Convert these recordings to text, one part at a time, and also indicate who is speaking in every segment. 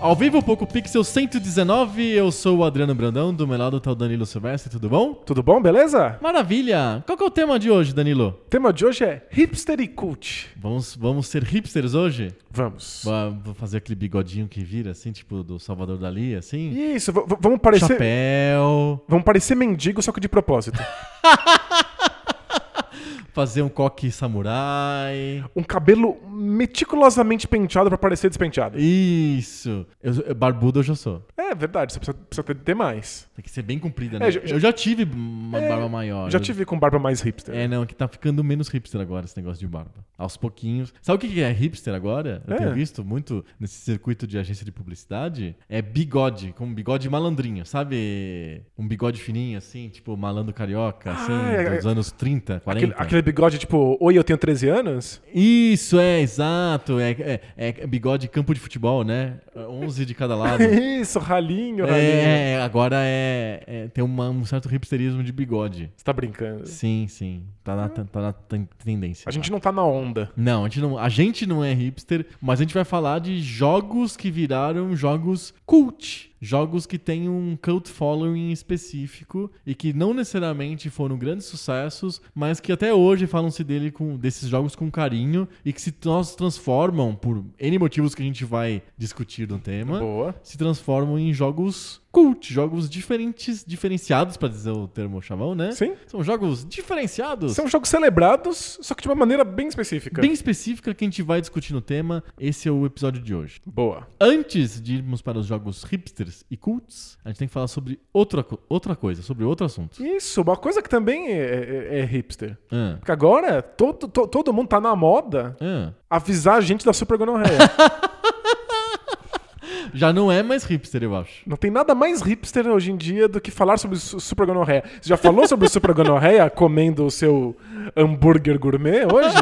Speaker 1: Ao vivo, Poco Pixel 119, eu sou o Adriano Brandão, do meu lado tá o Danilo Silvestre, tudo bom?
Speaker 2: Tudo bom, beleza?
Speaker 1: Maravilha! Qual que é o tema de hoje, Danilo?
Speaker 2: O tema de hoje é hipster e cult.
Speaker 1: Vamos, vamos ser hipsters hoje?
Speaker 2: Vamos.
Speaker 1: Va- Vou fazer aquele bigodinho que vira, assim, tipo do Salvador Dali, assim?
Speaker 2: Isso, v- v- vamos parecer.
Speaker 1: Chapéu,
Speaker 2: Vamos parecer mendigo, só que de propósito.
Speaker 1: fazer um coque samurai...
Speaker 2: Um cabelo meticulosamente penteado pra parecer despenteado.
Speaker 1: Isso! Eu- eu- barbudo eu já sou.
Speaker 2: É verdade, você precisa, precisa ter, ter mais.
Speaker 1: Tem que ser bem comprida, né?
Speaker 2: É, já- É,
Speaker 1: eu já tive uma barba maior.
Speaker 2: Já
Speaker 1: eu-
Speaker 2: tive com barba mais hipster.
Speaker 1: É, não, que tá ficando menos hipster agora esse negócio de barba. Aos pouquinhos. Sabe o que que é hipster agora? Eu
Speaker 2: É.
Speaker 1: tenho visto muito nesse circuito de agência de publicidade. É bigode, com um bigode malandrinho, sabe? Um bigode fininho, assim, tipo malandro carioca, assim,
Speaker 2: é,
Speaker 1: dos anos 30, 40.
Speaker 2: Aquele, aquele bigode tipo, oi, eu tenho 13 anos?
Speaker 1: Isso, é, exato. É, é- é bigode campo de futebol, né? 11 de cada lado.
Speaker 2: Isso, ralinho, ralinho.
Speaker 1: Tá É, agora é, é- tem uma- um certo hipsterismo de bigode.
Speaker 2: Você tá brincando.
Speaker 1: Sim, sim. Tá na, tá na ten- tendência.
Speaker 2: Uhum. A gente não tá na onda.
Speaker 1: Não, a gente não, a gente não é hipster, mas a gente vai falar de jogos que viraram jogos cult. Jogos que têm um cult following específico e que não necessariamente foram grandes sucessos, mas que até hoje falam-se dele com, desses jogos com carinho e que se nós transformam, por N motivos que a gente vai discutir no tema,
Speaker 2: Boa.
Speaker 1: se transformam em jogos cult, jogos diferentes, diferenciados, pra dizer o termo chavão, né?
Speaker 2: Sim.
Speaker 1: São jogos diferenciados.
Speaker 2: São jogos celebrados, só que de uma maneira bem específica.
Speaker 1: Bem específica que a gente vai discutir no tema, esse é o episódio de hoje.
Speaker 2: Boa.
Speaker 1: Antes de irmos para os jogos hipsters e cults, a gente tem que falar sobre outra, co- outra coisa, sobre outro assunto.
Speaker 2: Isso, uma coisa que também é- é- é hipster.
Speaker 1: Ah,
Speaker 2: Porque agora todo, to- todo mundo tá na moda
Speaker 1: ah.
Speaker 2: avisar a gente da super gonorreia.
Speaker 1: Já não é mais hipster, eu acho.
Speaker 2: Não tem nada mais hipster hoje em dia do que falar sobre su- super gonorreia. Você já falou sobre super gonorreia comendo o seu hambúrguer gourmet hoje?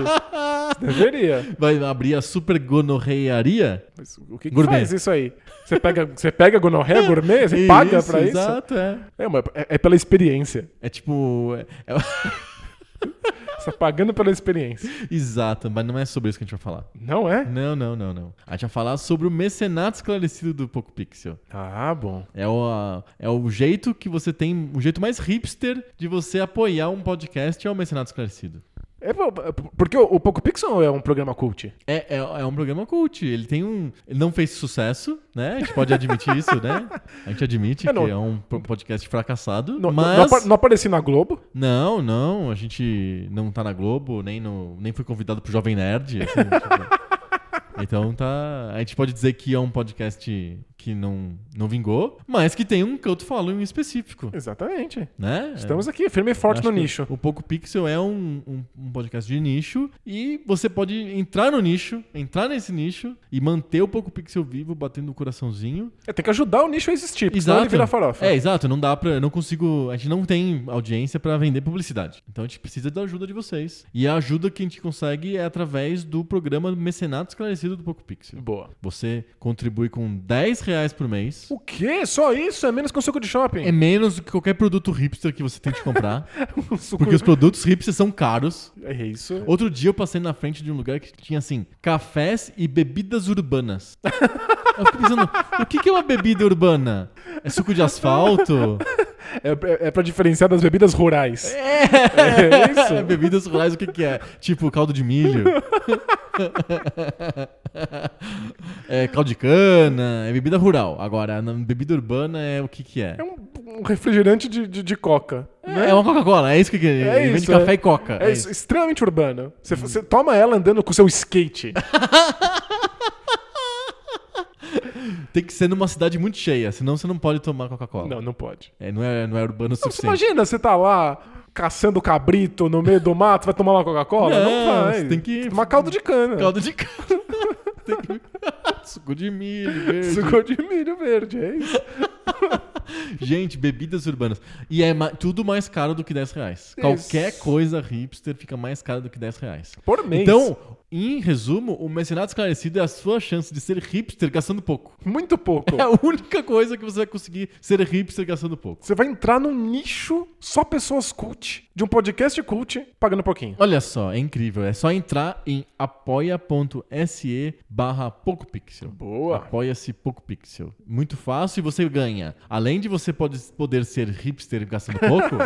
Speaker 2: Você deveria.
Speaker 1: Vai abrir a super gonorreiaria?
Speaker 2: Mas o que, que
Speaker 1: Gourmet.
Speaker 2: faz isso aí? Você pega, você pega gonorreia gourmet? Você paga pra isso?
Speaker 1: Exato, é.
Speaker 2: É, mas é, é pela experiência.
Speaker 1: É tipo. é- é-
Speaker 2: Você tá pagando pela experiência.
Speaker 1: exato, mas não é sobre isso que a gente vai falar.
Speaker 2: Não é?
Speaker 1: Não, não, não, não. A gente vai falar sobre o mecenato esclarecido do Poco Pixel.
Speaker 2: Ah, bom.
Speaker 1: É o, a- é o jeito que você tem, o jeito mais hipster de você apoiar um podcast é o Mecenato Esclarecido.
Speaker 2: É po- porque o, o Poco Pixel é um programa cult.
Speaker 1: É, é, é um programa cult. Ele tem um. Ele não fez sucesso, né? A gente pode admitir isso, né? A gente admite
Speaker 2: É, não-
Speaker 1: que é um po- podcast fracassado.
Speaker 2: Não, não- não
Speaker 1: mas.
Speaker 2: apa- não apareci na Globo.
Speaker 1: Não, não, a gente não tá na Globo, nem, no, nem foi convidado pro Jovem Nerd. assim, tipo. então tá. A gente pode dizer que é um podcast que não, não vingou, mas que tem um cult following específico,
Speaker 2: Exatamente.
Speaker 1: né?
Speaker 2: Estamos aqui, firme e forte
Speaker 1: Acho
Speaker 2: no
Speaker 1: que
Speaker 2: nicho.
Speaker 1: O Poco Pixel é um, um- um podcast de nicho e você pode entrar no nicho, entrar nesse nicho e manter o Poco Pixel vivo, batendo o coraçãozinho.
Speaker 2: É, tem que ajudar o nicho a existir, porque senão ele vira farofa.
Speaker 1: É, exato. Não dá pra. eu Não consigo. A gente não tem audiência pra vender publicidade. Então a gente precisa da ajuda de vocês. E a ajuda que a gente consegue é através do programa Mecenato Esclarecido do Poco Pixel.
Speaker 2: Boa.
Speaker 1: Você contribui com R$ 10 reais por mês.
Speaker 2: O quê? Só isso? É menos que um suco de shopping?
Speaker 1: É menos do que qualquer produto hipster que você tem que comprar.
Speaker 2: um suco
Speaker 1: É porque os produtos hipsters são caros.
Speaker 2: É isso.
Speaker 1: Outro dia eu passei na frente de um lugar que tinha assim, cafés e bebidas urbanas. Eu fiquei pensando, o que que é uma bebida urbana? É suco de asfalto?
Speaker 2: É, é, é pra diferenciar das bebidas rurais. É,
Speaker 1: É,
Speaker 2: isso?
Speaker 1: bebidas rurais, o que que é? Tipo caldo de milho. é caldo de cana, é bebida rural. Agora, na bebida urbana é o que que é?
Speaker 2: É um, um refrigerante de, de, de coca.
Speaker 1: É uma Coca-Cola, é isso que que é.
Speaker 2: um, né? É
Speaker 1: Vende
Speaker 2: isso,
Speaker 1: café
Speaker 2: é.
Speaker 1: e coca. Hum.
Speaker 2: É, isso, extremamente urbano. Você, você toma ela andando com o seu skate.
Speaker 1: Tem que ser numa cidade muito cheia, senão você não pode tomar Coca-Cola.
Speaker 2: não, não pode.
Speaker 1: É, não, é, não é urbano o
Speaker 2: Não, você
Speaker 1: suficiente.
Speaker 2: imagina, você tá lá caçando cabrito no meio do mato, vai tomar uma Coca-Cola? Não,
Speaker 1: Não,
Speaker 2: vai.
Speaker 1: você tem que-
Speaker 2: Tomar caldo de cana.
Speaker 1: Caldo de cana. Tem que- Suco de milho, verde.
Speaker 2: Suco de milho verde, é isso.
Speaker 1: Gente, bebidas urbanas. E é ma- tudo mais caro do que 10 reais. Qualquer coisa hipster fica mais cara do que 10 reais.
Speaker 2: Por mês.
Speaker 1: Então, em resumo, o Mercenário Esclarecido é a sua chance de ser hipster gastando pouco.
Speaker 2: Muito pouco.
Speaker 1: É a única coisa que você vai conseguir ser hipster gastando pouco.
Speaker 2: Você vai entrar num nicho só pessoas cult, de um podcast cult, pagando pouquinho.
Speaker 1: Olha só, é incrível. É só entrar em apoia.se barra PocoPixel.
Speaker 2: Boa.
Speaker 1: Apoia-se PocoPixel. Muito fácil e você ganha. Além de você pode, poder ser hipster gastando pouco,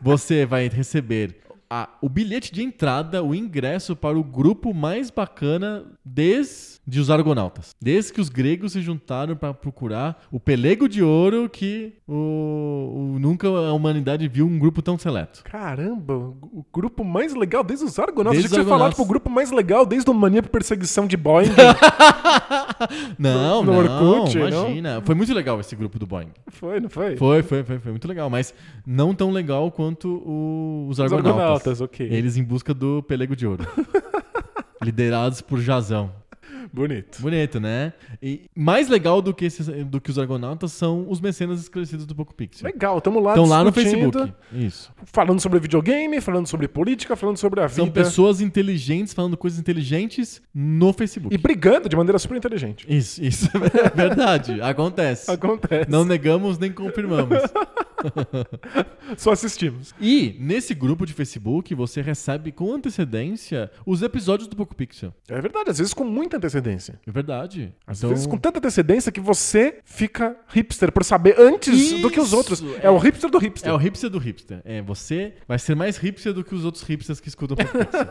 Speaker 1: você vai receber a- o bilhete de entrada, o ingresso para o grupo mais bacana desde os argonautas. Desde que os gregos se juntaram para procurar o pelego de ouro que o- o- nunca a humanidade viu um grupo tão seleto.
Speaker 2: Caramba, o grupo mais legal desde os Argonautas.
Speaker 1: Desde os
Speaker 2: Desde Achei que você ia falar,
Speaker 1: Argonautas.
Speaker 2: tipo, o grupo mais legal desde o Mania por Perseguição de Boeing.
Speaker 1: Não,
Speaker 2: No
Speaker 1: não,
Speaker 2: Orkut, não?
Speaker 1: imagina. Foi muito legal esse grupo do Boeing.
Speaker 2: foi, não foi?
Speaker 1: Foi, foi, foi, foi muito legal, mas não tão legal quanto o- os Argonautas.
Speaker 2: Argonautas, ok.
Speaker 1: Eles em busca do Pelego de Ouro. Liderados por Jazão.
Speaker 2: Bonito.
Speaker 1: Bonito, né? E mais legal do que, esses, do que os Argonautas são os mecenas esclarecidos do Poco Pixel.
Speaker 2: Legal, tamo lá
Speaker 1: Estão lá no
Speaker 2: discutindo,
Speaker 1: Facebook. Isso.
Speaker 2: Falando sobre videogame, falando sobre política, falando sobre a vida.
Speaker 1: São pessoas inteligentes falando coisas inteligentes no Facebook.
Speaker 2: E brigando de maneira super inteligente.
Speaker 1: Isso, isso é verdade. Acontece.
Speaker 2: Acontece.
Speaker 1: Não negamos nem confirmamos.
Speaker 2: Só assistimos.
Speaker 1: E nesse grupo de Facebook você recebe com antecedência os episódios do Poco Pixel.
Speaker 2: É verdade, às vezes com muita antecedência.
Speaker 1: É verdade.
Speaker 2: Às vezes com tanta antecedência que você fica hipster por saber antes do que os
Speaker 1: Isso,
Speaker 2: outros. É,
Speaker 1: é.
Speaker 2: o hipster do hipster.
Speaker 1: É o hipster do hipster. É, você vai ser mais hipster do que os outros hipsters que escutam Poco Pixel,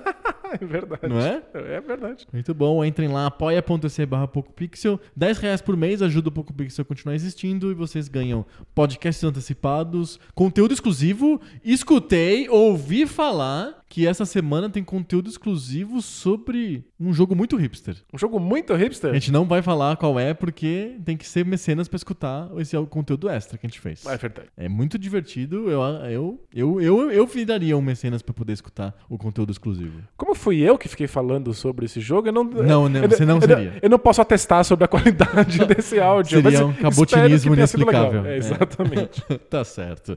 Speaker 2: É verdade.
Speaker 1: não é?
Speaker 2: É verdade.
Speaker 1: Muito bom, entrem lá, apoia.se barra PocoPixel. 10 reais por mês ajuda o PocoPixel a continuar existindo e vocês ganham podcasts antecipados, conteúdo exclusivo. Escutei, ouvi falar que essa semana tem conteúdo exclusivo sobre um jogo muito hipster.
Speaker 2: Um jogo muito
Speaker 1: A
Speaker 2: hipster.
Speaker 1: gente não vai falar qual é, porque tem que ser mecenas pra escutar esse conteúdo extra que a gente fez.
Speaker 2: É verdade.
Speaker 1: É muito divertido, eu, eu, eu, eu, eu viraria um mecenas pra poder escutar o conteúdo exclusivo.
Speaker 2: Como fui eu que fiquei falando sobre esse jogo, eu não.
Speaker 1: Não, não,
Speaker 2: eu,
Speaker 1: você não
Speaker 2: eu,
Speaker 1: seria.
Speaker 2: Eu, não posso atestar sobre a qualidade desse áudio.
Speaker 1: Seria
Speaker 2: mas
Speaker 1: um
Speaker 2: espero que
Speaker 1: cabotinismo
Speaker 2: tenha sido legal.
Speaker 1: inexplicável.
Speaker 2: É,
Speaker 1: É.
Speaker 2: exatamente.
Speaker 1: tá certo.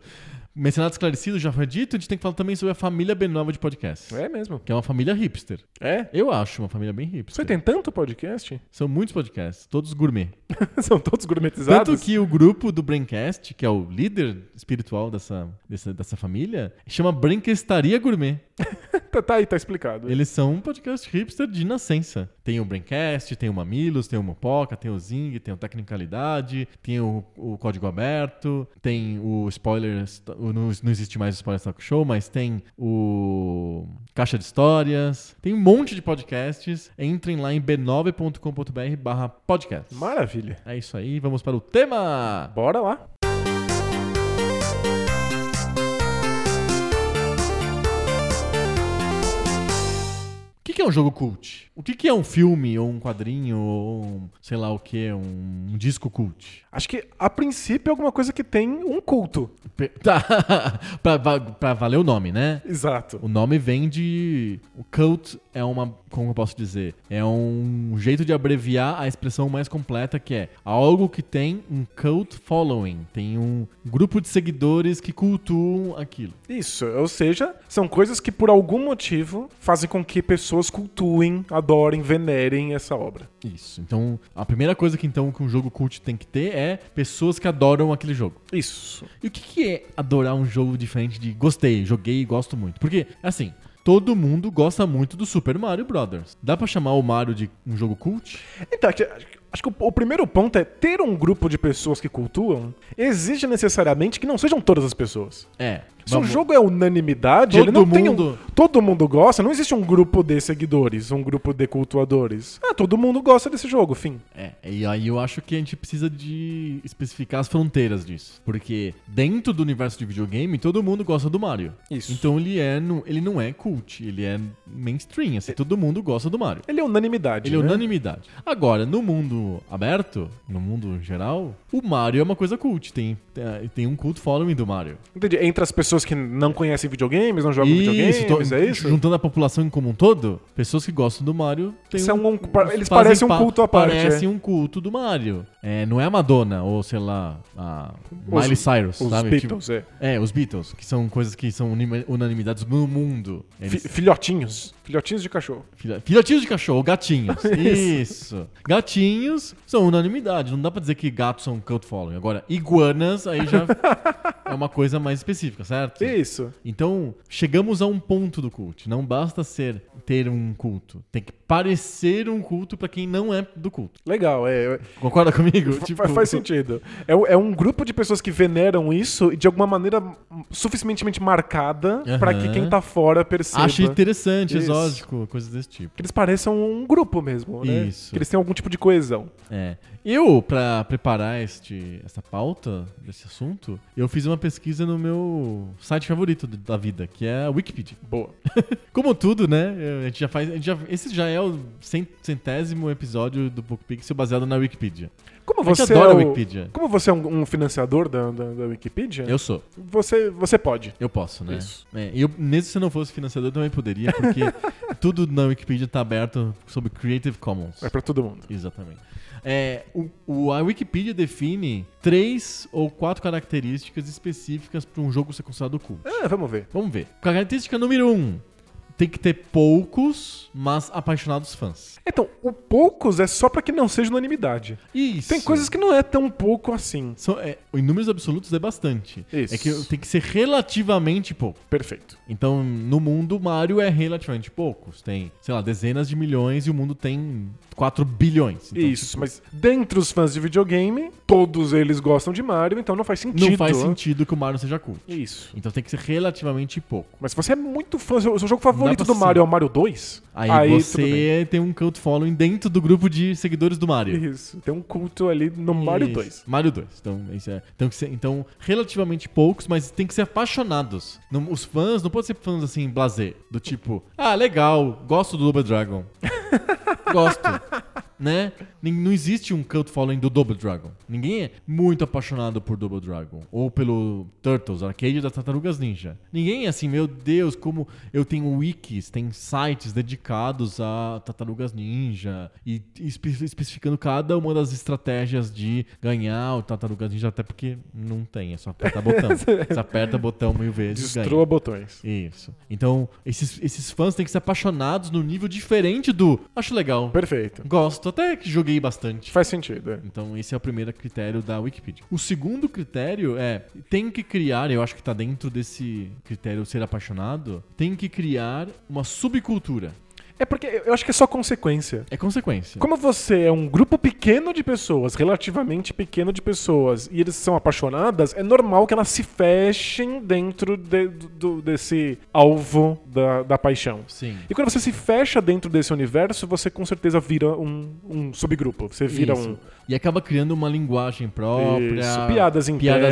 Speaker 1: Mencionado esclarecido, já foi dito, a gente tem que falar também sobre a família bem nova de podcast.
Speaker 2: é mesmo.
Speaker 1: Que é uma família hipster.
Speaker 2: É?
Speaker 1: Eu acho uma família bem hipster.
Speaker 2: Você tem tanto podcast?
Speaker 1: São muitos podcasts, todos gourmet.
Speaker 2: São todos gourmetizados?
Speaker 1: Tanto que o grupo do Braincast, que é o líder espiritual dessa, dessa, dessa família, chama Branquestaria Gourmet.
Speaker 2: Tá, tá aí, tá explicado.
Speaker 1: Eles são um podcast hipster de nascença. Tem o Braincast, tem o Mamilos, tem o Mopoca, tem o Zing, tem o Tecnicalidade, tem o, o Código Aberto, tem o Spoilers. o Não, não existe mais o Spoilers Talk Show, mas tem o Caixa de Histórias. Tem um monte de podcasts. Entrem lá em b9.com.br barra podcast.
Speaker 2: Maravilha.
Speaker 1: É isso aí, vamos para o tema!
Speaker 2: Bora lá.
Speaker 1: O que que é um jogo cult? O que que é um filme, ou um quadrinho, ou um, sei lá o que, um disco cult?
Speaker 2: Acho que a princípio é alguma coisa que tem um culto.
Speaker 1: Pe- Tá. pra, va- pra valer o nome, né?
Speaker 2: Exato.
Speaker 1: O nome vem de. O cult é uma. Como eu posso dizer? É um jeito de abreviar a expressão mais completa que é algo que tem um cult following. Tem um grupo de seguidores que cultuam aquilo.
Speaker 2: Isso, ou seja, são coisas que por algum motivo fazem com que pessoas cultuem, adorem, venerem essa obra.
Speaker 1: Isso. Então, a primeira coisa que então que um jogo cult tem que ter é pessoas que adoram aquele jogo.
Speaker 2: Isso.
Speaker 1: E o que, que é adorar um jogo diferente de gostei, joguei e gosto muito? Porque, assim, todo mundo gosta muito do Super Mario Brothers. Dá pra chamar o Mario de um jogo cult?
Speaker 2: Então, acho que- acho que o, o primeiro ponto é ter um grupo de pessoas que cultuam exige necessariamente que não sejam todas as pessoas.
Speaker 1: É.
Speaker 2: Se o jogo é unanimidade,
Speaker 1: Todo
Speaker 2: ele não tem um,
Speaker 1: mundo-
Speaker 2: Todo mundo gosta, não existe um grupo de seguidores, um grupo de cultuadores. Ah, todo mundo gosta desse jogo, fim.
Speaker 1: É, e aí eu acho que a gente precisa de especificar as fronteiras disso. Porque dentro do universo de videogame, todo mundo gosta do Mario.
Speaker 2: Isso.
Speaker 1: Então ele é no- ele não é cult, ele é mainstream,
Speaker 2: É.
Speaker 1: assim, todo mundo gosta do Mario.
Speaker 2: Ele é unanimidade.
Speaker 1: Ele é
Speaker 2: né?
Speaker 1: unanimidade. Agora, no mundo aberto, no mundo geral, o Mario é uma coisa cult. Tem, tem, tem um cult following do Mario.
Speaker 2: Entendi. Entre as pessoas que não conhecem videogames, não jogam videogames,
Speaker 1: to-
Speaker 2: é isso?
Speaker 1: Juntando a população como um todo, pessoas que gostam do Mario têm
Speaker 2: São um- pa- eles
Speaker 1: fazem
Speaker 2: parecem um culto à parte,
Speaker 1: Parecem
Speaker 2: é.
Speaker 1: um culto do Mario. É, não é a Madonna ou, sei lá, a
Speaker 2: Os-
Speaker 1: Miley Cyrus,
Speaker 2: Os
Speaker 1: sabe?
Speaker 2: Beatles, é.
Speaker 1: Tipo, é, os Beatles, que são coisas que são unima- unanimidades no mundo.
Speaker 2: Fi-
Speaker 1: Eles,
Speaker 2: filhotinhos. Filhotinhos de cachorro.
Speaker 1: filha- filhotinhos de cachorro, gatinhos.
Speaker 2: É
Speaker 1: Isso. Gatinhos são unanimidade. Não dá pra dizer que gatos são cult following. Agora, iguanas aí já é uma coisa mais específica, certo?
Speaker 2: Isso.
Speaker 1: Então, chegamos a um ponto do culto. Não basta ser ter um culto. Tem que parecer um culto pra quem não é do culto.
Speaker 2: Legal, é.
Speaker 1: Concorda comigo? Tipo,
Speaker 2: Fa- faz sentido. É, um- é um grupo de pessoas que veneram isso e de alguma maneira suficientemente marcada pra
Speaker 1: Aham.
Speaker 2: que quem tá fora perceba.
Speaker 1: Acho interessante,
Speaker 2: Isso.
Speaker 1: exótico, coisas desse tipo.
Speaker 2: Que eles pareçam um grupo mesmo, né?
Speaker 1: Isso.
Speaker 2: Que eles têm algum tipo de coesão.
Speaker 1: É. Eu, pra preparar este, essa pauta desse assunto, eu fiz uma pesquisa no meu site favorito d- da vida, que é a Wikipedia.
Speaker 2: Boa.
Speaker 1: Como tudo, né? A gente já faz. a gente já- esse já é o cen- centésimo episódio do PocoPixel baseado na Wikipedia.
Speaker 2: Como
Speaker 1: gente
Speaker 2: você, é
Speaker 1: adora a
Speaker 2: o-
Speaker 1: Wikipedia.
Speaker 2: como você é um, um financiador da, da, da Wikipedia,
Speaker 1: Eu sou.
Speaker 2: você, você pode.
Speaker 1: Eu posso, né?
Speaker 2: É. Isso.
Speaker 1: É, eu, mesmo se eu não fosse financiador, eu também poderia, porque tudo na Wikipedia tá aberto sob Creative Commons.
Speaker 2: É pra todo mundo.
Speaker 1: Exatamente. É, o, o- a Wikipedia define três ou quatro características específicas para um jogo ser considerado culto.
Speaker 2: Ah, vamos ver.
Speaker 1: Vamos ver. Característica número um. Tem que ter poucos, mas apaixonados fãs.
Speaker 2: Então, o poucos é só pra que não seja unanimidade.
Speaker 1: Isso.
Speaker 2: Tem coisas que não é tão pouco assim.
Speaker 1: São, é, em números absolutos é bastante.
Speaker 2: Isso.
Speaker 1: É que tem que ser relativamente pouco.
Speaker 2: Perfeito.
Speaker 1: Então, no mundo, Mario é relativamente poucos. Tem, sei lá, dezenas de milhões e o mundo tem 4 bilhões. Então,
Speaker 2: Isso, tipo, mas dentre os fãs de videogame, todos eles gostam de Mario, então não faz sentido.
Speaker 1: Não faz sentido que o Mario seja cult.
Speaker 2: Isso.
Speaker 1: Então tem que ser relativamente pouco.
Speaker 2: Mas se você é muito fã, seu, seu jogo
Speaker 1: Dá
Speaker 2: favorito
Speaker 1: pra
Speaker 2: do Mario é o Mario 2,
Speaker 1: Aí,
Speaker 2: tudo bem.
Speaker 1: você tem um cult following dentro do grupo de seguidores do Mario.
Speaker 2: Isso, tem um culto ali no Mario
Speaker 1: Isso.
Speaker 2: 2.
Speaker 1: Mario 2. Então, isso é. Então, que ser- então, relativamente poucos, mas tem que ser apaixonados. Não- os fãs não podem ser fãs assim, blazer. Do tipo, ah, legal, gosto do Double Dragon. gosto. Né? Nin- Não existe um cult following do Double Dragon. Ninguém é muito apaixonado por Double Dragon. Ou pelo Turtles, arcade das Tartarugas Ninja. Ninguém é assim, meu Deus, como eu tenho wikis, tem sites dedicados a Tartarugas Ninja. E espe- especificando cada uma das estratégias de ganhar o Tartarugas Ninja, até porque não tem, é só apertar botão. Você aperta botão mil vezes. ganha.
Speaker 2: Destrua botões.
Speaker 1: Isso. Então, esses, esses fãs têm que ser apaixonados no nível diferente do acho legal,
Speaker 2: Perfeito.
Speaker 1: gosto, até que joguei bastante.
Speaker 2: Faz sentido, é.
Speaker 1: Então, esse é o primeiro critério da Wikipedia. O segundo critério é: tem que criar, eu acho que tá dentro desse critério ser apaixonado, tem que criar uma subcultura.
Speaker 2: É porque eu acho que é só consequência.
Speaker 1: É consequência.
Speaker 2: Como você é um grupo pequeno de pessoas, relativamente pequeno de pessoas, e eles são apaixonadas, é normal que elas se fechem dentro de- do- desse alvo da, da paixão.
Speaker 1: Sim.
Speaker 2: E quando você se fecha dentro desse universo, você com certeza vira um, um subgrupo. Você vira
Speaker 1: Isso.
Speaker 2: um.
Speaker 1: E acaba criando uma linguagem própria.
Speaker 2: Isso,
Speaker 1: Piadas
Speaker 2: piadas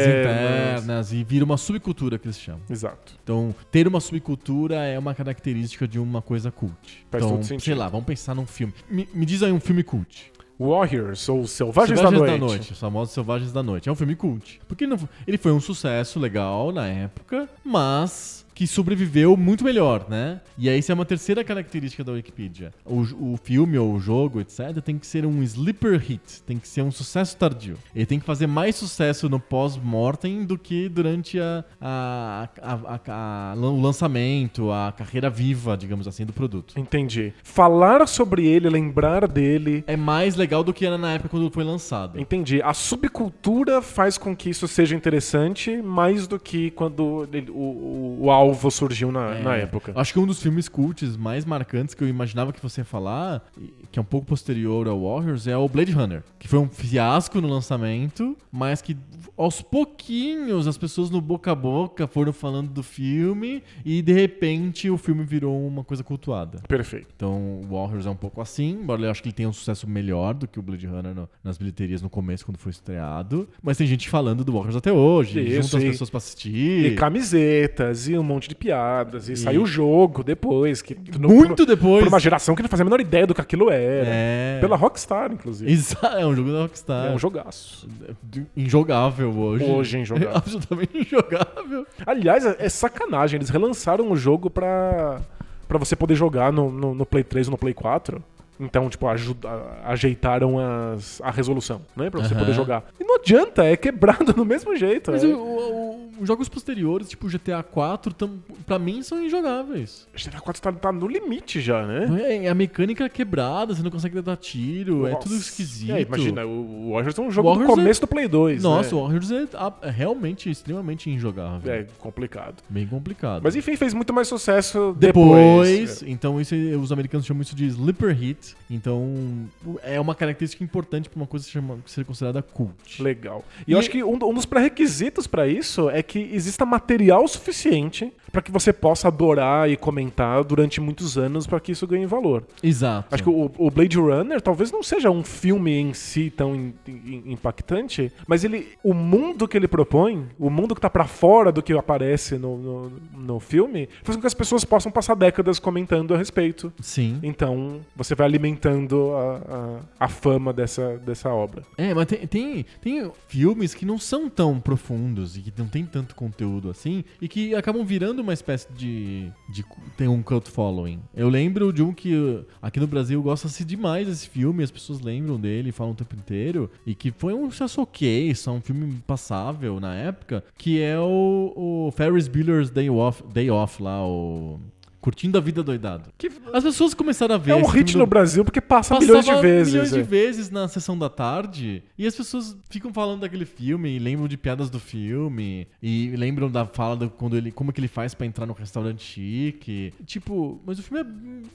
Speaker 2: internas.
Speaker 1: internas. E vira uma subcultura que eles chamam.
Speaker 2: Exato.
Speaker 1: Então, ter uma subcultura é uma característica de uma coisa cult.
Speaker 2: Faz
Speaker 1: então,
Speaker 2: todo sentido.
Speaker 1: sei lá, vamos pensar num filme. Me, me diz aí um filme cult.
Speaker 2: Warriors, ou Selvagens, da, noite.
Speaker 1: os famosos Selvagens da Noite. É um filme cult. Porque ele, não, ele foi um sucesso legal na época, mas que sobreviveu muito melhor, né? E aí, isso é uma terceira característica da Wikipedia. O, j- o filme ou o jogo, etc., tem que ser um sleeper hit, tem que ser um sucesso tardio. Ele tem que fazer mais sucesso no pós-mortem do que durante a, a- a- a- a- o lançamento, a carreira viva, digamos assim, do produto.
Speaker 2: Entendi. Falar sobre ele, lembrar dele.
Speaker 1: É mais legal do que era na época quando foi lançado.
Speaker 2: Entendi. A subcultura faz com que isso seja interessante mais do que quando ele- o, o- o alvo surgiu na,
Speaker 1: É.
Speaker 2: na época.
Speaker 1: Acho que um dos filmes cults mais marcantes que eu imaginava que você ia falar, e- que é um pouco posterior ao Warriors, é o Blade Runner. Que foi um fiasco no lançamento, mas que aos pouquinhos as pessoas no boca a boca foram falando do filme e de repente o filme virou uma coisa cultuada.
Speaker 2: Perfeito.
Speaker 1: Então, o Warriors é um pouco assim, embora eu acho que ele tenha um sucesso melhor do que o Blade Runner no- nas bilheterias no começo, quando foi estreado. Mas tem gente falando do Warriors até hoje,
Speaker 2: Isso,
Speaker 1: junta as
Speaker 2: e-
Speaker 1: pessoas pra
Speaker 2: E,
Speaker 1: assistir.
Speaker 2: camisetas, e um monte de piadas, e, saiu o jogo depois. Que, no-
Speaker 1: Muito
Speaker 2: por-
Speaker 1: depois.
Speaker 2: Por uma geração que não fazia a menor ideia do que aquilo era.
Speaker 1: É.
Speaker 2: Pela Rockstar, inclusive.
Speaker 1: Exa- É um jogo da Rockstar.
Speaker 2: É um jogaço.
Speaker 1: D- Injogável hoje.
Speaker 2: Hoje, injogável.
Speaker 1: É absolutamente injogável.
Speaker 2: Aliás, é é sacanagem. Eles relançaram o jogo pra, pra você poder jogar no, no, no Play 3 ou no Play 4. Então, tipo, ajuda- ajeitaram as- a resolução, né? Pra você
Speaker 1: Aham.
Speaker 2: poder jogar. E não adianta, é quebrado do mesmo jeito.
Speaker 1: Mas
Speaker 2: é.
Speaker 1: o- o- o- os jogos posteriores, tipo GTA 4, tam, pra mim são injogáveis.
Speaker 2: GTA 4 tá, tá no limite já, né?
Speaker 1: É, a mecânica é quebrada, você não consegue dar tiro, é tudo
Speaker 2: Nossa.
Speaker 1: esquisito.
Speaker 2: É, imagina, o o Warriors é um jogo
Speaker 1: Warriors
Speaker 2: do
Speaker 1: é-
Speaker 2: começo do Play 2.
Speaker 1: Nossa, o
Speaker 2: né?
Speaker 1: Warriors é, a- é realmente extremamente injogável.
Speaker 2: É complicado.
Speaker 1: Bem complicado.
Speaker 2: Mas enfim, fez muito mais sucesso depois.
Speaker 1: Depois, então isso, os americanos chamam isso de sleeper hit. Então é uma característica importante pra uma coisa que chama- ser considerada cult.
Speaker 2: Legal. E,
Speaker 1: E-
Speaker 2: eu acho que um, um dos pré-requisitos pra isso é que exista material suficiente pra que você possa adorar e comentar durante muitos anos pra que isso ganhe valor.
Speaker 1: Exato.
Speaker 2: Acho que o, o Blade Runner talvez não seja um filme em si tão in- in- impactante, mas ele, o mundo que ele propõe, o mundo que tá pra fora do que aparece no, no, no filme, faz com que as pessoas possam passar décadas comentando a respeito.
Speaker 1: Sim.
Speaker 2: Então, você vai alimentando a, a, a fama dessa, dessa obra.
Speaker 1: É, mas tem, tem, tem filmes que não são tão profundos e que não tem tanto conteúdo assim e que acabam virando uma espécie de. de cu- tem um cult following. Eu lembro de um que uh, aqui no Brasil gosta-se demais desse filme, as pessoas lembram dele, falam o tempo inteiro, e que foi um sucesso ok, só um filme passável na época, que é o, o Ferris Bueller's Day Off, Day Off lá, o. Curtindo a vida doidado.
Speaker 2: Que-
Speaker 1: As pessoas começaram a ver.
Speaker 2: É um
Speaker 1: esse filme
Speaker 2: hit no
Speaker 1: do-
Speaker 2: Brasil porque passa
Speaker 1: Passava
Speaker 2: milhões de vezes.
Speaker 1: milhões de
Speaker 2: é.
Speaker 1: vezes na sessão da tarde e as pessoas ficam falando daquele filme e lembram de piadas do filme e lembram da fala do, quando ele como que ele faz pra entrar no restaurante chique tipo mas o filme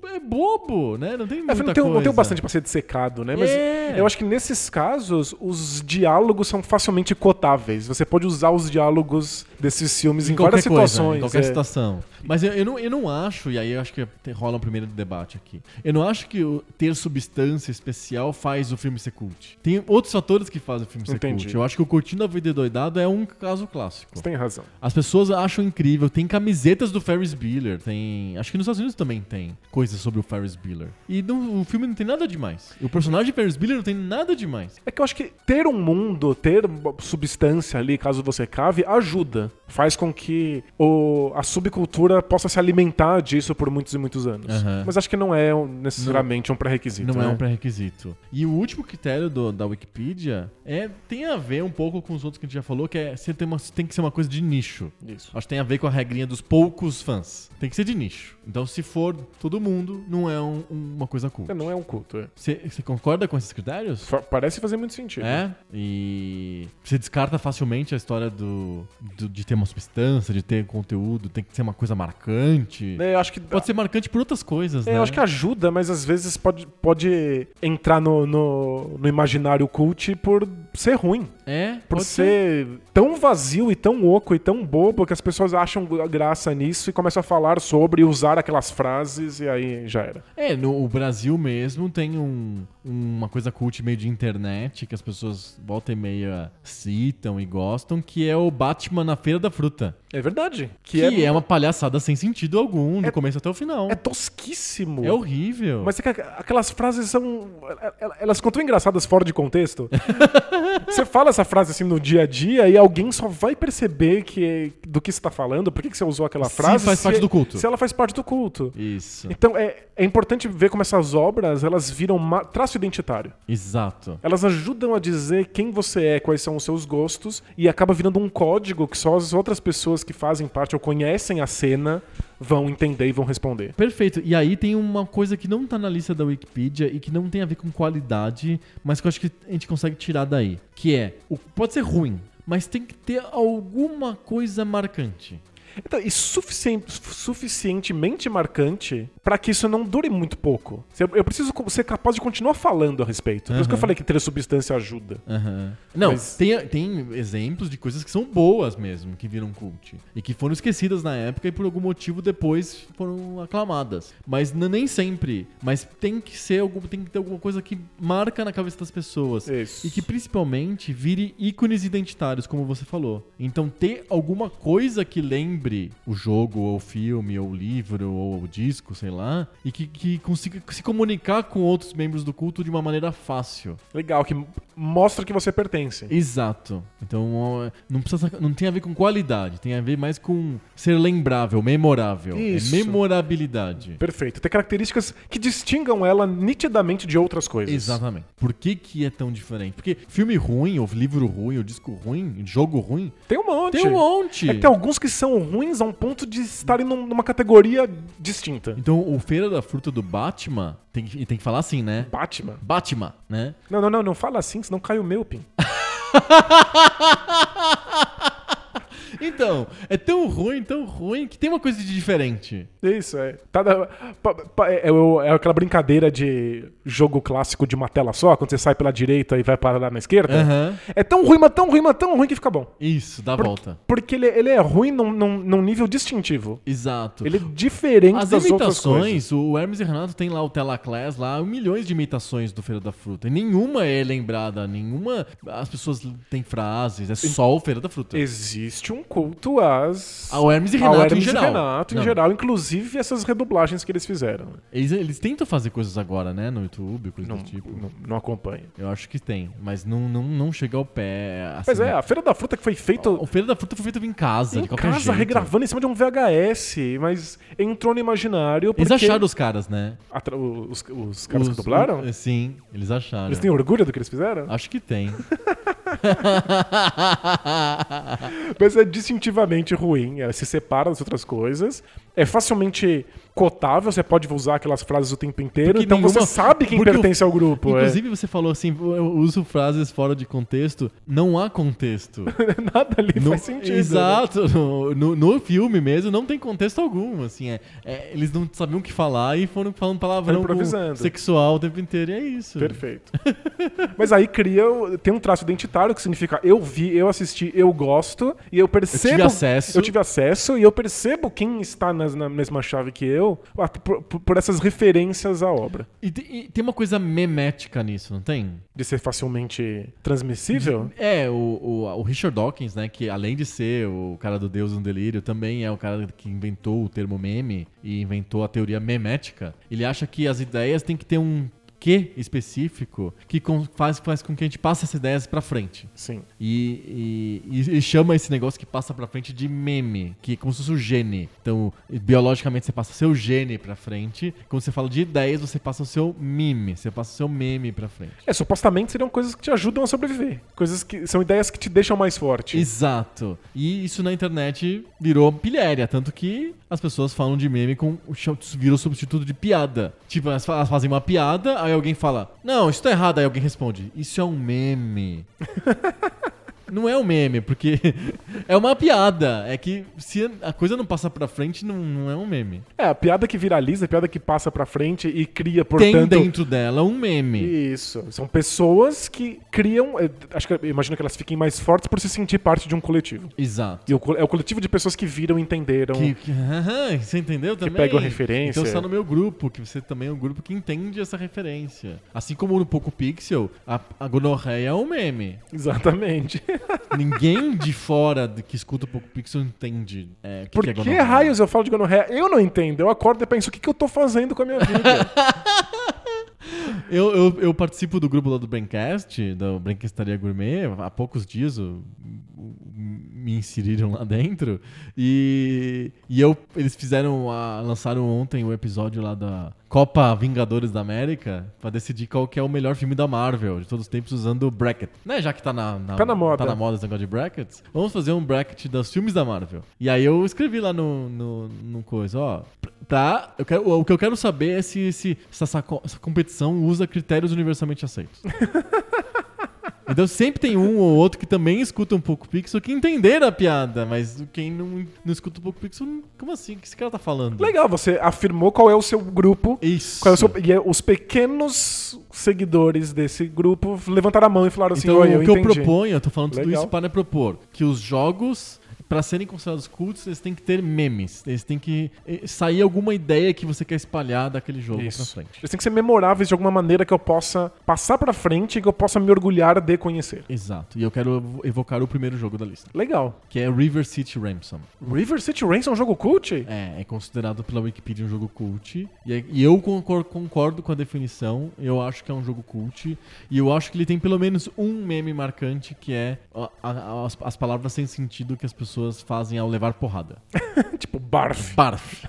Speaker 1: é, é bobo né não tem
Speaker 2: É,
Speaker 1: muita
Speaker 2: não, tem, não
Speaker 1: coisa
Speaker 2: tem bastante pra ser dissecado, né? Mas
Speaker 1: É.
Speaker 2: eu acho que nesses casos, os diálogos são facilmente cotáveis. Você pode usar os diálogos desses filmes em, várias
Speaker 1: em
Speaker 2: situações.
Speaker 1: qualquer
Speaker 2: é.
Speaker 1: situação. Mas eu, eu não, eu não acho, e aí eu acho que te- rola um primeiro debate aqui. Eu não acho que o- ter substância especial faz o filme ser cult. Tem outros fatores que fazem o filme ser
Speaker 2: Entendi.
Speaker 1: cult. Eu acho que o Curtindo a Vida Doidado é um caso clássico.
Speaker 2: Você tem razão.
Speaker 1: As pessoas acham incrível. Tem camisetas do Ferris Bueller, tem. Acho que nos Estados Unidos também tem coisas sobre o Ferris Bueller. E não- o filme não tem nada demais. O personagem de Ferris Bueller não tem nada demais.
Speaker 2: É que eu acho que ter um mundo, ter uma substância ali, caso você cave, ajuda. Faz com que o- a subcultura possa se alimentar disso por muitos e muitos anos.
Speaker 1: Aham.
Speaker 2: Mas acho que não é um- necessariamente um pré-requisito.
Speaker 1: Não é
Speaker 2: né?
Speaker 1: um pré-requisito. E o último critério do- da Wikipedia é tem a ver um pouco com os outros que a gente já falou, que é você tem, uma- tem que ser uma coisa de nicho.
Speaker 2: Isso.
Speaker 1: Acho que tem a ver com a regrinha dos poucos fãs. Tem que ser de nicho. Então, se for todo mundo, não é um- uma coisa cool.
Speaker 2: É, Não é um culto. é.
Speaker 1: Você você concorda com esses critérios?
Speaker 2: Fa- Parece fazer muito sentido.
Speaker 1: É, e você descarta facilmente a história do, do- de ter uma substância, de ter conteúdo, tem que ser uma coisa marcante.
Speaker 2: É, eu acho que
Speaker 1: Pode ser marcante por outras coisas,
Speaker 2: É,
Speaker 1: né?
Speaker 2: eu acho que ajuda, mas às vezes pode, pode entrar no, no, no imaginário cult por ser ruim.
Speaker 1: É,
Speaker 2: Por
Speaker 1: pode
Speaker 2: ser, tão vazio e tão oco e tão bobo que as pessoas acham graça nisso e começam a falar sobre usar aquelas frases e aí já era.
Speaker 1: É, no o Brasil mesmo tem um, uma coisa cult meio de internet que as pessoas volta e meia citam e gostam, que é o Batman na Feira da Fruta.
Speaker 2: É verdade.
Speaker 1: Que, é, uma palhaçada sem sentido algum, do
Speaker 2: É-
Speaker 1: começo até o final.
Speaker 2: é tosquíssimo.
Speaker 1: É, horrível.
Speaker 2: Mas é que aquelas frases são. Elas ficam tão engraçadas fora de contexto. você fala essa frase assim no dia a dia e alguém só vai perceber que do que você tá falando, por que que você usou aquela
Speaker 1: Se
Speaker 2: frase.
Speaker 1: faz parte do culto.
Speaker 2: Se ela faz parte do culto.
Speaker 1: Isso,
Speaker 2: Então é, é importante ver como essas obras elas viram ma- traço identitário.
Speaker 1: exato.
Speaker 2: Elas ajudam a dizer quem você é, quais são os seus gostos, e acaba virando um código que só as outras pessoas que fazem parte ou conhecem a cena vão entender e vão responder.
Speaker 1: Perfeito. E aí tem uma coisa que não tá na lista da Wikipedia e que não tem a ver com qualidade, mas que eu acho que a gente consegue tirar daí. Que é, o- pode ser ruim, mas tem que ter alguma coisa marcante.
Speaker 2: Então, e suficien- su- suficientemente marcante pra que isso não dure muito pouco. Se Eu, eu preciso co- ser capaz de continuar falando a respeito. Por isso
Speaker 1: Uhum.
Speaker 2: que eu falei que ter substância ajuda.
Speaker 1: Aham. Não,
Speaker 2: Mas-
Speaker 1: tem, tem exemplos de coisas que são boas mesmo, que viram cult. E que foram esquecidas na época e por algum motivo depois foram aclamadas. Mas n- nem sempre. Mas tem que ser algum, tem que ter alguma coisa que marca na cabeça das pessoas.
Speaker 2: Isso.
Speaker 1: E que principalmente vire ícones identitários, como você falou. Então ter alguma coisa que lembre o jogo, ou o filme, ou o livro, ou o disco, sei lá, e que, que consiga se comunicar com outros membros do culto de uma maneira fácil.
Speaker 2: Legal, que m- mostra que você pertence.
Speaker 1: Exato. Então ó, não precisa saca- não tem a ver com qualidade, tem a ver mais com ser lembrável, memorável. É
Speaker 2: Isso.
Speaker 1: memorabilidade.
Speaker 2: Perfeito. Ter características que distingam ela nitidamente de outras coisas.
Speaker 1: Exatamente. Por que, que é tão diferente? Porque filme ruim, ou livro ruim, ou disco ruim, jogo ruim,
Speaker 2: Tem um monte.
Speaker 1: tem um monte.
Speaker 2: É que tem alguns que são ruins a um ponto de estarem num- numa categoria distinta.
Speaker 1: Então o Feira da Fruta do Batman, tem, que- tem que falar assim, né?
Speaker 2: Batman.
Speaker 1: Batman, né?
Speaker 2: Não, não, não, não fala assim, senão cai o meu, Pim.
Speaker 1: Então, é tão ruim, tão ruim, que tem uma coisa de diferente.
Speaker 2: Isso, é. Tá da- pa- pa- é, é o- é aquela brincadeira de jogo clássico de uma tela só, quando você sai pela direita e vai parar na esquerda.
Speaker 1: Aham.
Speaker 2: É tão ruim, mas tão ruim, mas tão ruim que fica bom.
Speaker 1: Isso, dá a
Speaker 2: Por-
Speaker 1: volta.
Speaker 2: Porque ele, ele é ruim num, num- num nível distintivo.
Speaker 1: Exato.
Speaker 2: Ele é diferente
Speaker 1: As
Speaker 2: das outras coisas.
Speaker 1: imitações, o Hermes e Renato tem lá o Telaclass, lá milhões de imitações do Feira da Fruta. E nenhuma é lembrada, nenhuma. As pessoas têm frases, é só o Feira da Fruta.
Speaker 2: Existe um culto às...
Speaker 1: Ao Hermes e
Speaker 2: ao
Speaker 1: Renato
Speaker 2: Hermes
Speaker 1: em
Speaker 2: e
Speaker 1: geral.
Speaker 2: Renato em
Speaker 1: Não.
Speaker 2: geral, inclusive essas redublagens que eles fizeram.
Speaker 1: Eles, eles tentam fazer coisas agora, né? No YouTube, coisas
Speaker 2: Não,
Speaker 1: do tipo.
Speaker 2: não, não acompanha.
Speaker 1: Eu acho que tem, mas não, não, não chega ao pé. Assim,
Speaker 2: Mas é, a Feira da Fruta que foi feita
Speaker 1: O Feira da Fruta foi feito em casa,
Speaker 2: em
Speaker 1: de qualquer
Speaker 2: casa,
Speaker 1: jeito.
Speaker 2: regravando em cima de um VHS, mas entrou no imaginário porque...
Speaker 1: Eles acharam os caras, né?
Speaker 2: Atra- os, os caras
Speaker 1: Os- é. Ah.
Speaker 2: que dublaram?
Speaker 1: o- Sim, eles acharam.
Speaker 2: Eles têm orgulho do que eles fizeram?
Speaker 1: Acho que tem.
Speaker 2: Mas é distintivamente ruim, ela se separa das outras coisas, é facilmente cotável, você pode usar aquelas frases o tempo inteiro,
Speaker 1: Porque
Speaker 2: então você
Speaker 1: nenhuma-
Speaker 2: sabe quem
Speaker 1: porque o-
Speaker 2: pertence ao grupo. é.
Speaker 1: Inclusive, você falou assim: eu uso frases fora de contexto. Não há contexto.
Speaker 2: Nada ali
Speaker 1: No-
Speaker 2: faz sentido. né?
Speaker 1: Exato. No, no- no filme mesmo, não tem contexto algum. Assim, é, é, eles não sabiam o que falar e foram falando palavrão
Speaker 2: Foram improvisando.
Speaker 1: sexual o tempo inteiro. E é isso.
Speaker 2: Perfeito. Mas aí cria, o- tem um traço identitário que significa eu vi, eu assisti, eu gosto e eu percebo.
Speaker 1: acesso.
Speaker 2: Eu tive acesso e eu percebo quem está nas- na mesma chave que eu ah, por, por- por essas referências à obra.
Speaker 1: E, te- e tem uma coisa memética nisso, não tem?
Speaker 2: De ser facilmente transmissível.
Speaker 1: É, o, o, o Richard Dawkins, né, que além de ser o cara do Deus no Delírio, também é o cara que inventou o termo meme e inventou a teoria memética. Ele acha que as ideias têm que ter um quê específico que com- faz, faz com que a gente passe essas ideias pra frente.
Speaker 2: Sim.
Speaker 1: E, e- e- e chama esse negócio que passa pra frente de meme, que é como se fosse o gene. Então, biologicamente, você passa seu gene pra frente. Quando você fala de ideias, você passa o seu meme, você passa o seu meme pra frente.
Speaker 2: É, supostamente seriam coisas que te ajudam a sobreviver. Coisas que são ideias que te deixam mais forte.
Speaker 1: Exato. E isso na internet virou pilhéria, tanto que as pessoas falam de meme com virou substituto de piada. Tipo, elas, fa- elas fazem uma piada, aí alguém fala: "Não, isso tá errado". Aí alguém responde: "Isso é um meme". Não é um meme, porque é uma piada. É que se a coisa não passa pra frente, não, não é um meme.
Speaker 2: É, a piada que viraliza, a piada que passa pra frente e cria, portanto.
Speaker 1: Tem dentro dela um meme.
Speaker 2: Isso. São pessoas que criam. eh, Acho que eu imagino que elas fiquem mais fortes por se sentir parte de um coletivo.
Speaker 1: Exato.
Speaker 2: E o co- é o coletivo de pessoas que viram e entenderam.
Speaker 1: Que, que- aham, você entendeu também?
Speaker 2: Então, pega a referência.
Speaker 1: Então você tá no meu grupo, que você também é um grupo que entende essa referência. Assim como no Poco Pixel, a, a gonorreia é um meme.
Speaker 2: Exatamente.
Speaker 1: Ninguém de fora de- que escuta o Poco Pixel entende é, o que,
Speaker 2: Por
Speaker 1: que é
Speaker 2: que,
Speaker 1: gonorreia.
Speaker 2: raios eu falo de gonorreia? Eu não entendo. Eu acordo e penso, o que, que eu tô fazendo com a minha vida?
Speaker 1: Eu, eu, eu participo do grupo lá do Braincast, da Braincastaria Gourmet, há poucos dias o- o- me inseriram lá dentro. E, e eu, eles fizeram, a- lançaram ontem o episódio lá da Copa Vingadores da América pra decidir qual que é o melhor filme da Marvel de todos os tempos usando o bracket. Né, já que tá na,
Speaker 2: Tá na moda.
Speaker 1: Tá na moda esse negócio de brackets. Vamos fazer um bracket dos filmes da Marvel. E aí eu escrevi lá no, no, no coisa, ó. Tá, eu quero, o que eu quero saber é se, se essa, saco- essa competição usa critérios universalmente aceitos. Então sempre tem um ou outro que também escuta um pouco pixel que entenderam a piada, mas quem não, não escuta um pouco pixel, como assim? O que esse cara tá falando?
Speaker 2: Legal, você afirmou qual é o seu grupo.
Speaker 1: Isso.
Speaker 2: Qual é o seu, e é, os pequenos seguidores desse grupo levantaram a mão e falaram assim:
Speaker 1: Então,
Speaker 2: Oi, eu
Speaker 1: o que eu
Speaker 2: entendi.
Speaker 1: proponho, eu tô falando tudo
Speaker 2: Legal.
Speaker 1: isso para propor, que os jogos, para serem considerados cultos, eles têm que ter memes. Eles têm que eh, sair alguma ideia que você quer espalhar daquele jogo pra
Speaker 2: Isso.
Speaker 1: frente.
Speaker 2: Eles têm que ser memoráveis de alguma maneira que eu possa passar pra frente e que eu possa me orgulhar de conhecer.
Speaker 1: Exato. E eu quero evo- evocar o primeiro jogo da lista,
Speaker 2: Legal.
Speaker 1: que é River City Ransom.
Speaker 2: River City Ransom é um jogo cult?
Speaker 1: É, é considerado pela Wikipedia um jogo cult. E, é- e eu concor- concordo com a definição. Eu acho que é um jogo cult. E eu acho que ele tem pelo menos um meme marcante que é a- a- as, as palavras sem sentido que as pessoas fazem ao levar porrada.
Speaker 2: tipo, barf.
Speaker 1: Barf.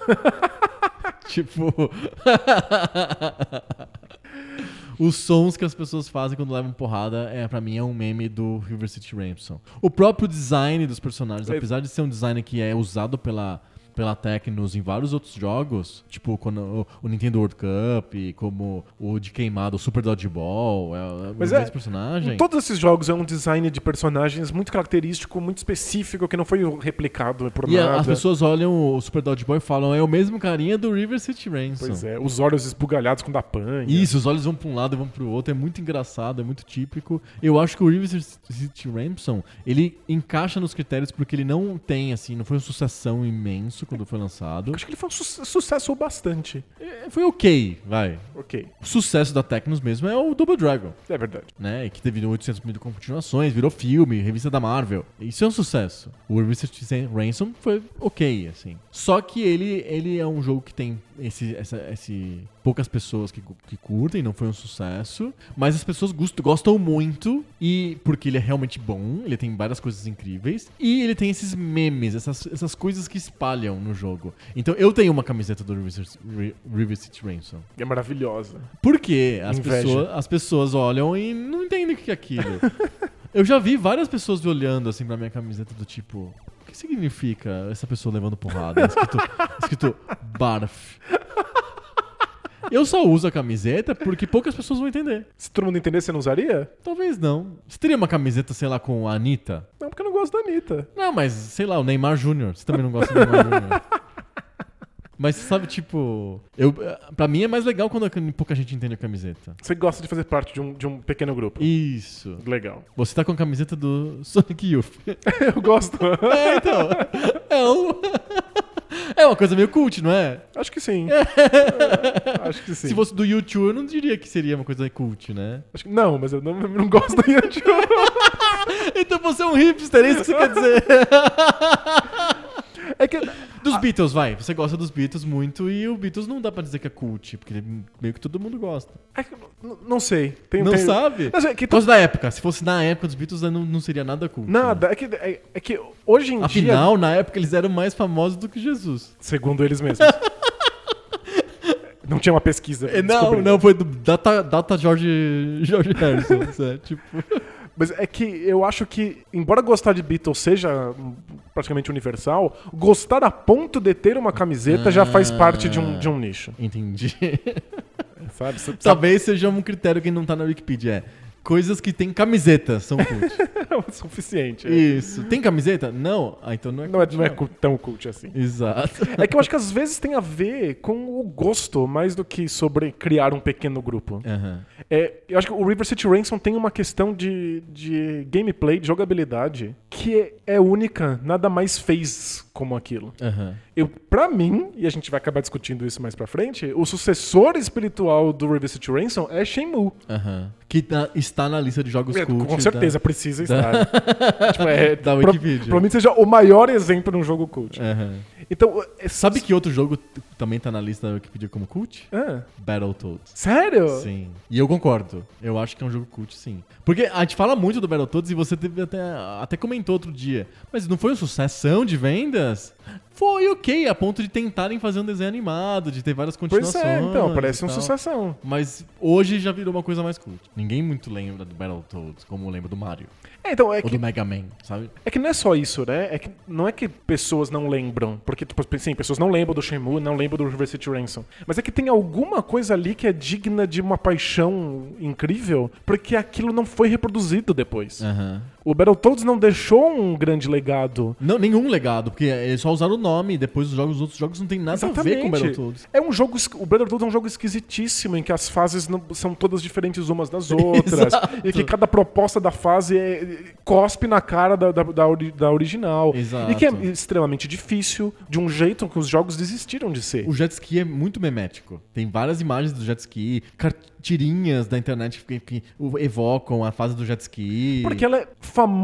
Speaker 1: tipo. Os sons que as pessoas fazem quando levam porrada, é, para mim, é um meme do River City Ransom. O próprio design dos personagens,
Speaker 2: É.
Speaker 1: apesar de ser um design que é usado pela, pela Tecnos em vários outros jogos, tipo quando, o, o Nintendo World Cup, como o de queimado, o Super Dodgeball, é, é,
Speaker 2: Mas
Speaker 1: os
Speaker 2: é,
Speaker 1: mesmos personagens.
Speaker 2: Em todos esses jogos é um design de personagens muito característico, muito específico, que não foi replicado por
Speaker 1: E a-
Speaker 2: nada.
Speaker 1: as pessoas olham o Super Dodgeball e falam, é o mesmo carinha do River City Ransom.
Speaker 2: Pois é, os olhos esbugalhados com da panha.
Speaker 1: Isso, os olhos vão pra um lado e vão pro outro. É muito engraçado, é muito típico. Eu acho que o River City Ransom, ele encaixa nos critérios porque ele não tem, assim, não foi uma sucessão imenso quando foi lançado.
Speaker 2: Acho que ele foi um su- sucesso bastante.
Speaker 1: É, Foi ok, vai.
Speaker 2: Ok,
Speaker 1: O sucesso da Tecnos mesmo é o Double Dragon,
Speaker 2: é verdade.
Speaker 1: né? Que teve 800 mil continuações, virou filme, revista da Marvel. Isso é um sucesso. O River City Ransom foi ok, assim. Só que ele, ele é um jogo que tem esse, essa, esse poucas pessoas que, cu- que curtem, não foi um sucesso, mas as pessoas gostam, gostam muito e porque ele é realmente bom, ele tem várias coisas incríveis e ele tem esses memes, essas, essas coisas que espalham no jogo. Então eu tenho uma camiseta do River City- Ri- River City Ransom.
Speaker 2: E é maravilhosa.
Speaker 1: Porque as
Speaker 2: Inveja.
Speaker 1: pessoas, as pessoas olham e não entendem o que é aquilo. Eu já vi várias pessoas me olhando assim pra minha camiseta do tipo. O que significa essa pessoa levando porrada? É Escrito, escrito barf. Eu só uso a camiseta porque poucas pessoas vão entender.
Speaker 2: Se todo mundo entender, você não usaria?
Speaker 1: Talvez não. Você teria uma camiseta, sei lá, com a Anitta?
Speaker 2: Não, porque eu não gosto da Anitta.
Speaker 1: Não, mas sei lá, o Neymar Júnior. Você também não gosta do Neymar Júnior. Mas sabe, tipo. Eu, pra mim é mais legal quando pouca gente entende a camiseta.
Speaker 2: Você gosta de fazer parte de um, de um pequeno grupo.
Speaker 1: Isso.
Speaker 2: Legal.
Speaker 1: Você tá com a camiseta do Sonic Youth.
Speaker 2: Eu gosto.
Speaker 1: É, então. É, um... é uma coisa meio cult, não é?
Speaker 2: Acho que sim. Acho que sim.
Speaker 1: Se fosse do YouTube, eu não diria que seria uma coisa cult, né?
Speaker 2: Acho que- Não, mas eu não, eu não gosto da Yanti.
Speaker 1: Então você é um hipster, é isso que você quer dizer.
Speaker 2: É que
Speaker 1: Dos Beatles, vai. Você gosta dos Beatles muito e o Beatles não dá pra dizer que é cult, porque meio que todo mundo gosta.
Speaker 2: É que eu não- não sei. Tem,
Speaker 1: não
Speaker 2: tem-
Speaker 1: sabe?
Speaker 2: Mas é que
Speaker 1: Por causa da época. Se fosse na época dos Beatles, né, não, não seria nada Um cult. né?
Speaker 2: Nada. É que, é, é que hoje em dia.
Speaker 1: Afinal, na época, eles eram mais famosos do que Jesus.
Speaker 2: Segundo eles mesmos. não tinha uma pesquisa.
Speaker 1: É, Não,
Speaker 2: descobri.
Speaker 1: não, foi do Data, data George, George Harrison. sabe? Tipo,
Speaker 2: Mas é que eu acho que, embora gostar de Beatles seja hum, praticamente universal, gostar a ponto de ter uma camiseta já faz
Speaker 1: Ah.
Speaker 2: parte de um, de um nicho.
Speaker 1: entendi. É,
Speaker 2: Sabe? Você precisa-
Speaker 1: Talvez seja um critério que não tá na Wikipedia. É coisas que tem camiseta são cult.
Speaker 2: é o suficiente. é.
Speaker 1: Isso. Tem camiseta? Não. Ah, então não é
Speaker 2: Não é,
Speaker 1: cult.
Speaker 2: não é cu- tão cult assim.
Speaker 1: Exato.
Speaker 2: É que eu acho que às vezes tem a ver com o gosto, mais do que sobre criar um pequeno grupo.
Speaker 1: Aham.
Speaker 2: É, eu acho que o River City Ransom tem uma questão de, de gameplay, de jogabilidade, que é- é única, nada mais fez como aquilo.
Speaker 1: Aham.
Speaker 2: Eu, pra mim, e a gente vai acabar discutindo isso mais pra frente, o sucessor espiritual do River City Ransom é Shenmue.
Speaker 1: Aham. Que tá- está na lista de jogos
Speaker 2: É,
Speaker 1: cult.
Speaker 2: Com certeza, precisa estar. tipo, é,
Speaker 1: Da
Speaker 2: pro-
Speaker 1: Wikipedia.
Speaker 2: Provavelmente seja o maior exemplo de um jogo cult.
Speaker 1: Da... tá. Aham.
Speaker 2: Então, é-
Speaker 1: Sabe que outro jogo t- também tá na lista da Wikipedia como cult?
Speaker 2: Ah,
Speaker 1: Battletoads.
Speaker 2: sério?
Speaker 1: Sim. E eu concordo. Eu acho que é um jogo cult, sim. Porque a gente fala muito do Battletoads e você teve até, até comentou outro dia. Mas não foi uma sucessão de vendas? Foi ok, a ponto de tentarem fazer um desenho animado, de ter várias
Speaker 2: Pois
Speaker 1: continuações.
Speaker 2: é, então,
Speaker 1: e
Speaker 2: parece um
Speaker 1: tal.
Speaker 2: sucessão.
Speaker 1: Mas hoje já virou uma coisa mais cult. Ninguém muito lembra do Battletoads, como lembra do Mario.
Speaker 2: É, então, é
Speaker 1: ou
Speaker 2: que
Speaker 1: do Mega Man, sabe?
Speaker 2: É que assim, não é só isso, né? É que não é que pessoas não lembram. Porque, tipo, sim, pessoas não lembram do Shenmue, não lembro do River City Ransom. Mas é que tem alguma coisa ali que é digna de uma paixão incrível, porque aquilo não foi reproduzido depois.
Speaker 1: Aham.
Speaker 2: O Battletoads não deixou um grande legado.
Speaker 1: Não, nenhum legado, porque eles só usaram o nome, depois os jogos, os outros jogos não tem nada a ver com o Battletoads.
Speaker 2: É um jogo. es- O Battletoads é um jogo esquisitíssimo, em que as fases não- são todas diferentes umas das outras.
Speaker 1: Exato.
Speaker 2: e que cada proposta da fase é- cospe na cara da, da, da ori- da original.
Speaker 1: Exato.
Speaker 2: E que é extremamente difícil, de um jeito que os jogos desistiram de ser.
Speaker 1: O jet ski é muito memético. Tem várias imagens do jet ski, cartirinhas da internet que, que o- evocam a fase do jet ski.
Speaker 2: Porque ela é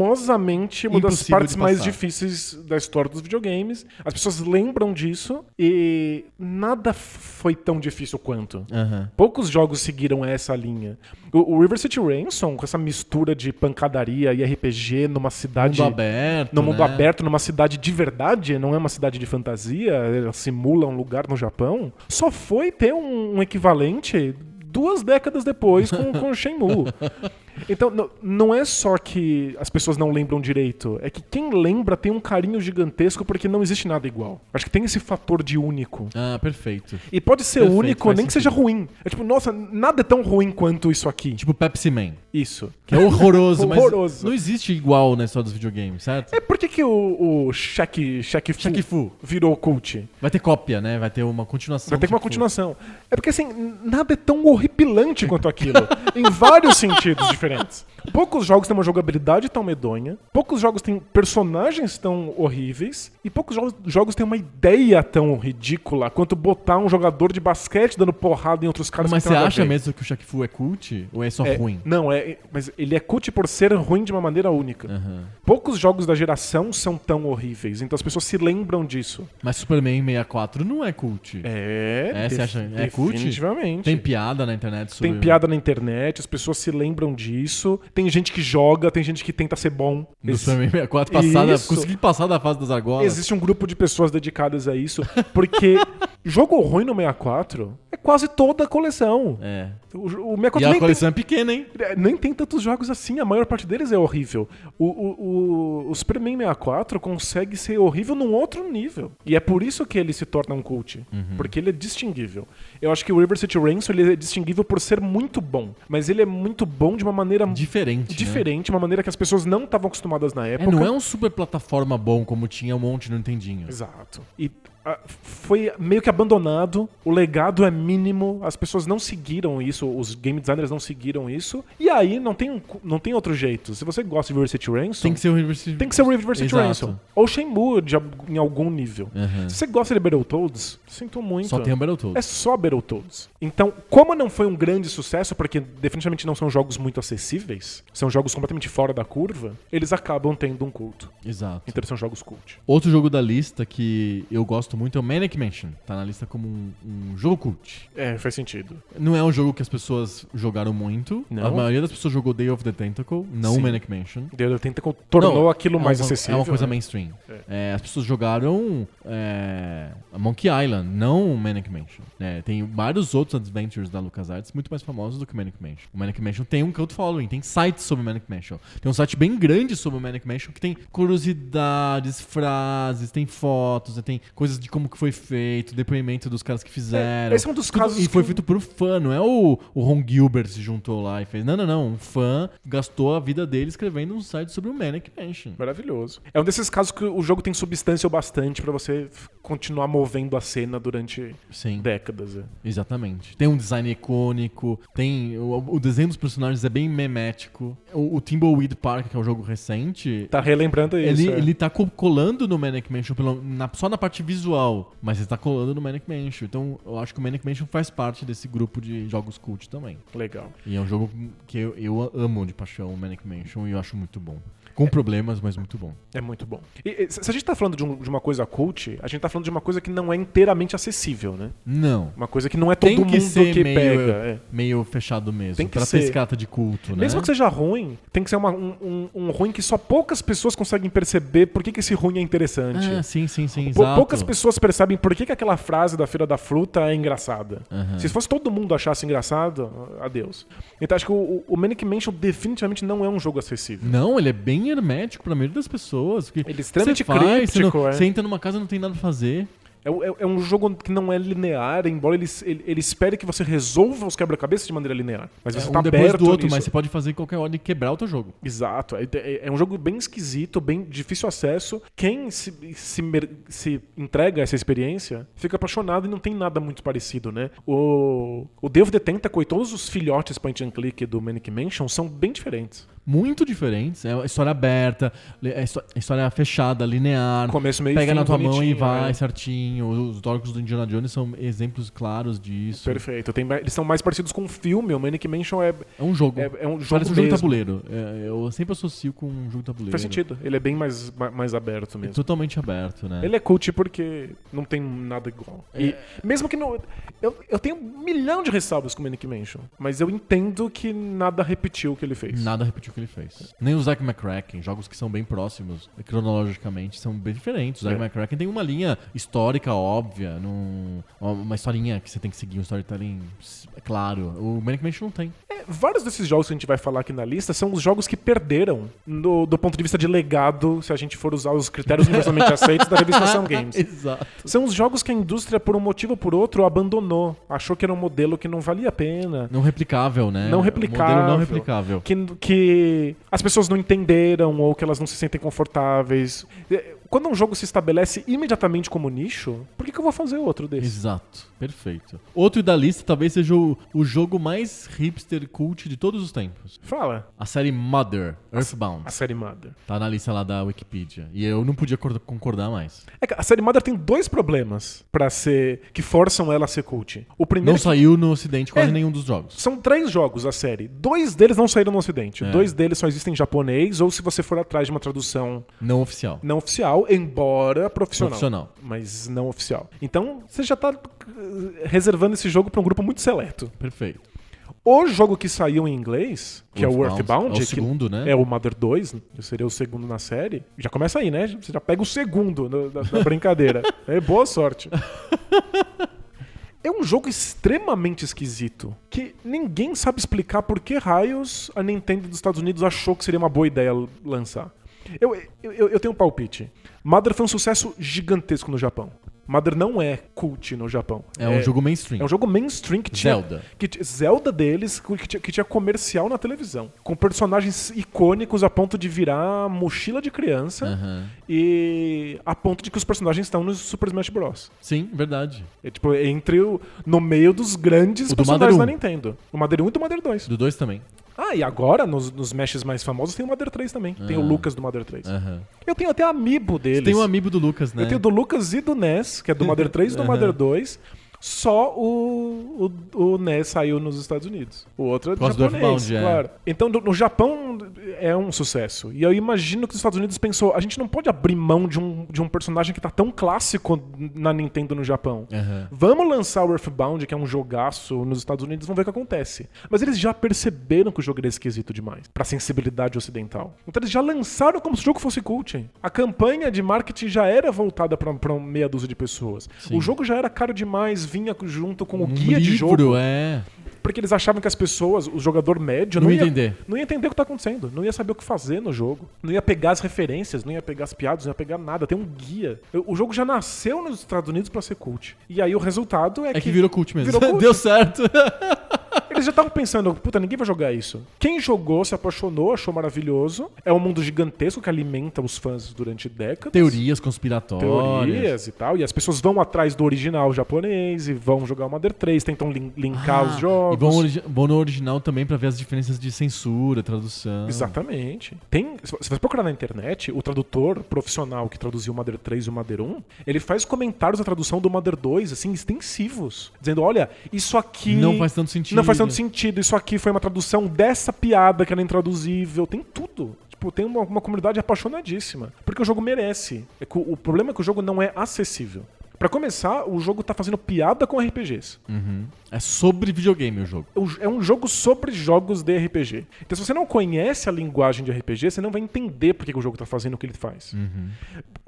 Speaker 2: famosamente uma das
Speaker 1: Impossível
Speaker 2: partes
Speaker 1: de
Speaker 2: mais
Speaker 1: passar.
Speaker 2: difíceis da história dos videogames. As pessoas lembram disso e nada f- foi tão difícil quanto.
Speaker 1: Aham.
Speaker 2: Poucos jogos seguiram essa linha. O, o River City Ransom, com essa mistura de pancadaria e RPG numa cidade.
Speaker 1: Mundo aberto.
Speaker 2: No mundo
Speaker 1: né?
Speaker 2: aberto, numa cidade de verdade, não é uma cidade de fantasia, ela simula um lugar no Japão, só foi ter um, um equivalente duas décadas depois com, com o Shenmue. Então, n- não é só que as pessoas não lembram direito, é que quem lembra tem um carinho gigantesco porque não existe nada igual. Acho que tem esse fator de único.
Speaker 1: Ah, perfeito.
Speaker 2: E pode ser
Speaker 1: Perfeito,
Speaker 2: único,
Speaker 1: faz
Speaker 2: nem que seja ruim. É tipo, nossa, nada é tão ruim quanto isso aqui.
Speaker 1: Tipo Pepsi Man.
Speaker 2: Isso.
Speaker 1: Que é horroroso, mas
Speaker 2: Horroroso.
Speaker 1: não existe igual na história dos videogames, certo?
Speaker 2: É por que, que o, o Shaq, Shaq, Fu
Speaker 1: Shaq Fu.
Speaker 2: virou cult?
Speaker 1: Vai ter cópia, né? Vai ter uma continuação.
Speaker 2: Vai ter
Speaker 1: do
Speaker 2: uma
Speaker 1: Shaq Fu.
Speaker 2: continuação. É porque assim, nada é tão horripilante quanto aquilo. em vários sentidos diferentes. Poucos jogos têm uma jogabilidade tão medonha, poucos jogos têm personagens tão horríveis, e poucos jogos, jogos têm uma ideia tão ridícula quanto botar um jogador de basquete dando porrada em outros caras
Speaker 1: Mas você
Speaker 2: que não tem nada a
Speaker 1: acha
Speaker 2: ver.
Speaker 1: mesmo que o Shaq Fu é cult? Ou é só
Speaker 2: É,
Speaker 1: ruim?
Speaker 2: Não, é, mas ele é cult por ser ruim de uma maneira única.
Speaker 1: Aham.
Speaker 2: Poucos jogos da geração são tão horríveis, então as pessoas se lembram disso.
Speaker 1: Mas Superman 64 não é cult.
Speaker 2: É,
Speaker 1: É, você
Speaker 2: def-
Speaker 1: acha- é cult?
Speaker 2: Definitivamente.
Speaker 1: Tem piada na internet sobre.
Speaker 2: Tem piada na internet, as pessoas se lembram disso. Tem gente que joga, tem gente que tenta ser bom.
Speaker 1: Do
Speaker 2: Esse-
Speaker 1: Superman 64 passada.
Speaker 2: Isso.
Speaker 1: Consegui passar da fase das argolas.
Speaker 2: Existe um grupo de pessoas dedicadas a isso, porque jogo ruim no 64 é quase toda a coleção.
Speaker 1: É.
Speaker 2: O, jo- o
Speaker 1: E
Speaker 2: 64
Speaker 1: a
Speaker 2: nem tem,
Speaker 1: coleção é pequena, hein?
Speaker 2: É, Nem tem tantos jogos assim, a maior parte deles é horrível. O, o, o, o Superman 64 consegue ser horrível num outro nível. E é por isso que ele se torna um cult.
Speaker 1: Uhum.
Speaker 2: Porque ele é distinguível. Eu acho que o River City Ransom ele é distinguível por ser muito bom. Mas ele é muito bom de uma maneira
Speaker 1: Diferente. né?
Speaker 2: diferente, uma maneira que as pessoas não estavam acostumadas na
Speaker 1: É,
Speaker 2: época.
Speaker 1: não é um super plataforma bom como tinha um monte no Nintendinho.
Speaker 2: Exato. E ah, foi meio que abandonado, o legado é mínimo, as pessoas não seguiram isso, os game designers não seguiram isso, e aí não tem, um cu- não tem outro jeito. Se você gosta de River City Ransom,
Speaker 1: Tem que ser o Reverse.
Speaker 2: tem que ser o River City
Speaker 1: Exato.
Speaker 2: Ransom. Ou Shenmue de, al- em algum nível.
Speaker 1: Aham.
Speaker 2: Se você gosta de Battletoads, sinto muito.
Speaker 1: Só tem o Battletoads.
Speaker 2: É só Battletoads. Então, como não foi um grande sucesso, porque definitivamente não são jogos muito acessíveis, são jogos completamente fora da curva, eles acabam tendo um culto.
Speaker 1: Exato.
Speaker 2: Então eles são jogos cult.
Speaker 1: Outro jogo da lista que eu gosto muito é o Manic Mansion. Tá na lista como um, um jogo cult.
Speaker 2: É, faz sentido.
Speaker 1: Não é um jogo que as pessoas jogaram muito.
Speaker 2: Não.
Speaker 1: A maioria das pessoas jogou Day of the Tentacle, não
Speaker 2: Sim.
Speaker 1: Manic Mansion.
Speaker 2: Deu 80 co- tornou
Speaker 1: Não,
Speaker 2: aquilo
Speaker 1: é
Speaker 2: mais
Speaker 1: uma-
Speaker 2: acessível.
Speaker 1: É uma coisa
Speaker 2: né?
Speaker 1: mainstream. É, as pessoas jogaram é, Monkey Island, não Manic Mansion. É, tem vários outros adventures da LucasArts muito mais famosos do que Manic Mansion. O Manic Mansion tem um cult following, tem sites sobre o Manic Mansion. Tem um site bem grande sobre o Manic Mansion que tem curiosidades, frases, tem fotos, né? tem coisas de como que foi feito, depoimento dos caras que fizeram.
Speaker 2: esse é um dos
Speaker 1: Tudo-
Speaker 2: casos
Speaker 1: E foi
Speaker 2: que-
Speaker 1: feito por um fã, não é o, o Ron Gilbert se juntou lá e fez. Não, não, não. Um fã gastou a vida dele escrevendo um site sobre o Manic Mansion.
Speaker 2: Maravilhoso. É um desses casos que o jogo tem substância o bastante pra você f- continuar movendo a cena durante
Speaker 1: Sim,
Speaker 2: décadas. é.
Speaker 1: exatamente. Tem um design icônico, tem o, o desenho dos personagens é bem memético. O, o Timbleweed Park, que é um jogo recente,
Speaker 2: Tá relembrando isso.
Speaker 1: ele,
Speaker 2: é.
Speaker 1: ele tá co- colando no Manic Mansion pelo- na- só na parte visual, mas ele tá colando no Manic Mansion. Então eu acho que o Manic Mansion faz parte desse grupo de jogos cult também.
Speaker 2: Legal.
Speaker 1: E é um jogo que eu, eu amo de paixão, o Manic Mansion, e eu acho muito bom. Com problemas, mas muito bom.
Speaker 2: É muito bom. E, e, se se a gente tá falando de, um- de uma coisa cult, a gente tá falando de uma coisa que não é inteiramente acessível, né?
Speaker 1: Não.
Speaker 2: Uma coisa que não é todo
Speaker 1: Tem que
Speaker 2: mundo
Speaker 1: ser
Speaker 2: que
Speaker 1: meio,
Speaker 2: pega. é.
Speaker 1: meio fechado mesmo.
Speaker 2: Tem que
Speaker 1: pra
Speaker 2: ser.
Speaker 1: ter escata de culto, né?
Speaker 2: Mesmo que seja ruim, tem que ser uma- um, um- um ruim que só poucas pessoas conseguem perceber por que, que esse ruim é interessante.
Speaker 1: Ah, sim, sim, sim,
Speaker 2: Pou-
Speaker 1: exato.
Speaker 2: Poucas pessoas percebem por que, que aquela frase da Feira da Fruta é engraçada. Se fosse todo mundo achasse engraçado, adeus. Então acho que o, o Manic Mansion definitivamente não é um jogo acessível.
Speaker 1: Não, ele é bem hermético pra maioria das pessoas. Que
Speaker 2: Ele é extremamente
Speaker 1: você faz, você, não-
Speaker 2: críptico, é.
Speaker 1: você entra numa casa e não tem nada pra fazer.
Speaker 2: É, um- é- é um jogo que não é linear, embora ele, ele, ele espere que você resolva os quebra-cabeças de maneira linear. Mas você
Speaker 1: um
Speaker 2: tá
Speaker 1: depois
Speaker 2: aberto
Speaker 1: do outro,
Speaker 2: nisso.
Speaker 1: mas você pode fazer em qualquer ordem e quebrar o teu jogo.
Speaker 2: Exato. É, é- é um jogo bem esquisito, bem difícil acesso. Quem se, se, mer- se entrega a essa experiência fica apaixonado e não tem nada muito parecido, né? O, o David Tentacle e todos os filhotes point and click do Manic Mansion são bem diferentes.
Speaker 1: Muito diferentes. É uma história aberta, li- é histó- é história fechada, linear.
Speaker 2: Começo, meio e
Speaker 1: Pega
Speaker 2: fim,
Speaker 1: na tua mão e
Speaker 2: bonitinho,
Speaker 1: vai
Speaker 2: é.
Speaker 1: certinho. Os dórgicos do Indiana Jones são exemplos claros disso.
Speaker 2: Perfeito. Tem mais- eles são mais parecidos com o filme. O Manic Mansion é,
Speaker 1: É um jogo.
Speaker 2: é, é um jogo
Speaker 1: Parece um jogo de
Speaker 2: mesmo.
Speaker 1: tabuleiro. É, eu sempre associo com um jogo de tabuleiro.
Speaker 2: Faz sentido. Ele é bem mais, ma- mais aberto
Speaker 1: É
Speaker 2: mesmo.
Speaker 1: totalmente aberto, né?
Speaker 2: Ele é cult porque não tem nada igual. E mesmo que não. Eu, eu tenho um milhão de ressalvas com o Manic Mansion, mas eu entendo que nada repetiu o que ele fez.
Speaker 1: Nada repetiu o que ele fez.
Speaker 2: É.
Speaker 1: Nem o Zack McCracken, jogos que são bem próximos cronologicamente, são bem diferentes. O Zack
Speaker 2: É.
Speaker 1: McCracken tem uma linha histórica óbvia, num- uma historinha que você tem que seguir, um storytelling s- claro. O Manic Mansion não tem.
Speaker 2: É, vários desses jogos que a gente vai falar aqui na lista são os jogos que perderam no- do ponto de vista de legado, se a gente for usar os critérios universalmente aceitos da revista Sam Games.
Speaker 1: Exato.
Speaker 2: São os jogos que a indústria, por um motivo ou por outro, abandonou. Achou que era um modelo que não valia a pena.
Speaker 1: Não replicável, né?
Speaker 2: Não
Speaker 1: Um
Speaker 2: replicável.
Speaker 1: Modelo não replicável.
Speaker 2: que, que as pessoas não entenderam ou que elas não se sentem confortáveis. É, Quando um jogo se estabelece imediatamente como nicho, por que, que eu vou fazer outro desse?
Speaker 1: Exato, perfeito. Outro da lista talvez seja o, o jogo mais hipster cult de todos os tempos.
Speaker 2: Fala.
Speaker 1: A série Mother, Earthbound.
Speaker 2: A série Mother.
Speaker 1: Tá na lista lá da Wikipedia. E eu não podia cor- concordar mais.
Speaker 2: É que a série Mother tem dois problemas para ser. que forçam ela a ser cult. O primeiro.
Speaker 1: Não
Speaker 2: é que
Speaker 1: saiu no ocidente quase
Speaker 2: É.
Speaker 1: nenhum dos jogos.
Speaker 2: São três jogos a série. Dois deles não saíram no ocidente.
Speaker 1: É.
Speaker 2: Dois deles só existem em japonês, ou se você for atrás de uma tradução
Speaker 1: Não oficial.
Speaker 2: não oficial, embora profissional.
Speaker 1: Profissional.
Speaker 2: Mas não oficial. Então, você já tá uh, reservando esse jogo para um grupo muito seleto.
Speaker 1: Perfeito.
Speaker 2: O jogo que saiu em inglês, que é o
Speaker 1: Earthbound,
Speaker 2: Earthbound,
Speaker 1: é o segundo,
Speaker 2: que
Speaker 1: né?
Speaker 2: é o Mother 2, que seria o segundo na série, já começa aí, né? Você já pega o segundo no- da, da brincadeira. é boa sorte. É um jogo extremamente esquisito, que ninguém sabe explicar por que raios a Nintendo dos Estados Unidos achou que seria uma boa ideia l- lançar. Eu, eu, eu- eu tenho um palpite. Mother foi um sucesso gigantesco no Japão. Mother não é cult no Japão.
Speaker 1: É, um jogo mainstream.
Speaker 2: É um jogo mainstream que tinha.
Speaker 1: Zelda.
Speaker 2: Que, ti- Zelda deles, que tinha, que tinha comercial na televisão. Com personagens icônicos a ponto de virar mochila de criança.
Speaker 1: Aham.
Speaker 2: E a ponto de que os personagens estão no Super Smash Bros.
Speaker 1: Sim, verdade.
Speaker 2: É tipo, entre o. no meio dos grandes
Speaker 1: O do
Speaker 2: personagens da
Speaker 1: Mother 1.
Speaker 2: Nintendo. O Mother 1 e do Mother 2.
Speaker 1: Do 2 também.
Speaker 2: Ah, e agora, nos, nos Smashes mais famosos, tem o Mother 3 também. Tem o
Speaker 1: Ah.
Speaker 2: Lucas do Mother 3.
Speaker 1: Aham.
Speaker 2: Eu tenho até amiibo deles.
Speaker 1: Tem um amigo do Lucas, né?
Speaker 2: Eu tenho do Lucas e do NES, que é do Mother 3 e do
Speaker 1: Aham.
Speaker 2: Mother 2. Só o, o, o NES saiu nos Estados Unidos. O outro é
Speaker 1: Por causa do
Speaker 2: japonês,
Speaker 1: Earthbound, é.
Speaker 2: claro. Então, no, no Japão é um sucesso. E eu imagino que os Estados Unidos pensou, a gente não pode abrir mão de um, de um personagem que tá tão clássico na Nintendo no Japão.
Speaker 1: Aham.
Speaker 2: Vamos lançar o Earthbound, que é um jogaço nos Estados Unidos, vamos ver o que acontece. Mas eles já perceberam que o jogo era esquisito demais, pra sensibilidade ocidental. Então eles já lançaram como se o jogo fosse cult. hein? A campanha de marketing já era voltada pra, pra meia dúzia de pessoas.
Speaker 1: Sim.
Speaker 2: O jogo já era caro demais, vinha junto com o
Speaker 1: Um
Speaker 2: guia de
Speaker 1: livro,
Speaker 2: jogo,
Speaker 1: é.
Speaker 2: porque eles achavam que as pessoas, o jogador médio,
Speaker 1: Não
Speaker 2: não,
Speaker 1: ia
Speaker 2: ia
Speaker 1: entender.
Speaker 2: Não ia entender o que tá acontecendo, não ia saber o que fazer no jogo, não ia pegar as referências, não ia pegar as piadas, não ia pegar nada. Tem um guia. O jogo já nasceu nos Estados Unidos pra ser cult. E aí o resultado é,
Speaker 1: É que virou cult mesmo.
Speaker 2: virou cult.
Speaker 1: Deu certo.
Speaker 2: Eles já estavam pensando, puta, ninguém vai jogar isso. Quem jogou se apaixonou, achou maravilhoso. É um mundo gigantesco que alimenta os fãs durante décadas.
Speaker 1: Teorias conspiratórias.
Speaker 2: Teorias e tal. E as pessoas vão atrás do original japonês e vão jogar o Mother 3, tentam lin- linkar os jogos.
Speaker 1: Ah, E bom, origi- bom no original também pra ver as diferenças de censura, tradução.
Speaker 2: Exatamente. Tem, se você procurar na internet, o tradutor profissional que traduziu o Mother 3 e o Mother 1, ele faz comentários da tradução do Mother 2, assim, extensivos. Dizendo, olha, isso aqui...
Speaker 1: Não faz tanto sentido.
Speaker 2: Não faz tanto sentido. Isso aqui foi uma tradução dessa piada que era intraduzível. Tem tudo. Tipo, tem uma, uma comunidade apaixonadíssima. Porque o jogo merece. É que o, o problema é que o jogo não é acessível. Pra começar, o jogo tá fazendo piada com RPGs.
Speaker 1: Uhum. É sobre videogame o jogo.
Speaker 2: O- É um jogo sobre jogos de RPG. Então, se você não conhece a linguagem de RPG, você não vai entender por que que o jogo tá fazendo o que ele faz.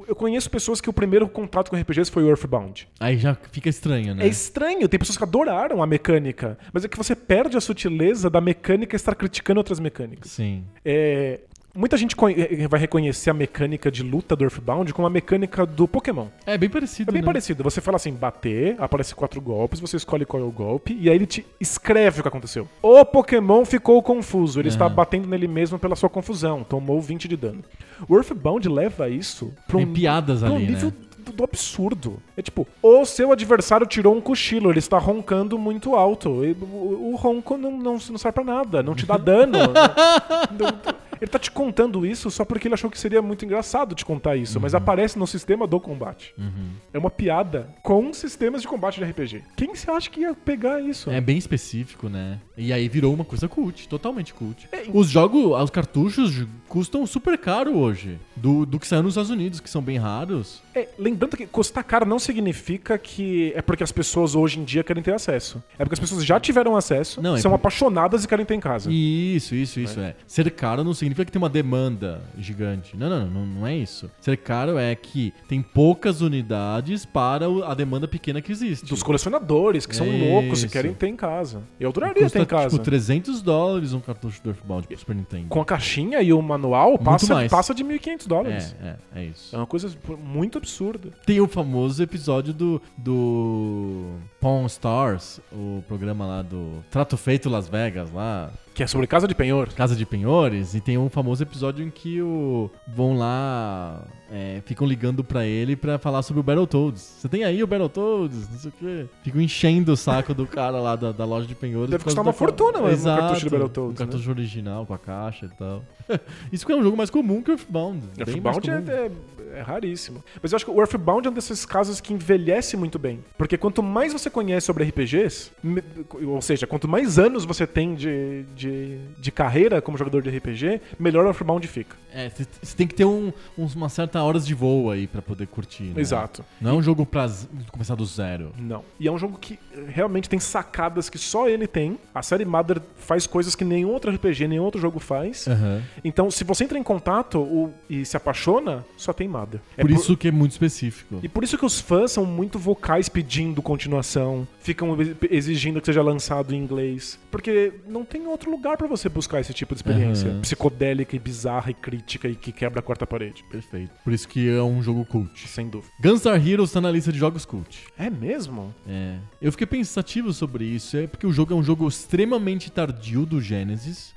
Speaker 2: Eu conheço pessoas que o primeiro contato com RPGs foi o Earthbound.
Speaker 1: Aí já fica estranho, né?
Speaker 2: É estranho, tem pessoas que adoraram a mecânica, mas é que você perde a sutileza da mecânica estar criticando outras mecânicas.
Speaker 1: Sim.
Speaker 2: É, Muita gente conhe- vai reconhecer a mecânica de luta do Earthbound como a mecânica do Pokémon.
Speaker 1: É bem parecido.
Speaker 2: É bem
Speaker 1: né?
Speaker 2: parecido. Você fala assim, bater, aparece quatro golpes, você escolhe qual é o golpe, e aí ele te escreve o que aconteceu. O Pokémon ficou confuso, ele
Speaker 1: É.
Speaker 2: está batendo nele mesmo pela sua confusão, tomou 20 de dano. O Earthbound leva isso pra um,
Speaker 1: Tem piadas
Speaker 2: pra um
Speaker 1: ali, né?
Speaker 2: nível do- do absurdo. É tipo, o seu adversário tirou um cochilo, ele está roncando muito alto. E o- o, o ronco não, não, não serve pra nada, não te dá dano. Não- não- ele tá te contando isso só porque ele achou que seria muito engraçado te contar isso,
Speaker 1: Uhum.
Speaker 2: mas aparece no sistema do combate. É uma piada com sistemas de combate de RPG. Quem você acha que ia pegar isso?
Speaker 1: É bem específico, né? E aí virou uma coisa cult, totalmente cult.
Speaker 2: É, e-
Speaker 1: Os jogos, os cartuchos ju- custam super caro hoje. Do, do que saiu nos Estados Unidos, que são bem raros.
Speaker 2: É, lembrando que custar caro não significa que é porque as pessoas hoje em dia querem ter acesso. É porque as pessoas já tiveram acesso,
Speaker 1: Não, é
Speaker 2: são
Speaker 1: por-
Speaker 2: apaixonadas e querem ter em casa.
Speaker 1: Isso, isso, isso é. Ser caro não significa que tem uma demanda gigante. Não, não, não, não é isso. Ser caro é que tem poucas unidades para o- a demanda pequena que existe.
Speaker 2: Dos colecionadores que são
Speaker 1: É
Speaker 2: loucos e
Speaker 1: isso.
Speaker 2: querem ter em casa. Eu adoraria ter
Speaker 1: Custa,
Speaker 2: em casa.
Speaker 1: tipo, 300 dólares um cartucho do Earthbound pro Super Nintendo.
Speaker 2: Com a caixinha e o manual, passa,
Speaker 1: mais.
Speaker 2: passa de 1.500 dólares.
Speaker 1: É, é, é isso.
Speaker 2: É. uma coisa muito absurda.
Speaker 1: Tem o famoso episódio do, do Pawn Stars, o programa lá do Trato Feito Las Vegas, lá,
Speaker 2: Que é sobre casa de penhor.
Speaker 1: Casa de Penhores, e tem um famoso episódio em que o vão lá, é, ficam ligando pra ele pra falar sobre o Battletoads. Você tem aí o Battletoads, não sei o quê. Ficam enchendo o saco do cara lá da, da loja de penhores.
Speaker 2: Deve
Speaker 1: por causa
Speaker 2: custar uma
Speaker 1: da-
Speaker 2: fortuna, né, um
Speaker 1: Exato,
Speaker 2: cartucho de Battletoads, né?
Speaker 1: Um cartucho original com a caixa e tal. Isso que é um jogo mais comum que o Earthbound. bem mais
Speaker 2: Earthbound
Speaker 1: comum.
Speaker 2: é, é- é raríssimo. Mas eu acho que o Earthbound é um desses casos que envelhece muito bem. Porque quanto mais você conhece sobre RPGs, me- ou seja, quanto mais anos você tem de, de, de carreira como jogador de RPG, melhor o Earthbound fica.
Speaker 1: É, você tem que ter um, uns- uma certa horas de voo aí pra poder curtir. Né?
Speaker 2: Exato.
Speaker 1: Não é um jogo pra z- começar do zero.
Speaker 2: Não. E é um jogo que eh, realmente tem sacadas que só ele tem. A série Mother faz coisas que nenhum outro RPG, nenhum outro jogo faz. Então, se você entra em contato o- e se apaixona, só tem Mother. É
Speaker 1: por, isso que é muito específico.
Speaker 2: E por isso que os fãs são muito vocais pedindo continuação, ficam ex- exigindo que seja lançado em inglês, porque não tem outro lugar pra você buscar esse tipo de experiência
Speaker 1: Aham.
Speaker 2: psicodélica e bizarra e crítica e que quebra a quarta parede,
Speaker 1: Perfeito. Por isso que é um jogo cult.
Speaker 2: sem dúvida.
Speaker 1: Gunstar Heroes tá na lista de jogos cult.
Speaker 2: É mesmo?
Speaker 1: É. Eu fiquei pensativo sobre isso, é porque o jogo é um jogo extremamente tardio do Genesis.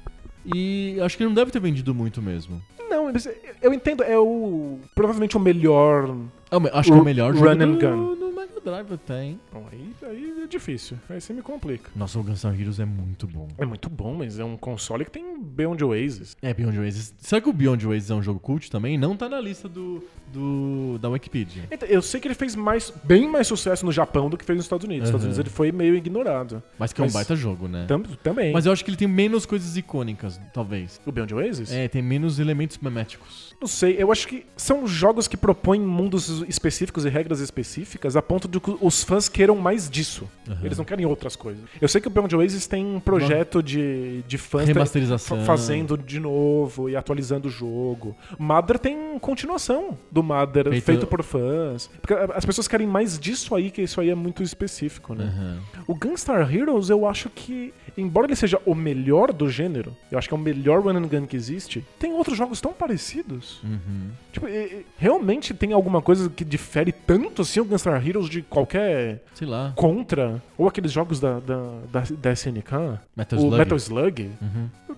Speaker 1: E acho que ele não deve ter vendido muito mesmo.
Speaker 2: Não, mas eu entendo, é o provavelmente o melhor.
Speaker 1: É o me- Acho que é o melhor
Speaker 2: Run
Speaker 1: jogo
Speaker 2: and
Speaker 1: do,
Speaker 2: Gun.
Speaker 1: no Mega Drive até, hein?
Speaker 2: Bom, aí, aí é difícil, aí você me complica.
Speaker 1: Nossa, o Gunstar Heroes é muito bom.
Speaker 2: É muito bom, mas é um console que tem Beyond Oasis.
Speaker 1: É, Beyond Oasis. Será que o Beyond Oasis é um jogo cult também? Não tá na lista do, do da Wikipedia.
Speaker 2: Então, Eu sei que ele fez mais, bem mais sucesso no Japão do que fez nos Estados Unidos. Nos Estados
Speaker 1: Aham.
Speaker 2: Unidos ele foi meio ignorado.
Speaker 1: Mas que é um
Speaker 2: Mas-
Speaker 1: baita jogo, né?
Speaker 2: Tam- também.
Speaker 1: Mas eu acho que ele tem menos coisas icônicas, talvez.
Speaker 2: O Beyond Oasis?
Speaker 1: É, tem menos elementos meméticos.
Speaker 2: Não sei, eu acho que são jogos que propõem mundos específicos e regras específicas a ponto de que os fãs queiram mais disso.
Speaker 1: Aham.
Speaker 2: Eles não querem outras coisas. Eu sei que o Beyond Oasis tem um projeto de, de fãs
Speaker 1: Remasterização.
Speaker 2: fa- fazendo de novo e atualizando o jogo. Mother tem continuação do Mother feito,
Speaker 1: Feito-
Speaker 2: por fãs. Porque a- as pessoas querem mais disso aí, que isso aí é muito específico, né?
Speaker 1: Aham.
Speaker 2: O Gunstar Heroes, eu acho que, embora ele seja o melhor do gênero, eu acho que é o melhor run and gun que existe, tem outros jogos tão parecidos.
Speaker 1: Uhum.
Speaker 2: Tipo, e- e- realmente tem alguma coisa que difere tanto assim o Gunstar Heroes de qualquer
Speaker 1: Sei lá.
Speaker 2: contra, ou aqueles jogos da, da, da, da SNK?
Speaker 1: Metal
Speaker 2: o
Speaker 1: Slug. Uhum.
Speaker 2: Metal Slug?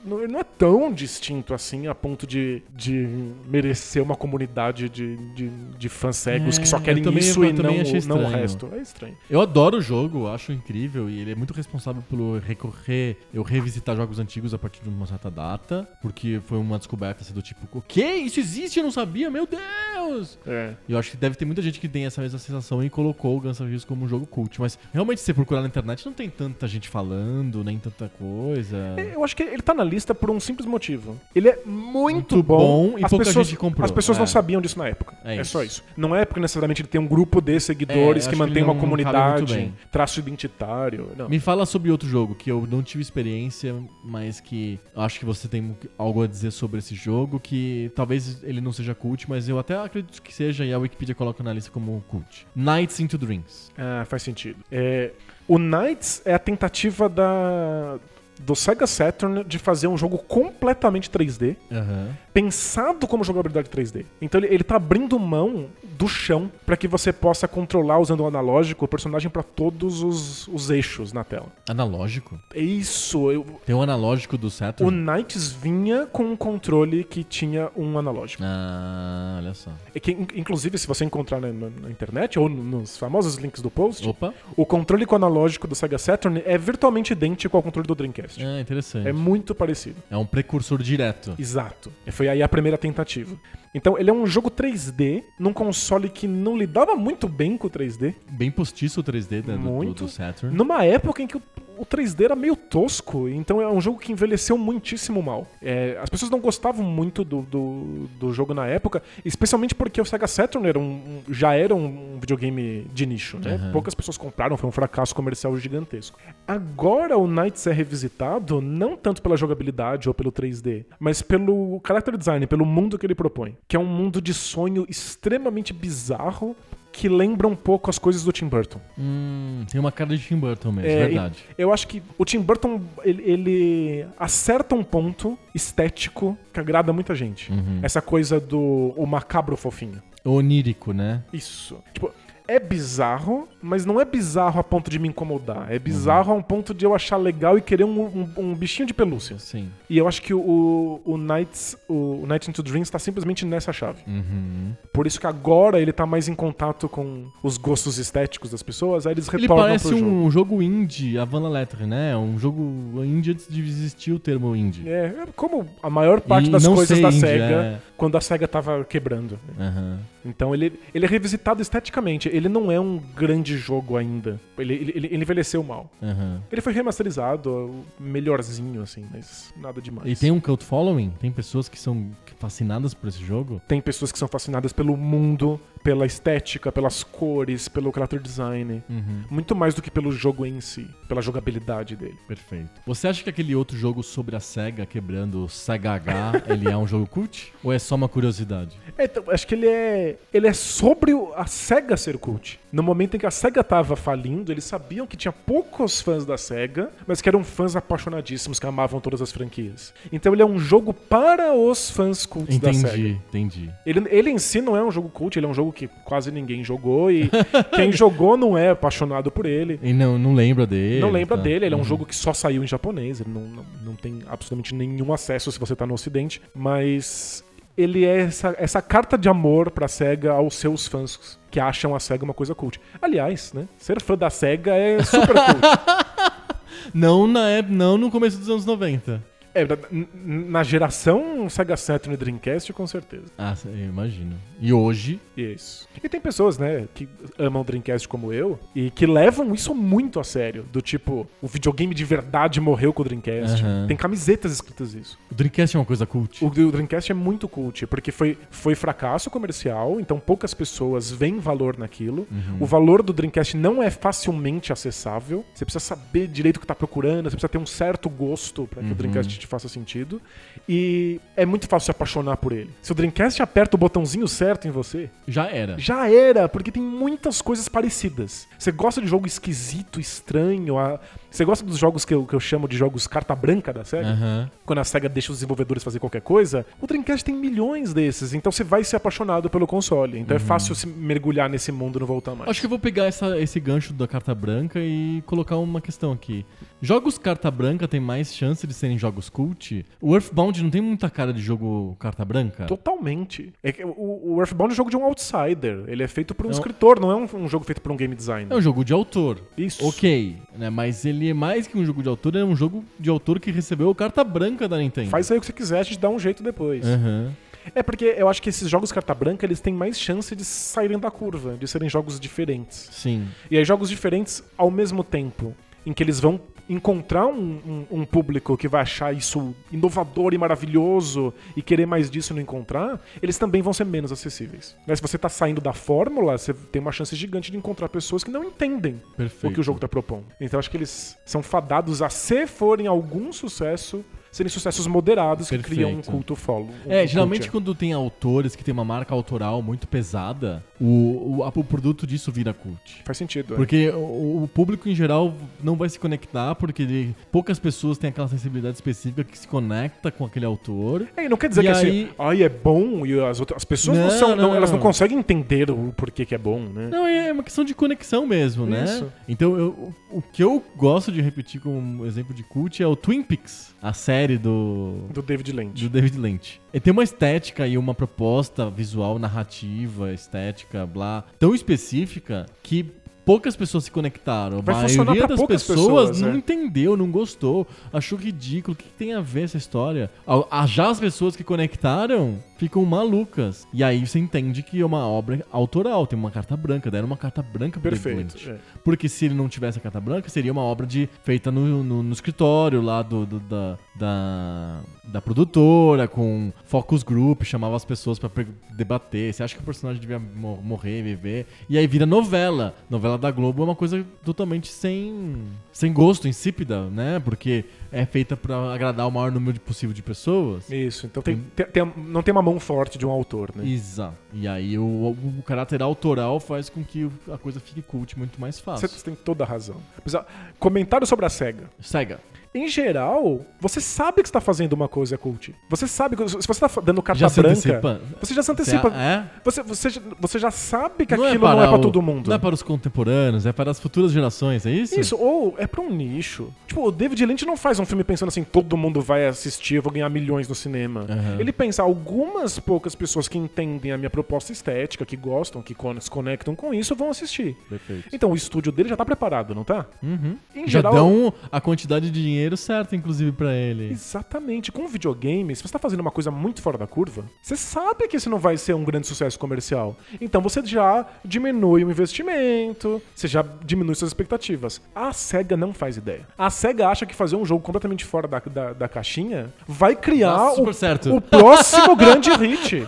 Speaker 2: Não- Ele não é tão distinto assim a ponto de, de merecer uma comunidade de, de, de fãs cegos
Speaker 1: É,
Speaker 2: que só querem
Speaker 1: eu também-
Speaker 2: isso
Speaker 1: eu
Speaker 2: e
Speaker 1: também
Speaker 2: não,
Speaker 1: achei
Speaker 2: não o
Speaker 1: estranho.
Speaker 2: resto. É estranho.
Speaker 1: Eu adoro o jogo, acho incrível. E ele é muito responsável pelo recorrer, eu revisitar jogos antigos a partir de uma certa data. Porque foi uma descoberta assim, do tipo, o quê? Isso existe? Eu não sabia, meu Deus!
Speaker 2: É.
Speaker 1: E eu acho que deve ter muita gente que tem essa mesma sensação e colocou o Guns N' Roses como um jogo cult. Mas realmente, se você procurar na internet, não tem tanta gente falando, nem tanta coisa.
Speaker 2: É, Eu acho que ele tá na lista por um simples motivo. Ele é muito,
Speaker 1: Muito
Speaker 2: bom,
Speaker 1: bom e pouca
Speaker 2: pessoas,
Speaker 1: gente comprou.
Speaker 2: As pessoas
Speaker 1: É.
Speaker 2: não sabiam disso na época.
Speaker 1: É
Speaker 2: É,
Speaker 1: isso.
Speaker 2: só isso. Não é porque necessariamente ele tem um grupo de
Speaker 1: É,
Speaker 2: seguidores
Speaker 1: eu
Speaker 2: que
Speaker 1: acho que
Speaker 2: mantém
Speaker 1: ele
Speaker 2: uma
Speaker 1: não- não cabe muito
Speaker 2: comunidade,
Speaker 1: bem.
Speaker 2: traço identitário. Não.
Speaker 1: Me fala sobre outro jogo que eu não tive experiência, mas que eu acho que você tem algo a dizer sobre esse jogo, que talvez ele não seja cult, mas eu até acredito que seja, e a Wikipedia coloca na lista como cult. Nights into Dreams.
Speaker 2: Ah, faz sentido. É, o Knights é a tentativa da. do Sega Saturn de fazer um jogo completamente 3D,
Speaker 1: Aham.
Speaker 2: pensado como jogabilidade 3D. Então ele, ele tá abrindo mão do chão pra que você possa controlar usando o analógico o personagem pra todos os, os eixos na tela.
Speaker 1: Analógico.
Speaker 2: É isso. eu-
Speaker 1: Tem um analógico do
Speaker 2: o
Speaker 1: Saturn.
Speaker 2: Knights vinha com um controle que tinha um analógico.
Speaker 1: Ah, olha só.
Speaker 2: É que, in- inclusive, se você encontrar na, na- na internet ou no- nos famosos links do post,
Speaker 1: Opa.
Speaker 2: o controle com analógico do Sega Saturn é virtualmente idêntico ao controle do Dreamcast.
Speaker 1: É
Speaker 2: É
Speaker 1: interessante.
Speaker 2: muito parecido.
Speaker 1: É um precursor direto.
Speaker 2: Exato. E Foi aí a primeira tentativa. Então, ele é um jogo 3D num console que não lidava muito bem com o 3D.
Speaker 1: Bem postiço o 3D da- né, do- do,
Speaker 2: muito.
Speaker 1: do Saturn.
Speaker 2: Numa época em que o, o 3D era meio tosco. Então, é um jogo que envelheceu muitíssimo mal. É, as pessoas não gostavam muito do, do, do jogo na época, especialmente porque o Sega Saturn era um- um- já era um videogame de nicho, né?
Speaker 1: Aham.
Speaker 2: Poucas pessoas compraram, foi um fracasso comercial gigantesco. Agora o Knights é revisitado não tanto pela jogabilidade ou pelo 3D, mas pelo character design, pelo mundo que ele propõe, que é um mundo de sonho extremamente bizarro que lembra um pouco as coisas do Tim Burton.
Speaker 1: Hum, tem uma cara de Tim Burton mesmo,
Speaker 2: É,
Speaker 1: verdade.
Speaker 2: e- Eu acho que o Tim Burton, ele, ele acerta um ponto estético que agrada muita gente.
Speaker 1: Uhum.
Speaker 2: Essa coisa do o macabro fofinho.
Speaker 1: Onírico, né?
Speaker 2: Isso. Tipo, é bizarro, mas não é bizarro a ponto de me incomodar. É
Speaker 1: Uhum.
Speaker 2: bizarro a um ponto de eu achar legal e querer um, um- um bichinho de pelúcia.
Speaker 1: Sim.
Speaker 2: E eu acho que o, o Nights, o, o Night into Dreams tá simplesmente nessa chave.
Speaker 1: Uhum.
Speaker 2: Por isso que agora ele tá mais em contato com os gostos estéticos das pessoas, aí eles
Speaker 1: Ele
Speaker 2: retornam
Speaker 1: parece
Speaker 2: pro jogo.
Speaker 1: um jogo indie, a Van Lettre, né? Um jogo indie antes de existir o termo indie.
Speaker 2: É, é como a maior parte
Speaker 1: E
Speaker 2: das
Speaker 1: Hum, não
Speaker 2: coisas
Speaker 1: ser
Speaker 2: da
Speaker 1: indie,
Speaker 2: SEGA,
Speaker 1: é.
Speaker 2: quando a SEGA tava quebrando.
Speaker 1: Aham.
Speaker 2: Então ele, ele é revisitado esteticamente, ele não é um grande jogo ainda. Ele, ele, ele- ele envelheceu mal.
Speaker 1: Aham.
Speaker 2: Ele foi remasterizado, ó, melhorzinho, assim, mas nada demais.
Speaker 1: E tem um cult following? Tem pessoas que são fascinadas por esse jogo?
Speaker 2: Tem pessoas que são fascinadas pelo mundo, pela estética, pelas cores, pelo character design.
Speaker 1: Uhum.
Speaker 2: Muito mais do que pelo jogo em si, pela jogabilidade dele.
Speaker 1: Perfeito. Você acha que aquele outro jogo sobre a SEGA quebrando o SEGA H, ele é um jogo cult? Ou é só uma curiosidade?
Speaker 2: É, então, acho que ele é, ele é sobre o- a SEGA ser cult. No momento em que a SEGA tava falindo, eles sabiam que tinha poucos fãs da SEGA, mas que eram fãs apaixonadíssimos, que amavam todas as franquias. Então ele é um jogo para os fãs cults da SEGA.
Speaker 1: Entendi, entendi.
Speaker 2: Ele, ele em si não é um jogo cult, ele é um jogo que quase ninguém jogou e quem jogou não é apaixonado por ele.
Speaker 1: E não, não lembra dele.
Speaker 2: Não lembra
Speaker 1: tá?
Speaker 2: dele, ele é um
Speaker 1: Uhum.
Speaker 2: jogo que só saiu em japonês, ele não, não, não tem absolutamente nenhum acesso se você tá no ocidente, mas ele é essa, essa carta de amor pra SEGA aos seus fãs que acham a SEGA uma coisa cult. Aliás, né, ser fã da SEGA é super cult.
Speaker 1: Não, na, ép- não no começo dos anos 90.
Speaker 2: É, na, na geração Sega Saturn e Dreamcast, com certeza.
Speaker 1: Ah, cê- eu imagino. E hoje,
Speaker 2: E é isso. E tem pessoas, né, que amam Dreamcast como eu e que levam isso muito a sério. Do tipo, o videogame de verdade morreu com o Dreamcast.
Speaker 1: Aham.
Speaker 2: Tem camisetas escritas isso.
Speaker 1: o Dreamcast é uma coisa cult.
Speaker 2: O, o Dreamcast é muito cult, porque foi, foi fracasso comercial, então poucas pessoas veem valor naquilo. O valor do Dreamcast não é facilmente acessável. Você precisa saber direito o que tá procurando, você precisa ter um certo gosto para que o Dreamcast te faça sentido. E é muito fácil se apaixonar por ele. Se o Dreamcast aperta o botãozinho certo em você,
Speaker 1: Já era.
Speaker 2: já era, porque tem muitas coisas parecidas. Você gosta de jogo esquisito, estranho. a- Você gosta dos jogos que eu, que eu chamo de jogos carta branca da série?
Speaker 1: Aham.
Speaker 2: quando a SEGA deixa os desenvolvedores fazer qualquer coisa, o Dreamcast tem milhões desses, então você vai ser apaixonado pelo console. Então é fácil se mergulhar nesse mundo e não voltar mais.
Speaker 1: Uhum. Acho que eu vou pegar essa- esse gancho da carta branca e colocar uma questão aqui. Jogos carta branca têm mais chance de serem jogos cult? O Earthbound não tem muita cara de jogo carta branca?
Speaker 2: Totalmente. É que o, o Earthbound é um jogo de um outsider. Ele é feito por um
Speaker 1: Não.
Speaker 2: escritor, não é um, um jogo feito por um game designer.
Speaker 1: É um jogo de autor.
Speaker 2: Isso.
Speaker 1: Ok, né? Mas ele é mais que um jogo de autor, ele é um jogo de autor que recebeu a carta branca da Nintendo.
Speaker 2: Faz aí o que você quiser, a gente dá um jeito depois.
Speaker 1: Aham.
Speaker 2: É porque eu acho que esses jogos carta branca eles têm mais chance de saírem da curva, de serem jogos diferentes.
Speaker 1: Sim.
Speaker 2: E aí jogos diferentes ao mesmo tempo, em que eles vão encontrar um, um- um público que vai achar isso inovador e maravilhoso e querer mais disso e não encontrar, eles também vão ser menos acessíveis. Né, Se você tá saindo da fórmula, você tem uma chance gigante de encontrar pessoas que não entendem
Speaker 1: Perfeito.
Speaker 2: o que o jogo tá propondo. Então acho que eles são fadados a se forem algum sucesso serem sucessos moderados que
Speaker 1: Perfeito.
Speaker 2: criam um culto follow. um
Speaker 1: É,
Speaker 2: cult.
Speaker 1: geralmente quando tem autores que tem uma marca autoral muito pesada, o, o, a- o produto disso vira cult.
Speaker 2: Faz sentido. é.
Speaker 1: Porque o, o público em geral não vai se conectar, porque ele- poucas pessoas têm aquela sensibilidade específica que se conecta com aquele autor.
Speaker 2: É, e não quer dizer
Speaker 1: E
Speaker 2: que
Speaker 1: aí-
Speaker 2: assim, ai, é bom e as outras as pessoas não,
Speaker 1: Não,
Speaker 2: são, não,
Speaker 1: não,
Speaker 2: elas não
Speaker 1: não.
Speaker 2: conseguem entender o porquê que é bom, né?
Speaker 1: Não, é uma questão de conexão mesmo, né?
Speaker 2: Isso.
Speaker 1: Então, eu- o o que eu gosto de repetir como um exemplo de cult é o Twin Peaks, a série do,
Speaker 2: Do David Lynch.
Speaker 1: do David Lynch. Ele tem uma estética e uma proposta visual, narrativa, estética, blá, tão específica que poucas pessoas se conectaram.
Speaker 2: Vai
Speaker 1: a
Speaker 2: funcionar
Speaker 1: maioria
Speaker 2: pra
Speaker 1: das
Speaker 2: poucas
Speaker 1: pessoas,
Speaker 2: pessoas,
Speaker 1: não
Speaker 2: né?
Speaker 1: entendeu, não gostou, achou ridículo. O que que tem a ver essa história? A- a- Já as pessoas que conectaram ficam malucas. E aí você entende que é uma obra autoral, tem uma carta branca, deram uma carta branca pro David
Speaker 2: Perfeito.
Speaker 1: Lynch.
Speaker 2: é.
Speaker 1: Porque se ele não tivesse a carta branca, seria uma obra de, feita no, no, no escritório lá do, do- da, da, da produtora, com focus group, chamava as pessoas pra per- debater. Você acha que o personagem devia mo- morrer, viver? E aí vira novela. Novela da Globo é uma coisa totalmente sem, sem gosto, insípida, né? Porque é feita pra agradar o maior número de- possível de pessoas.
Speaker 2: Isso, então tem, tem- tem- não tem uma mão forte de um autor, né?
Speaker 1: Exato. E aí o, o caráter autoral faz com que a coisa fique cult muito mais
Speaker 2: Você
Speaker 1: fácil.
Speaker 2: você tem toda a razão. Apesar- Comentário sobre a SEGA.
Speaker 1: Cega.
Speaker 2: Em geral, você sabe que está fazendo uma coisa cult. Você sabe que se você está dando carta
Speaker 1: Já se
Speaker 2: branca,
Speaker 1: antecipa?
Speaker 2: você já se antecipa.
Speaker 1: É?
Speaker 2: Você, você, já- você já sabe que aquilo não é para
Speaker 1: o-
Speaker 2: todo mundo.
Speaker 1: Não é para os contemporâneos, é para as futuras gerações, é isso?
Speaker 2: Isso, ou é pra um nicho. Tipo, o David Lynch não faz um filme pensando assim, todo mundo vai assistir, eu vou ganhar milhões no cinema.
Speaker 1: Aham.
Speaker 2: Ele pensa, algumas poucas pessoas que entendem a minha proposta estética, que gostam, que con- se conectam com isso, vão assistir.
Speaker 1: Perfeito.
Speaker 2: Então o estúdio dele já tá preparado, não tá?
Speaker 1: Uhum.
Speaker 2: Em
Speaker 1: Já dão a quantidade de dinheiro certa, inclusive, para ele.
Speaker 2: Exatamente. Com videogame, se você tá fazendo uma coisa muito fora da curva, você sabe que isso não vai ser um grande sucesso comercial. Então você já diminui o investimento, você já diminui suas expectativas. A SEGA não faz ideia. A SEGA acha que fazer um jogo completamente fora da, da, da caixinha vai criar
Speaker 1: Dá super
Speaker 2: o,
Speaker 1: certo.
Speaker 2: o próximo grande hit.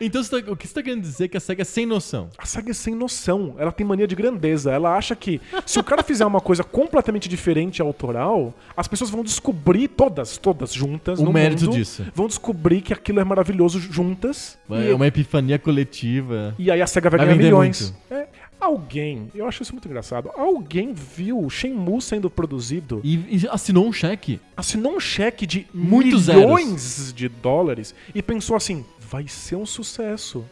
Speaker 1: então você tá- o que você está querendo dizer é que a SEGA é sem noção?
Speaker 2: A SEGA é sem noção. Ela tem mania de grandeza. Ela acha que se o cara fizer uma coisa completamente diferente autoral, as pessoas vão descobrir, todas, todas juntas,
Speaker 1: O
Speaker 2: no
Speaker 1: mérito
Speaker 2: mundo,
Speaker 1: disso.
Speaker 2: Vão descobrir que aquilo é maravilhoso juntas.
Speaker 1: É
Speaker 2: e,
Speaker 1: uma epifania coletiva.
Speaker 2: e aí a SEGA vai,
Speaker 1: Vai
Speaker 2: ganhar
Speaker 1: vender
Speaker 2: milhões. É. alguém, eu acho isso muito engraçado, alguém viu o Shenmue sendo produzido,
Speaker 1: E, e assinou um cheque.
Speaker 2: assinou um cheque de
Speaker 1: Muitos
Speaker 2: milhões de dólares e pensou assim, vai ser um sucesso.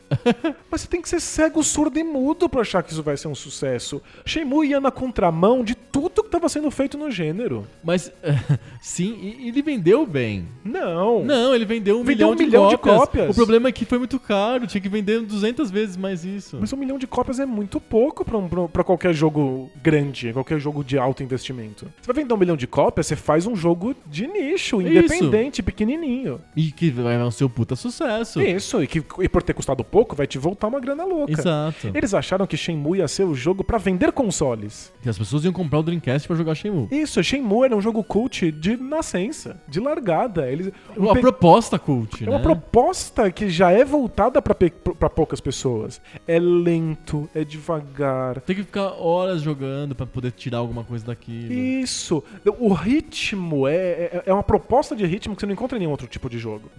Speaker 2: Mas você tem que ser cego, surdo e mudo pra achar que isso vai ser um sucesso. Shenmue ia na contramão de tudo que tava sendo feito no gênero.
Speaker 1: Mas, sim, e- e ele vendeu bem.
Speaker 2: Não.
Speaker 1: Não, ele vendeu um,
Speaker 2: Vendeu
Speaker 1: milhão,
Speaker 2: um milhão de
Speaker 1: de, cópias.
Speaker 2: cópias.
Speaker 1: O problema é que foi muito caro, tinha que vender 200 vezes mais isso.
Speaker 2: Mas um milhão de cópias é muito pouco pra, um- pra- pra qualquer jogo grande, qualquer jogo de alto investimento. Você vai vender um milhão de cópias, você faz um jogo de nicho,
Speaker 1: Isso.
Speaker 2: independente, pequenininho.
Speaker 1: E que vai ser um puta sucesso.
Speaker 2: Isso, e, que, e por ter custado pouco, vai te voltar uma grana louca.
Speaker 1: Exato.
Speaker 2: Eles acharam que Shenmue ia ser o jogo pra vender consoles.
Speaker 1: E as pessoas iam comprar o Dreamcast pra jogar Shenmue.
Speaker 2: Isso, Shenmue era um jogo cult de nascença, de largada. Eles, um
Speaker 1: Uma
Speaker 2: pe-
Speaker 1: proposta cult,
Speaker 2: É
Speaker 1: né?
Speaker 2: uma proposta que já é voltada pra pe- pra poucas pessoas. É lento, é devagar,
Speaker 1: Tem que ficar horas jogando pra poder tirar alguma coisa daquilo.
Speaker 2: Isso. O ritmo é, é, é uma proposta de ritmo que você não encontra em nenhum outro tipo de jogo.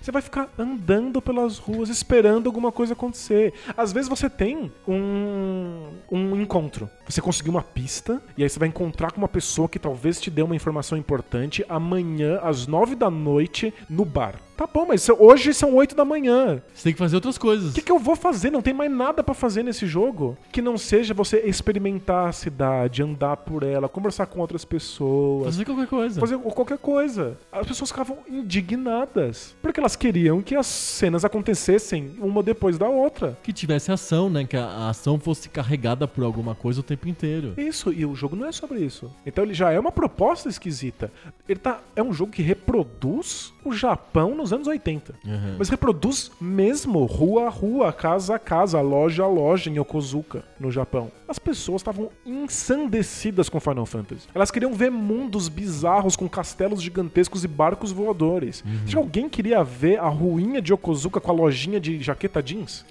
Speaker 2: Você vai ficar andando pelas ruas esperando alguma coisa acontecer. Às vezes você tem um, um encontro. Você conseguiu uma pista e aí você vai encontrar com uma pessoa que talvez te dê uma informação importante amanhã às nove da noite no bar. Tá bom, mas hoje são oito da manhã.
Speaker 1: Você tem que fazer outras coisas.
Speaker 2: O que, que eu vou fazer? Não tem mais nada pra fazer nesse jogo que não seja você experimentar a cidade, andar por ela, conversar com outras pessoas,
Speaker 1: Fazer qualquer coisa.
Speaker 2: fazer qualquer coisa. As pessoas ficavam indignadas porque elas queriam que as cenas acontecessem uma depois da outra.
Speaker 1: Que tivesse ação, né? Que a, a ação fosse carregada por alguma coisa o tempo inteiro.
Speaker 2: Isso, e o jogo não é sobre isso. Então ele já é uma proposta esquisita. Ele tá, é um jogo que reproduz o Japão nos anos 80.
Speaker 1: Uhum.
Speaker 2: Mas reproduz mesmo, rua a rua, casa a casa, loja a loja em Yokozuka, no Japão. As pessoas estavam ensandecidas com Final Fantasy. Elas queriam ver mundos bizarros com castelos gigantescos e barcos voadores. Se alguém queria ver a ruinha de Yokozuka com a lojinha de jaqueta jeans?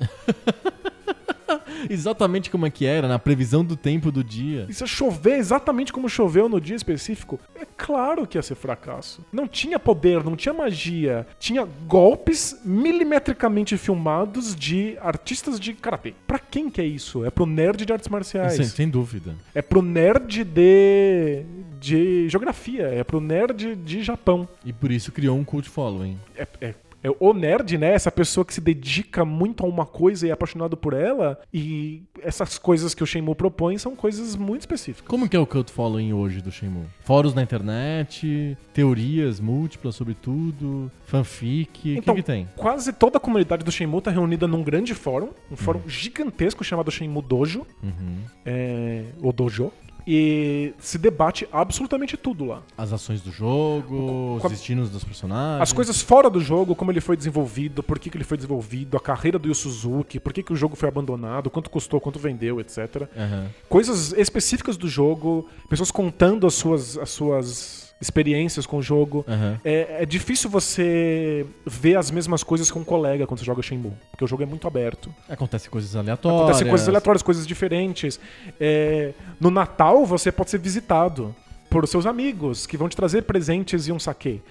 Speaker 1: exatamente como é que era, na previsão do tempo do dia.
Speaker 2: E se é chover exatamente como choveu no dia específico, é claro que ia ser fracasso. Não tinha poder, não tinha magia. Tinha golpes milimetricamente filmados de artistas de karatê. Pra quem que é isso? É pro nerd de artes marciais.
Speaker 1: Sem, sem dúvida.
Speaker 2: É pro nerd de. de geografia. É pro nerd de Japão.
Speaker 1: E por isso criou um cult following.
Speaker 2: É- é- é o nerd, né? Essa pessoa que se dedica muito a uma coisa e é apaixonado por ela. E essas coisas que o Shenmue propõe são coisas muito específicas.
Speaker 1: Como que é o cult following hoje do Shenmue? Fóruns na internet, teorias múltiplas sobre tudo, fanfic, o
Speaker 2: Então,
Speaker 1: que que tem?
Speaker 2: quase toda a comunidade do Shenmue tá reunida num grande fórum, um fórum gigantesco chamado Shenmue Dojo,
Speaker 1: Uhum.
Speaker 2: é, ou Dojo, e se debate absolutamente tudo lá.
Speaker 1: As ações do jogo, os
Speaker 2: Co-
Speaker 1: destinos dos personagens.
Speaker 2: então, As coisas fora do jogo, como ele foi desenvolvido, por que, que ele foi desenvolvido, a carreira do Yu Suzuki, por que, que o jogo foi abandonado, quanto custou, quanto vendeu, etc.
Speaker 1: Aham.
Speaker 2: Coisas específicas do jogo, pessoas contando as suas, as suas experiências com o jogo.
Speaker 1: Aham.
Speaker 2: É, é difícil você ver as mesmas coisas com um colega quando você joga Shenmue, porque o jogo é muito aberto.
Speaker 1: Acontece coisas aleatórias.
Speaker 2: Acontecem coisas aleatórias, coisas diferentes. É, no Natal, você pode ser visitado por seus amigos, que vão te trazer presentes e um saquê.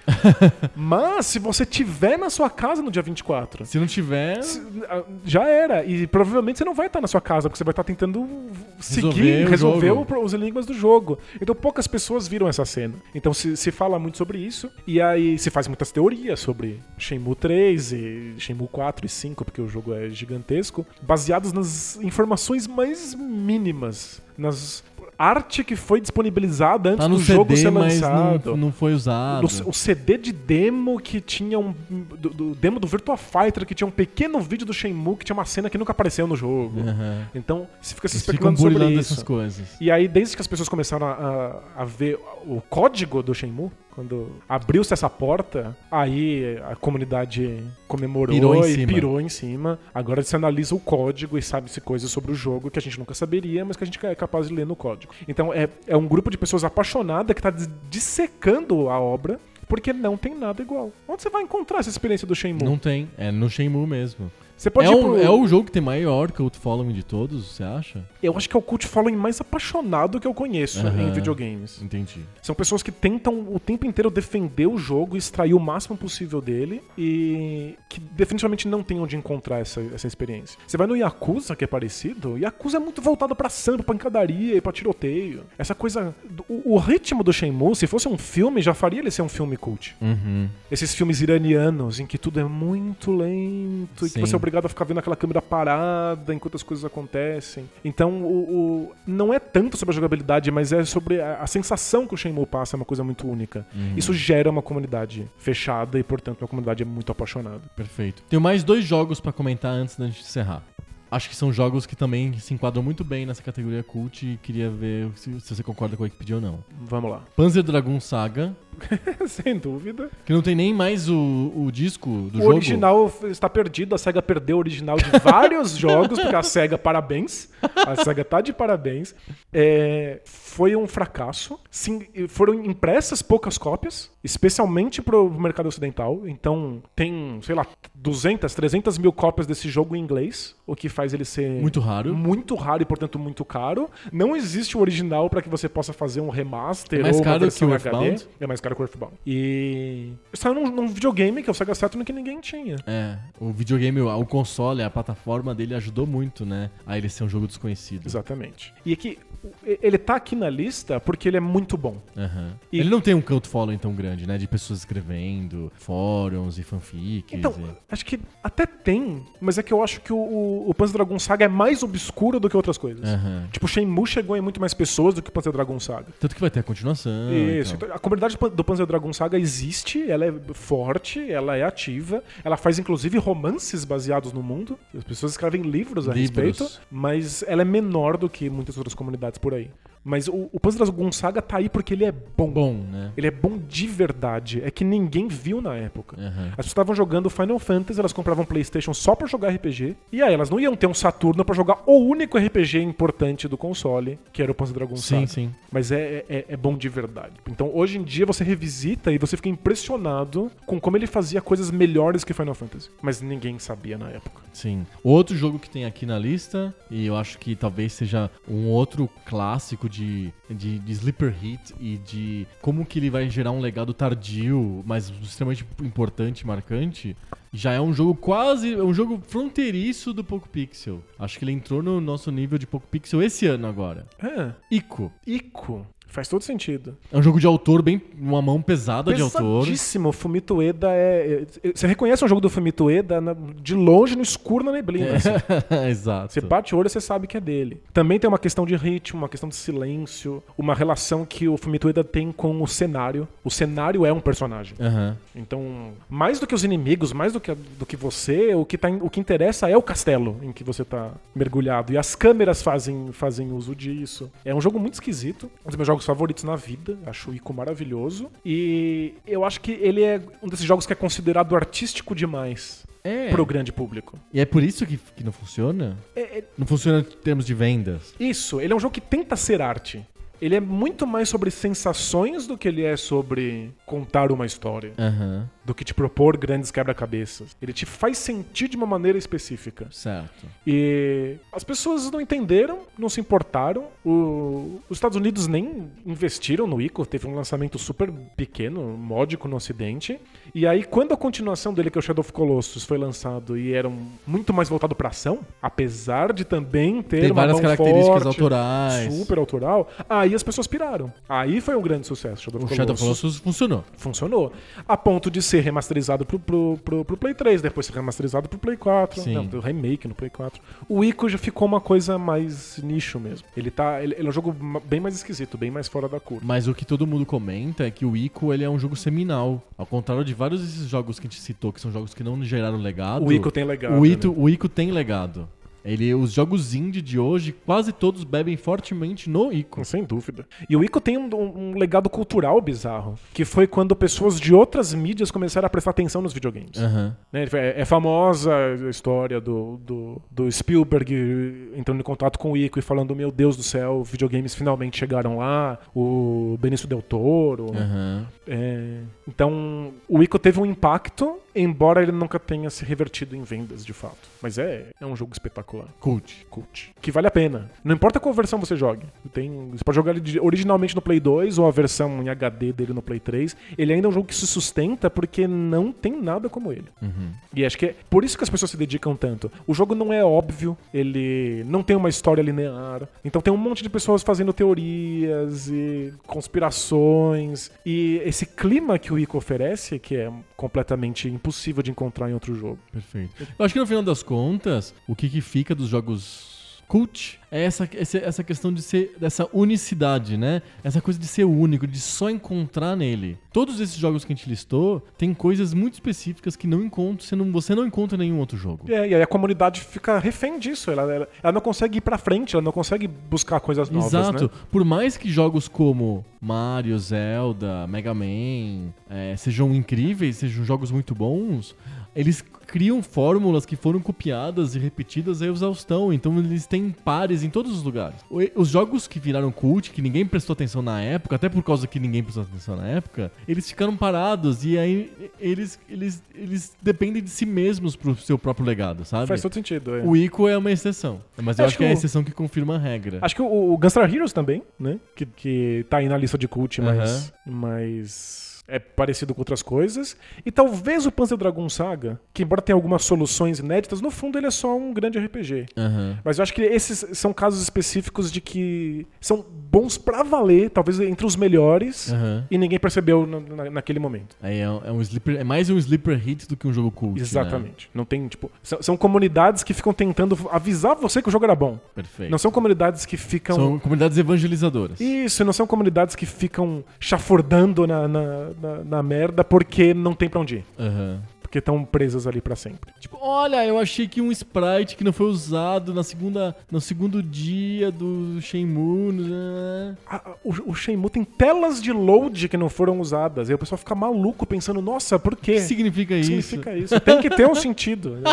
Speaker 2: Mas se você tiver na sua casa no dia 24,
Speaker 1: Se não tiver,
Speaker 2: se- ah, já era. E provavelmente você não vai estar na sua casa, porque você vai estar tentando
Speaker 1: Resolver
Speaker 2: seguir,
Speaker 1: o
Speaker 2: resolver
Speaker 1: jogo.
Speaker 2: o pro- os enigmas do jogo. Então poucas pessoas viram essa cena. Então se, se fala muito sobre isso. E aí se faz muitas teorias sobre Shenmue 3 e Shenmue 4 e 5, porque o jogo é gigantesco, baseadas nas informações mais mínimas, nas arte que foi disponibilizada antes
Speaker 1: tá no
Speaker 2: do um jogo
Speaker 1: CD,
Speaker 2: ser
Speaker 1: mas
Speaker 2: lançado.
Speaker 1: não, não foi usado.
Speaker 2: No- o CD de demo que tinha um. Do, do demo do Virtua Fighter, que tinha um pequeno vídeo do Shenmue que tinha uma cena que nunca apareceu no jogo.
Speaker 1: Aham.
Speaker 2: Então, se fica se
Speaker 1: Eles ficam
Speaker 2: especulando sobre
Speaker 1: burilando
Speaker 2: isso.
Speaker 1: essas coisas.
Speaker 2: E aí, desde que as pessoas começaram a, a- a ver o código do Shenmue, quando abriu-se essa porta, aí a comunidade comemorou
Speaker 1: Pirou em
Speaker 2: e
Speaker 1: cima.
Speaker 2: pirou em cima. Agora se analisa o código e sabe-se coisas sobre o jogo que a gente nunca saberia, mas que a gente é capaz de ler no código. Então é, é um grupo de pessoas apaixonada que tá dis- dissecando a obra. Porque não tem nada igual. Onde você vai encontrar essa experiência do Shenmue?
Speaker 1: Não tem. É no Shenmue mesmo.
Speaker 2: Você pode
Speaker 1: é,
Speaker 2: ir
Speaker 1: o,
Speaker 2: pro...
Speaker 1: é o jogo que tem maior cult following de todos, você acha?
Speaker 2: Eu acho que é o cult following mais apaixonado que eu conheço
Speaker 1: Aham.
Speaker 2: em videogames.
Speaker 1: Entendi.
Speaker 2: São pessoas que tentam o tempo inteiro defender o jogo, extrair o máximo possível dele e que definitivamente não tem onde encontrar essa, essa experiência. Você vai no Yakuza, que é parecido, Yakuza é muito voltado pra samba, pancadaria e pra tiroteio. Essa coisa. O, o ritmo do Shenmue, se fosse um filme, já faria ele ser um filme cult.
Speaker 1: Uhum.
Speaker 2: Esses filmes iranianos em que tudo é muito lento e
Speaker 1: Sim.
Speaker 2: que você é obrigado a ficar vendo aquela câmera parada enquanto as coisas acontecem. Então, o, o- não é tanto sobre a jogabilidade, mas é sobre a, a sensação que o Shenmue passa, é uma coisa muito única. Isso gera uma comunidade fechada e, portanto, uma comunidade muito apaixonada.
Speaker 1: Perfeito. Tenho mais dois jogos pra comentar antes da gente encerrar. Acho que são jogos que também se enquadram muito bem nessa categoria cult e queria ver se, se você concorda com a Wikipedia ou não.
Speaker 2: Vamos lá.
Speaker 1: Panzer Dragon Saga,
Speaker 2: Sem dúvida.
Speaker 1: que não tem nem mais o, o disco do
Speaker 2: o
Speaker 1: jogo.
Speaker 2: original está perdido, a SEGA perdeu o original de vários jogos, porque a SEGA, parabéns. A SEGA tá de parabéns. É, foi um fracasso. Sim, e foram impressas poucas cópias, especialmente pro mercado ocidental. Então tem, sei lá, 200, 300 mil cópias desse jogo em inglês, o que faz ele ser
Speaker 1: Muito raro.
Speaker 2: muito raro e, portanto, muito caro. Não existe o original para que você possa fazer um remaster
Speaker 1: É mais
Speaker 2: ou uma
Speaker 1: caro que
Speaker 2: versão
Speaker 1: o
Speaker 2: HD.
Speaker 1: Earthbound?
Speaker 2: É mais caro que o Earthbound. E saiu num, num videogame que é o Sega Saturn que ninguém tinha.
Speaker 1: É, o videogame, o console, a plataforma dele ajudou muito, né? A ele ser um jogo desconhecido.
Speaker 2: Exatamente. E aqui, ele tá aqui na lista porque ele é muito bom.
Speaker 1: Aham.
Speaker 2: E-
Speaker 1: Ele não tem um cult following tão grande, né? De pessoas escrevendo, fóruns e fanfics.
Speaker 2: Então,
Speaker 1: e-
Speaker 2: acho que até tem, mas é que eu acho que o, o, o Panzer Dragon Saga é mais obscuro do que outras coisas.
Speaker 1: Aham.
Speaker 2: Tipo, Shenmue chegou em muito mais pessoas do que o Panzer Dragon Saga.
Speaker 1: Tanto que vai ter a continuação. e
Speaker 2: Isso.
Speaker 1: tal.
Speaker 2: Então, A comunidade do Pan- do Panzer Dragon Saga existe, ela é forte, ela é ativa, ela faz inclusive romances baseados no mundo. As pessoas escrevem livros a
Speaker 1: Livros.
Speaker 2: respeito, mas ela é menor do que muitas outras comunidades por aí. Mas o, o Panzer Dragon Saga tá aí porque ele é bom.
Speaker 1: Bom, né?
Speaker 2: Ele é bom de verdade. É que ninguém viu na época.
Speaker 1: Aham.
Speaker 2: As pessoas estavam jogando Final Fantasy, elas compravam PlayStation só pra jogar RPG. E aí elas não iam ter um Saturno pra jogar o único RPG importante do console, que era o Panzer Dragon
Speaker 1: Sim,
Speaker 2: Saga.
Speaker 1: sim.
Speaker 2: é Mas é, é, é bom de verdade. Então hoje em dia você revisita e você fica impressionado com como ele fazia coisas melhores que Final Fantasy. Mas ninguém sabia na época.
Speaker 1: Sim. Outro jogo que tem aqui na lista, e eu acho que talvez seja um outro clássico de, de, de Sleeper Hit e de como que ele vai gerar um legado tardio, mas extremamente importante e marcante, já é um jogo quase. É um jogo fronteiriço do Poco Pixel. Acho que ele entrou no nosso nível de Poco Pixel esse ano agora.
Speaker 2: É.
Speaker 1: Ico.
Speaker 2: Ico. Faz todo sentido.
Speaker 1: É um jogo de autor, bem. Uma mão pesada de autor.
Speaker 2: Pesadíssimo. O Fumito Ueda é... é- Você reconhece um jogo do Fumito Ueda na- de longe, no escuro, na neblina.
Speaker 1: É.
Speaker 2: assim.
Speaker 1: Exato.
Speaker 2: Você bate o olho, você sabe que é dele. Também tem uma questão de ritmo, uma questão de silêncio, uma relação que o Fumito Ueda tem com o cenário. O cenário é um personagem.
Speaker 1: Aham.
Speaker 2: Então, mais do que os inimigos, mais do que, do que você, o que, tá, em- o que interessa é o castelo em que você tá mergulhado. E as câmeras fazem, fazem uso disso. É um jogo muito esquisito, um dos meus jogos favoritos na vida. Acho o Ico maravilhoso. E eu acho que ele é um desses jogos que é considerado artístico demais
Speaker 1: É.
Speaker 2: pro grande público.
Speaker 1: E é por isso que, que não funciona?
Speaker 2: É- é-
Speaker 1: Não funciona em termos de vendas.
Speaker 2: Isso, ele é um jogo que tenta ser arte. Ele é muito mais sobre sensações do que ele é sobre contar uma história,
Speaker 1: Aham.
Speaker 2: do que te propor grandes quebra-cabeças. Ele te faz sentir de uma maneira específica.
Speaker 1: Certo.
Speaker 2: E as pessoas não entenderam, não se importaram. O- os Estados Unidos nem investiram no Ico, teve um lançamento super pequeno, módico no Ocidente. E aí, quando a continuação dele, que é o Shadow of Colossus, foi lançado e era um- muito mais voltado pra ação, apesar de também ter
Speaker 1: Tem
Speaker 2: uma
Speaker 1: várias
Speaker 2: mão
Speaker 1: características
Speaker 2: forte,
Speaker 1: autorais.
Speaker 2: super autoral, aí as pessoas piraram. Aí foi um grande sucesso, Shadow
Speaker 1: O
Speaker 2: of
Speaker 1: Shadow
Speaker 2: Colossus.
Speaker 1: of Colossus funcionou.
Speaker 2: Funcionou. A ponto de ser remasterizado pro, pro, pro, pro Play 3, depois ser remasterizado pro Play 4.
Speaker 1: Sim.
Speaker 2: Não, deu remake no Play 4. O Ico já ficou uma coisa mais nicho mesmo. Ele tá. Ele, ele é um jogo ma- bem mais esquisito, bem mais fora da curva.
Speaker 1: Mas o que todo mundo comenta é que o Ico ele é um jogo seminal. Ao contrário de vários desses jogos que a gente citou, que são jogos que não geraram legado.
Speaker 2: O Ico tem legado,
Speaker 1: O, Ito,
Speaker 2: né?
Speaker 1: o Ico tem legado. Ele, os jogos indie de hoje, quase todos bebem fortemente no Ico.
Speaker 2: Sem dúvida. E o Ico tem um, um- um legado cultural bizarro, que foi quando pessoas de outras mídias começaram a prestar atenção nos videogames.
Speaker 1: Aham.
Speaker 2: Né, ele foi- É, é famosa a história do, do, do Spielberg entrando em contato com o Ico e falando: Meu Deus do céu, videogames finalmente chegaram lá, o Benício Del Toro.
Speaker 1: Aham.
Speaker 2: É, então, o Ico teve um impacto, embora ele nunca tenha se revertido em vendas de fato. Mas é, é um jogo espetacular.
Speaker 1: Cult.
Speaker 2: Cult. Que vale a pena. Não importa qual versão você jogue. Tem, você pode jogar ele de- originalmente no Play 2 ou a versão em HD dele no Play 3. Ele ainda é um jogo que se sustenta porque não tem nada como ele. E acho que é por isso que as pessoas se dedicam tanto. O jogo não é óbvio, ele não tem uma história linear. Então tem um monte de pessoas fazendo teorias e conspirações. E esse clima que o Ico oferece, que é completamente impossível de encontrar em outro jogo.
Speaker 1: Perfeito. Eu acho que no final das contas, o que, que fica dos jogos cult é essa, esse- essa questão de ser dessa unicidade, né? Essa coisa de ser único, de só encontrar nele. Todos esses jogos que a gente listou têm coisas muito específicas que não encontro, você não, você não encontra em nenhum outro jogo.
Speaker 2: É, e aí a comunidade fica refém disso. Ela, ela, ela não consegue ir pra frente, ela não consegue buscar coisas novas,
Speaker 1: Exato.
Speaker 2: né?
Speaker 1: Por mais que jogos como Mario, Zelda, Mega Man eh, sejam incríveis, sejam jogos muito bons, eles criam fórmulas que foram copiadas e repetidas a exaustão. Então eles têm pares em todos os lugares. O- Os jogos que viraram cult, que ninguém prestou atenção na época, até por causa que ninguém prestou atenção na época, eles ficaram parados e aí eles, eles, eles dependem de si mesmos pro seu próprio legado, sabe?
Speaker 2: Faz todo sentido. é.
Speaker 1: O Ico é uma exceção. Mas eu
Speaker 2: Acho
Speaker 1: acho, que é a
Speaker 2: que o-
Speaker 1: exceção que confirma a regra.
Speaker 2: Acho que o, o Gunstar Heroes também, né? Que, que tá aí na lista de cult, mas, mas é parecido com outras coisas. E talvez o Panzer Dragon Saga, que embora tenha algumas soluções inéditas, no fundo ele é só um grande RPG.
Speaker 1: Aham.
Speaker 2: Mas eu acho que esses são casos específicos de que são bons pra valer, talvez entre os melhores,
Speaker 1: Aham.
Speaker 2: e ninguém percebeu na- na- naquele momento.
Speaker 1: Aí é, um- é um sleeper, é mais um sleeper hit do que um jogo cult. né?
Speaker 2: Exatamente. Não tem, tipo. São, são comunidades que ficam tentando avisar você que o jogo era bom.
Speaker 1: Perfeito.
Speaker 2: Não são comunidades que é um- ficam.
Speaker 1: São comunidades evangelizadoras.
Speaker 2: Isso, não são comunidades que ficam chafurdando na, na, na- na merda porque não tem pra onde ir.
Speaker 1: Aham.
Speaker 2: Porque estão presas ali pra sempre.
Speaker 1: Tipo, olha, eu achei que um sprite que não foi usado na segunda, no segundo dia do Shenmue. né?
Speaker 2: A- a- o, o Shenmue tem telas de load que não foram usadas. E o pessoal fica maluco pensando, nossa, por
Speaker 1: O
Speaker 2: quê?
Speaker 1: que significa
Speaker 2: É. O que
Speaker 1: isso?
Speaker 2: significa isso? Tem que ter um sentido. né?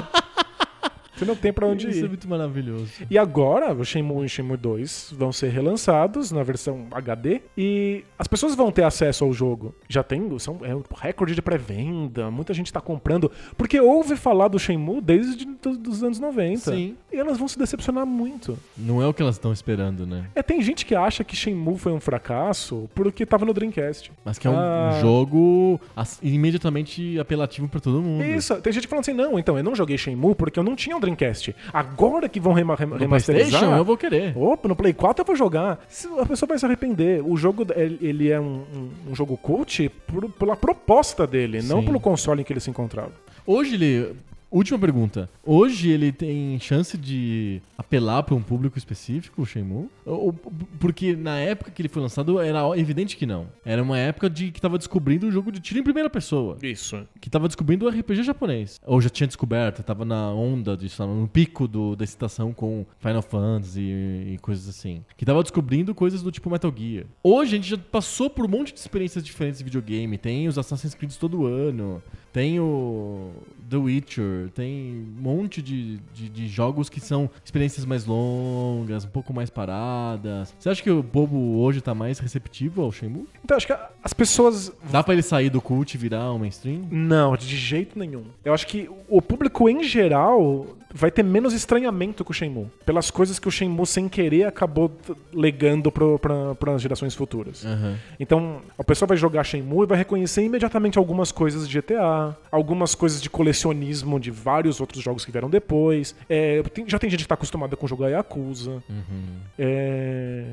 Speaker 2: porque não tem pra onde
Speaker 1: Isso é
Speaker 2: ir.
Speaker 1: muito maravilhoso.
Speaker 2: E agora, o Shenmue um e Shenmue 2 vão ser relançados na versão HD e as pessoas vão ter acesso ao jogo. Já tem, são, é um recorde de pré-venda, muita gente tá comprando, porque ouve falar do Shenmue desde os anos 90.
Speaker 1: Sim.
Speaker 2: E elas vão se decepcionar muito.
Speaker 1: Não é o que elas estão esperando, né?
Speaker 2: É, tem gente que acha que Shenmue foi um fracasso porque tava no Dreamcast.
Speaker 1: Mas que é um, um
Speaker 2: Ah.
Speaker 1: jogo ass- imediatamente apelativo pra todo mundo.
Speaker 2: Isso, tem gente falando assim, não, então, eu não joguei Shenmue porque eu não tinha um Dreamcast. Agora que vão rema- rema-
Speaker 1: No
Speaker 2: remasterizar...
Speaker 1: PlayStation eu vou querer.
Speaker 2: Opa, no Play 4 eu vou jogar. Se- A pessoa vai se arrepender. O jogo, ele ele é um, um- um jogo cult por- pela proposta dele, não
Speaker 1: Sim.
Speaker 2: pelo console em que ele se encontrava.
Speaker 1: Hoje ele. Última pergunta. Hoje ele tem chance de apelar pra um público específico, o Shenmue? Ou- ou- Porque na época que ele foi lançado era evidente que não. Era uma época de que tava descobrindo o jogo de tiro em primeira pessoa.
Speaker 2: Isso.
Speaker 1: que tava descobrindo o RPG japonês. Ou já tinha descoberto, tava na onda disso, tava no pico do- da excitação com Final Fantasy e, e coisas assim. Que tava descobrindo coisas do tipo Metal Gear. Hoje a gente já passou por um monte de experiências diferentes de videogame. Tem os Assassin's Creed todo ano, tem o The Witcher, tem um monte de, de, de jogos que são experiências mais longas, um pouco mais paradas. Você acha que o bobo hoje tá mais receptivo ao Shenmue?
Speaker 2: Então, acho que a- as pessoas
Speaker 1: Dá pra ele sair do cult e virar um mainstream?
Speaker 2: Não, de jeito nenhum. Eu acho que o público em geral vai ter menos estranhamento com o Shenmue. Pelas coisas que o Shenmue, sem querer, acabou t- legando pro, pra, pras gerações futuras.
Speaker 1: Aham.
Speaker 2: Então, a pessoa vai jogar Shenmue e vai reconhecer imediatamente algumas coisas de GTA, algumas coisas de colecionismo de vários outros jogos que vieram depois. É, tem- já tem gente que tá acostumada com jogar Yakuza.
Speaker 1: Uhum.
Speaker 2: É,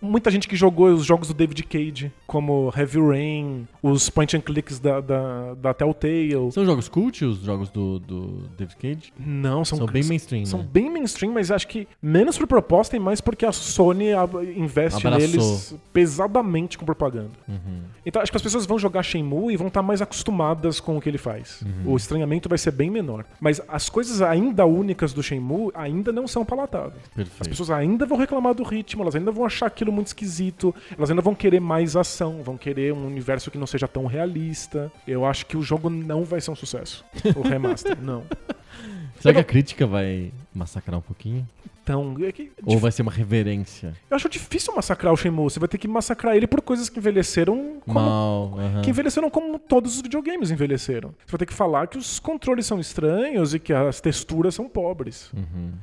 Speaker 2: Muita gente que jogou os jogos do David Cage, como Heavy Rain, os point and clicks da, da, da Telltale.
Speaker 1: São jogos cult, os jogos do, do David Cage?
Speaker 2: Não, são,
Speaker 1: São bem mainstream,
Speaker 2: São
Speaker 1: né?
Speaker 2: bem mainstream, mas acho que menos por proposta e mais porque a Sony a- investe
Speaker 1: Abraçou. Uhum.
Speaker 2: neles pesadamente com propaganda. Então acho que as pessoas vão jogar Shenmue e vão estar mais acostumadas com o que ele faz.
Speaker 1: Uhum.
Speaker 2: O estranhamento vai ser bem menor. Mas as coisas ainda únicas do Shenmue ainda não são palatáveis. As
Speaker 1: Perfeito.
Speaker 2: pessoas ainda vão reclamar do ritmo, elas ainda vão achar aquilo muito esquisito, elas ainda vão querer mais ação, vão querer um universo que não seja tão realista. Eu acho que o jogo não vai ser um sucesso. O remaster, não.
Speaker 1: Será que a crítica vai massacrar um pouquinho?
Speaker 2: Então, é que
Speaker 1: Ou vai ser uma reverência?
Speaker 2: Eu acho difícil massacrar o Shenmue. Você vai ter que massacrar ele por coisas que envelheceram como.
Speaker 1: Mal, aham.
Speaker 2: Que envelheceram como todos os videogames envelheceram. Você vai ter que falar que os controles são estranhos e que as texturas são pobres.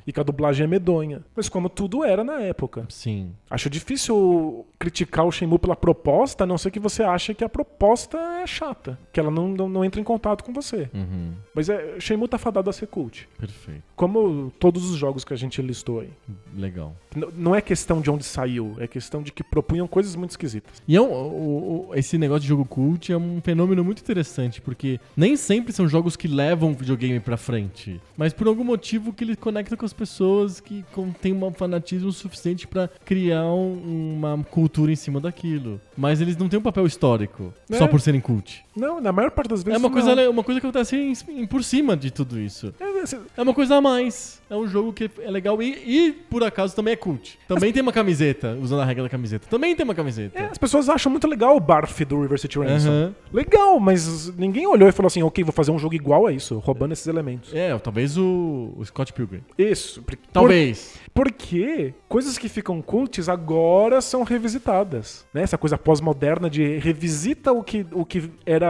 Speaker 2: E que a dublagem é medonha. Mas como tudo era na época.
Speaker 1: Sim.
Speaker 2: Acho difícil criticar o Shenmue pela proposta, a não ser que você ache que a proposta é chata. Que ela não, não, não entra em contato com você.
Speaker 1: Uhum.
Speaker 2: Mas é, Shenmue tá fadado a ser cult.
Speaker 1: Perfeito.
Speaker 2: Como todos os jogos que a gente listou aí.
Speaker 1: Legal.
Speaker 2: N- Não é questão de onde saiu, é questão de que propunham coisas muito esquisitas.
Speaker 1: E é um- o- o- esse negócio de jogo cult é um fenômeno muito interessante, porque nem sempre são jogos que levam o videogame pra frente, mas por algum motivo que ele conecta com as pessoas que com- têm um fanatismo suficiente pra criar um- uma cultura em cima daquilo. Mas eles não têm um papel histórico,
Speaker 2: É.
Speaker 1: só por serem cult.
Speaker 2: Não, na maior parte das vezes.
Speaker 1: É uma
Speaker 2: não.
Speaker 1: coisa, le- uma coisa que acontece em, em- por cima de tudo isso.
Speaker 2: É, assim,
Speaker 1: É uma coisa a mais. É um jogo que é legal e, e, por acaso, também é cult. Também tem uma camiseta, usando a regra da camiseta. Também tem uma camiseta.
Speaker 2: é, as pessoas acham muito legal o Barf do River City Ransom.
Speaker 1: Aham.
Speaker 2: Legal, mas ninguém olhou e falou assim: ok, vou fazer um jogo igual a isso, roubando esses elementos.
Speaker 1: É, talvez o, o Scott Pilgrim.
Speaker 2: Isso. por-
Speaker 1: Talvez.
Speaker 2: por- porque coisas que ficam cults agora são revisitadas. Né? Essa coisa pós-moderna de revisita o que, o que era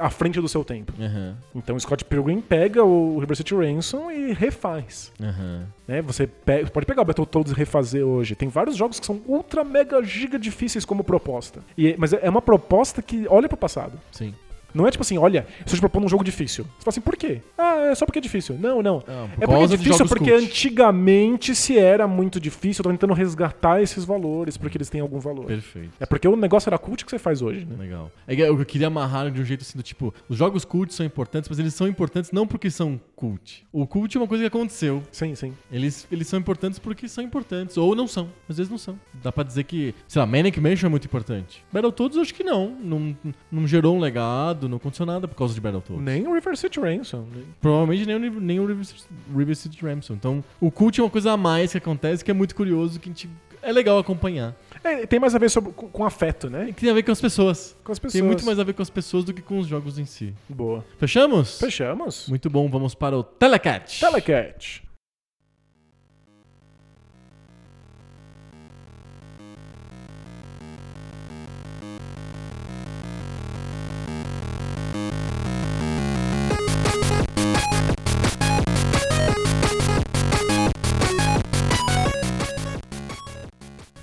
Speaker 2: à frente do seu tempo.
Speaker 1: Aham,
Speaker 2: Então Scott Pilgrim pega o River City Ransom e refaz.
Speaker 1: aham.
Speaker 2: né? Você pe- pode pegar o Battletoads e refazer hoje. Tem vários jogos que são ultra, mega, giga difíceis como proposta. E é- mas é é uma proposta que olha pro passado.
Speaker 1: Sim.
Speaker 2: Não é tipo assim, olha, estou te propondo um jogo difícil. Você fala assim, por quê? Ah, é só porque é difícil. Não,
Speaker 1: Ah,
Speaker 2: não.
Speaker 1: por
Speaker 2: é porque é
Speaker 1: causa de
Speaker 2: difícil
Speaker 1: jogos
Speaker 2: porque
Speaker 1: cult.
Speaker 2: antigamente se era muito difícil. Eu tô tentando resgatar esses valores porque eles têm algum valor.
Speaker 1: Perfeito.
Speaker 2: É porque o negócio era cult que você faz hoje, né?
Speaker 1: Legal. É que Eu eu queria amarrar de um jeito assim do tipo, os jogos cult são importantes, mas eles são importantes não porque são cult. O cult é uma coisa que aconteceu.
Speaker 2: Sim, sim.
Speaker 1: Eles, eles são importantes porque são importantes. Ou não são. Às vezes não são. Dá pra dizer que, sei lá, Manic Mansion é muito importante. Battletoads eu acho que não. Não, não gerou um legado, não aconteceu nada por causa de Battletoads.
Speaker 2: Nem o River City Ransom.
Speaker 1: Provavelmente nem o, Niv- nem o River, City- River City Ransom. Então, o cult é uma coisa a mais que acontece que é muito curioso, que a gente... É legal acompanhar.
Speaker 2: É, tem mais a ver sobre- com, com afeto, né?
Speaker 1: E que tem a ver com as pessoas.
Speaker 2: Com as pessoas.
Speaker 1: Tem muito mais a ver com as pessoas do que com os jogos em si.
Speaker 2: Boa.
Speaker 1: Fechamos?
Speaker 2: Fechamos.
Speaker 1: Muito bom, vamos para o Telecat.
Speaker 2: Telecat.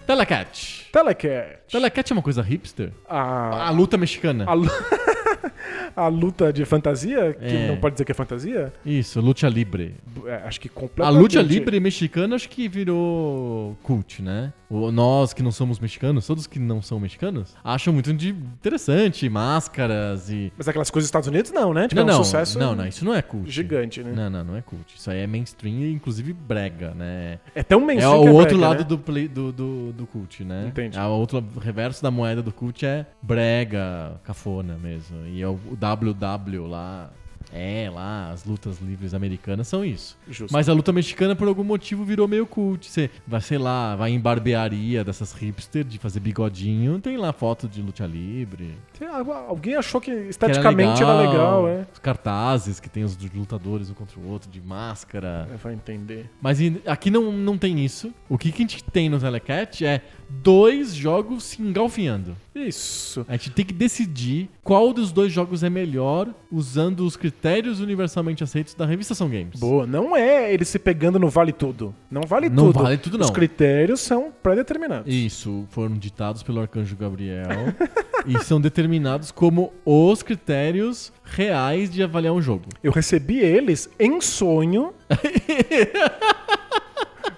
Speaker 1: Telecat.
Speaker 2: Telecat.
Speaker 1: Telecat é uma coisa hipster?
Speaker 2: A,
Speaker 1: A luta mexicana.
Speaker 2: a, lu- a luta de fantasia, que
Speaker 1: É.
Speaker 2: não pode dizer que é fantasia,
Speaker 1: Isso, luta libre.
Speaker 2: é, acho que
Speaker 1: A
Speaker 2: completamente...
Speaker 1: luta libre mexicana acho que virou cult, né? O- nós que não somos mexicanos, todos que não são mexicanos, acham muito de- interessante, máscaras e...
Speaker 2: Mas aquelas coisas dos Estados Unidos não, né? Tipo,
Speaker 1: não,
Speaker 2: é um
Speaker 1: não,
Speaker 2: sucesso
Speaker 1: não, não, isso não é cult.
Speaker 2: gigante, né?
Speaker 1: Não, não, não é cult. Isso aí é mainstream e inclusive brega, né?
Speaker 2: É tão
Speaker 1: É
Speaker 2: mainstream
Speaker 1: o
Speaker 2: que
Speaker 1: outro
Speaker 2: brega,
Speaker 1: lado
Speaker 2: né?
Speaker 1: do, play- do, do, do cult, né?
Speaker 2: Entendi.
Speaker 1: É o outro reverso da moeda do cult é brega, cafona mesmo. E é o o WW lá. É, lá, as lutas livres americanas são isso.
Speaker 2: Justo.
Speaker 1: Mas a luta mexicana, por algum motivo, virou meio cult. Você vai, sei lá, vai em barbearia dessas hipster de fazer bigodinho, tem lá foto de luta livre.
Speaker 2: Sei lá, Alguém achou que
Speaker 1: que era
Speaker 2: esteticamente era legal, é.
Speaker 1: Os cartazes que tem os dos lutadores um contra o outro, de máscara.
Speaker 2: É, Vai entender.
Speaker 1: Mas e- aqui não, não tem isso. O que, que a gente tem no Telecat é dois jogos se engalfinhando.
Speaker 2: Isso.
Speaker 1: A gente tem que decidir qual dos dois jogos é melhor usando os critérios universalmente aceitos da revista São Games.
Speaker 2: Boa. Não é ele se pegando no vale tudo. Não vale
Speaker 1: Não
Speaker 2: tudo.
Speaker 1: vale tudo, não.
Speaker 2: Os critérios são pré-determinados.
Speaker 1: Isso, foram ditados pelo arcanjo Gabriel e são determinados como os critérios reais de avaliar um jogo.
Speaker 2: Eu recebi eles em sonho.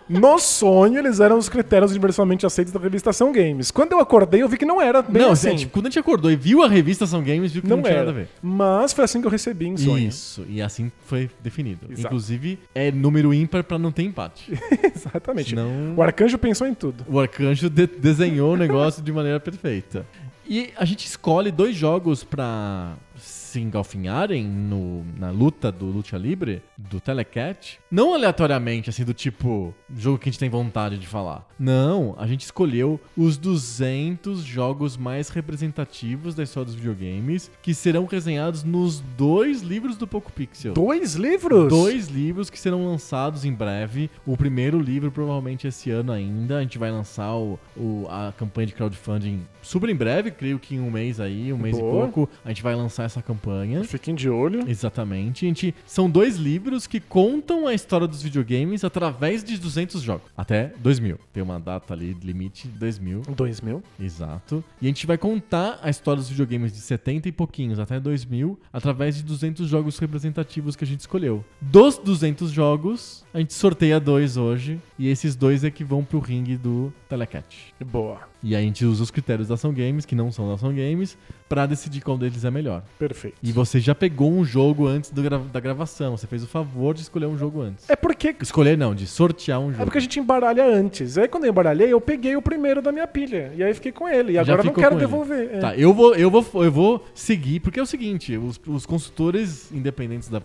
Speaker 2: No sonho, eles eram os critérios universalmente aceitos da revista São Games. Quando eu acordei, eu vi que não era bem
Speaker 1: não,
Speaker 2: assim.
Speaker 1: é, tipo, quando a gente acordou e viu a revista São Games, viu que não,
Speaker 2: não,
Speaker 1: tinha
Speaker 2: era.
Speaker 1: nada a ver.
Speaker 2: Mas foi assim que eu recebi em sonho.
Speaker 1: Isso, e assim foi definido.
Speaker 2: Exato.
Speaker 1: Inclusive, é número ímpar pra não ter empate.
Speaker 2: Exatamente.
Speaker 1: Senão-
Speaker 2: O arcanjo pensou em tudo.
Speaker 1: O arcanjo de- desenhou o negócio de maneira perfeita. E a gente escolhe dois jogos pra se engalfinharem no- na luta do Lucha Libre, do Telecat. Não aleatoriamente, assim, do tipo, jogo que a gente tem vontade de falar. Não, a gente escolheu os 200 jogos mais representativos da história dos videogames, que serão resenhados nos dois livros do Poco Pixel.
Speaker 2: Dois livros?
Speaker 1: Dois livros que serão lançados em breve. O primeiro livro, provavelmente esse ano ainda. A gente vai lançar o, o- a campanha de crowdfunding super em breve, creio que em um mês aí, um mês
Speaker 2: Boa.
Speaker 1: e pouco. A gente vai lançar essa campanha.
Speaker 2: Fiquem de olho.
Speaker 1: Exatamente. A gente, são dois livros que contam a história dos videogames através de 200 jogos. Até 2000. Tem uma data ali, limite 2000.
Speaker 2: Dois mil.
Speaker 1: Exato. E a gente vai contar a história dos videogames de 70 e pouquinhos até 2000 através de 200 jogos representativos que a gente escolheu. Dos 200 jogos, a gente sorteia dois hoje e esses dois é que vão pro ringue do Telecat.
Speaker 2: Boa.
Speaker 1: E aí a gente usa os critérios da Ação Games, que não são da Ação Games, pra decidir qual deles é melhor.
Speaker 2: Perfeito.
Speaker 1: E você já pegou um jogo antes do gra- da gravação, você fez o favor de escolher um jogo antes.
Speaker 2: É porque
Speaker 1: Escolher não, de sortear um jogo.
Speaker 2: É porque a gente embaralha antes. Aí quando eu embaralhei, eu peguei o primeiro da minha pilha. E aí fiquei com ele. E
Speaker 1: Já
Speaker 2: agora eu não
Speaker 1: ficou
Speaker 2: quero
Speaker 1: com ele.
Speaker 2: devolver. É.
Speaker 1: Tá, eu vou, eu, vou, eu vou seguir, porque é o seguinte, os, os consultores independentes da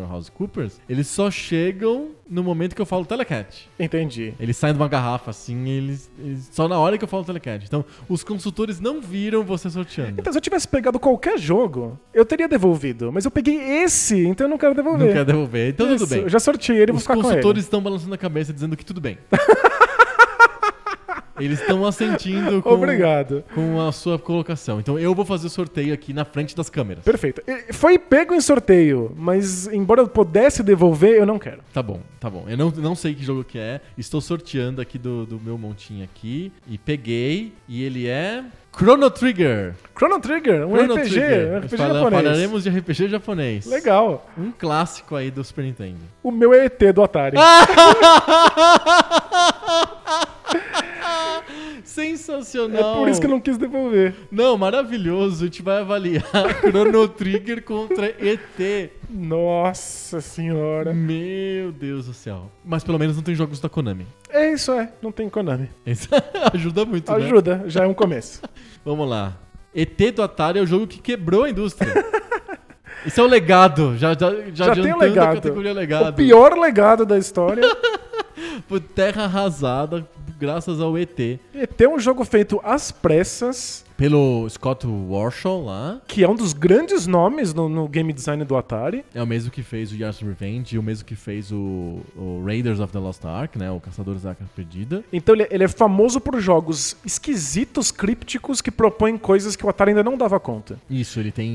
Speaker 1: PricewaterhouseCoopers, eles só chegam no momento que eu falo telecat.
Speaker 2: Entendi.
Speaker 1: Eles saem de uma garrafa assim, eles, eles- só na hora que eu falo telecat. Então, os consultores não viram você sorteando.
Speaker 2: Então, se eu tivesse pegado qualquer jogo, eu teria devolvido. Mas eu peguei esse, então eu não quero devolver.
Speaker 1: Não quer devolver, então
Speaker 2: Isso,
Speaker 1: tudo bem.
Speaker 2: Eu já sorteei ele, vou
Speaker 1: Os
Speaker 2: ficar com ele.
Speaker 1: consultores estão balançando a cabeça dizendo que tudo bem. eles estão assentindo com,
Speaker 2: Obrigado.
Speaker 1: com a sua colocação. Então, eu vou fazer o sorteio aqui na frente das câmeras.
Speaker 2: Perfeito. E- Foi pego em sorteio, mas embora eu pudesse devolver, eu não quero.
Speaker 1: Tá bom, tá bom. Eu não, não sei que jogo que é. Estou sorteando aqui do, do meu montinho aqui. E peguei. E ele é. Chrono Trigger.
Speaker 2: Chrono Trigger, um
Speaker 1: Chrono
Speaker 2: RPG, um RPG
Speaker 1: Fala-
Speaker 2: japonês.
Speaker 1: Falaremos de RPG japonês.
Speaker 2: Legal.
Speaker 1: Um clássico aí do Super Nintendo.
Speaker 2: O meu é ET do Atari.
Speaker 1: Ah,
Speaker 2: é
Speaker 1: Sensacional.
Speaker 2: por isso que eu não quis devolver.
Speaker 1: Não, maravilhoso. A gente vai avaliar Chrono Trigger contra ET.
Speaker 2: Nossa senhora.
Speaker 1: Meu Deus do céu. Mas pelo menos não tem jogos da Konami.
Speaker 2: É isso, é. Não tem Konami.
Speaker 1: Isso ajuda muito, né?
Speaker 2: Ajuda, já é um começo.
Speaker 1: Vamos lá. ET do Atari é o jogo que quebrou a indústria. Isso é o legado. Já, já, já,
Speaker 2: Já tem
Speaker 1: adiantando
Speaker 2: o
Speaker 1: a
Speaker 2: legado.
Speaker 1: categoria legado.
Speaker 2: O pior legado da história
Speaker 1: Por terra arrasada, graças ao ET.
Speaker 2: é ter um jogo feito às pressas,
Speaker 1: pelo Scott Warshaw lá.
Speaker 2: que é um dos grandes nomes no, no game design do Atari.
Speaker 1: É o mesmo que fez o Yars Revenge e o mesmo que fez o, o Raiders of the Lost Ark, né? O Caçadores da Arca Perdida.
Speaker 2: Então ele, ele é famoso por jogos esquisitos, crípticos, que propõem coisas que o Atari ainda não dava conta.
Speaker 1: Isso, ele tem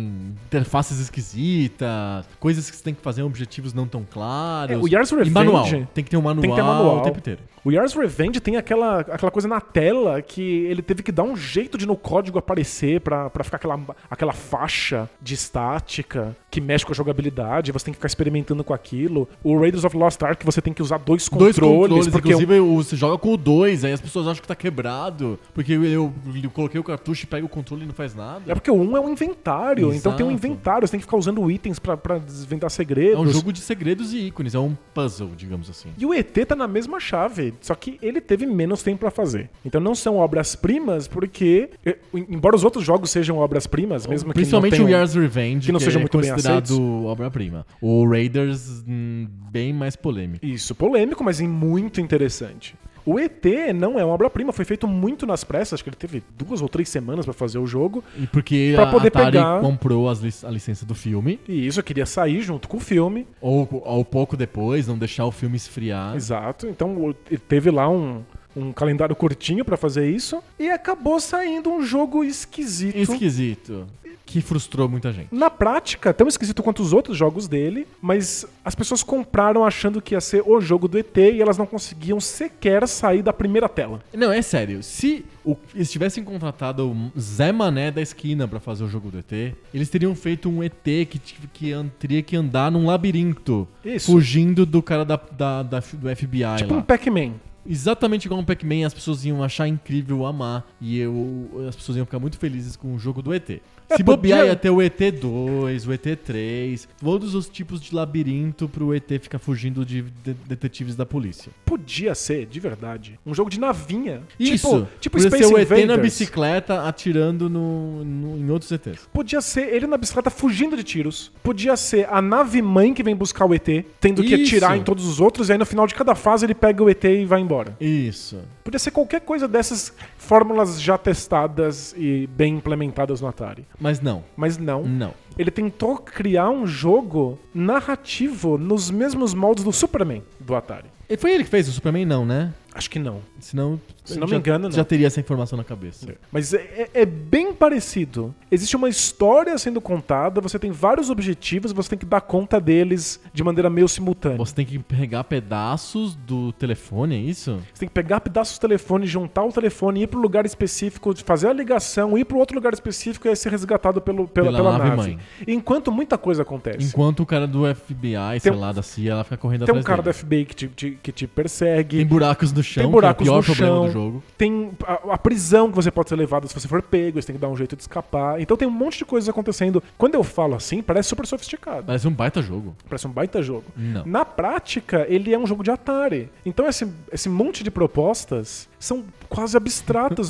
Speaker 1: interfaces esquisitas, coisas que você tem que fazer, objetivos não tão claros.
Speaker 2: É, o Yars
Speaker 1: E
Speaker 2: Revenge-
Speaker 1: manual. Tem que ter um manual,
Speaker 2: Tem que ter manual.
Speaker 1: o tempo inteiro.
Speaker 2: O Yars Revenge tem aquela, aquela coisa na tela que ele teve que dar um jeito de no código aparecer pra pra ficar aquela, aquela faixa de estática que mexe com a jogabilidade, você tem que ficar experimentando com aquilo. O Raiders of Lost Ark você tem que usar dois,
Speaker 1: Dois controles,
Speaker 2: porque um-
Speaker 1: inclusive o- você joga com o dois, aí as pessoas acham que tá quebrado, porque eu, eu- eu coloquei o cartucho, pega o controle e não faz nada.
Speaker 2: É porque o um é um inventário, então tem um
Speaker 1: Exato.
Speaker 2: inventário, você tem que ficar usando itens pra- pra desvendar segredos.
Speaker 1: É um jogo de segredos e ícones, é um puzzle, digamos assim.
Speaker 2: E o ET tá na mesma chave, só que ele teve menos tempo pra fazer. Então não são obras-primas, porque eh, embora os outros jogos sejam obras-primas, mesmo que
Speaker 1: Principalmente
Speaker 2: não
Speaker 1: o
Speaker 2: tenham-
Speaker 1: Yars Revenge,
Speaker 2: que não sejam
Speaker 1: é
Speaker 2: muito bem aceitos.
Speaker 1: considerado obra-prima. O Raiders, hum, bem mais polêmico.
Speaker 2: Isso, polêmico, mas e muito interessante. O ET não é uma obra-prima, foi feito muito nas pressas, acho que ele teve duas ou três semanas pra fazer o jogo.
Speaker 1: E porque
Speaker 2: Pra
Speaker 1: a
Speaker 2: poder
Speaker 1: Atari
Speaker 2: pegar-
Speaker 1: comprou as lic- a licença do filme,
Speaker 2: E isso eu queria sair junto com o filme.
Speaker 1: ou, ou pouco depois, não deixar o filme esfriar.
Speaker 2: Exato. Então o- teve lá um, um calendário curtinho pra fazer isso. E acabou saindo um jogo esquisito.
Speaker 1: Esquisito. Que frustrou muita gente.
Speaker 2: Na prática, tão esquisito quanto os outros jogos dele, mas as pessoas compraram achando que ia ser o jogo do ET e elas não conseguiam sequer sair da primeira tela.
Speaker 1: Não, é sério. Se o- eles tivessem contratado o Zé Mané da esquina pra fazer o jogo do ET, eles teriam feito um ET que, t- que an- teria que andar num labirinto,
Speaker 2: Isso.
Speaker 1: fugindo do cara da, da- da F- do FBI
Speaker 2: Tipo
Speaker 1: lá.
Speaker 2: um Pac-Man.
Speaker 1: Exatamente igual um Pac-Man, as pessoas iam achar incrível, amar, e eu, as pessoas iam ficar muito felizes com o jogo do ET.
Speaker 2: É,
Speaker 1: Se bobear,
Speaker 2: podia-
Speaker 1: ia ter o ET 2, o ET 3, todos os tipos de labirinto pro ET ficar fugindo de de- detetives da polícia.
Speaker 2: Podia ser, de verdade, um jogo de navinha.
Speaker 1: Isso.
Speaker 2: Tipo, tipo
Speaker 1: Podia
Speaker 2: Space
Speaker 1: ser é o ET na
Speaker 2: Invaders.
Speaker 1: bicicleta atirando no, no- em outros ETs.
Speaker 2: Podia ser ele na bicicleta fugindo de tiros. Podia ser a nave mãe que vem buscar o ET, tendo que
Speaker 1: Isso.
Speaker 2: atirar em todos os outros, e aí no final de cada fase ele pega o ET e vai embora.
Speaker 1: Isso.
Speaker 2: Podia ser qualquer coisa dessas fórmulas já testadas e bem implementadas no Atari.
Speaker 1: Mas não.
Speaker 2: Mas não.
Speaker 1: Não.
Speaker 2: Ele tentou criar um jogo narrativo nos mesmos moldes do Superman do Atari.
Speaker 1: E foi ele que fez o Superman, não, né?
Speaker 2: Acho que não.
Speaker 1: Senão.
Speaker 2: Se não
Speaker 1: já-
Speaker 2: me engano, não.
Speaker 1: Já teria essa informação na cabeça.
Speaker 2: Mas é, é- é bem parecido. Existe uma história sendo contada, você tem vários objetivos, você tem que dar conta deles de maneira meio simultânea.
Speaker 1: Você tem que pegar pedaços do telefone, é isso?
Speaker 2: Você tem que pegar pedaços do telefone, juntar o telefone, ir para um lugar específico, fazer a ligação, ir para outro lugar específico e aí ser resgatado pelo, pela,
Speaker 1: Pela
Speaker 2: pela
Speaker 1: nave
Speaker 2: nave.
Speaker 1: mãe.
Speaker 2: Enquanto muita coisa acontece.
Speaker 1: Enquanto o cara do FBI, sei
Speaker 2: Tem- um
Speaker 1: lá, da CIA, ela fica correndo
Speaker 2: tem um
Speaker 1: atrás
Speaker 2: cara do
Speaker 1: dele.
Speaker 2: FBI que te, te- que te
Speaker 1: Tem
Speaker 2: persegue.
Speaker 1: buracos no chão,
Speaker 2: Tem buracos
Speaker 1: que é o pior
Speaker 2: no
Speaker 1: problema
Speaker 2: chão.
Speaker 1: do jogo.
Speaker 2: Tem a, a prisão que você pode ser levado se você for pego, você tem que dar um jeito de escapar. Então tem um monte de coisas acontecendo. Quando eu falo assim, parece super sofisticado.
Speaker 1: Parece um baita jogo.
Speaker 2: Parece um baita jogo.
Speaker 1: Não.
Speaker 2: Na prática, ele é um jogo de Atari. Então esse, esse monte de propostas são quase abstratas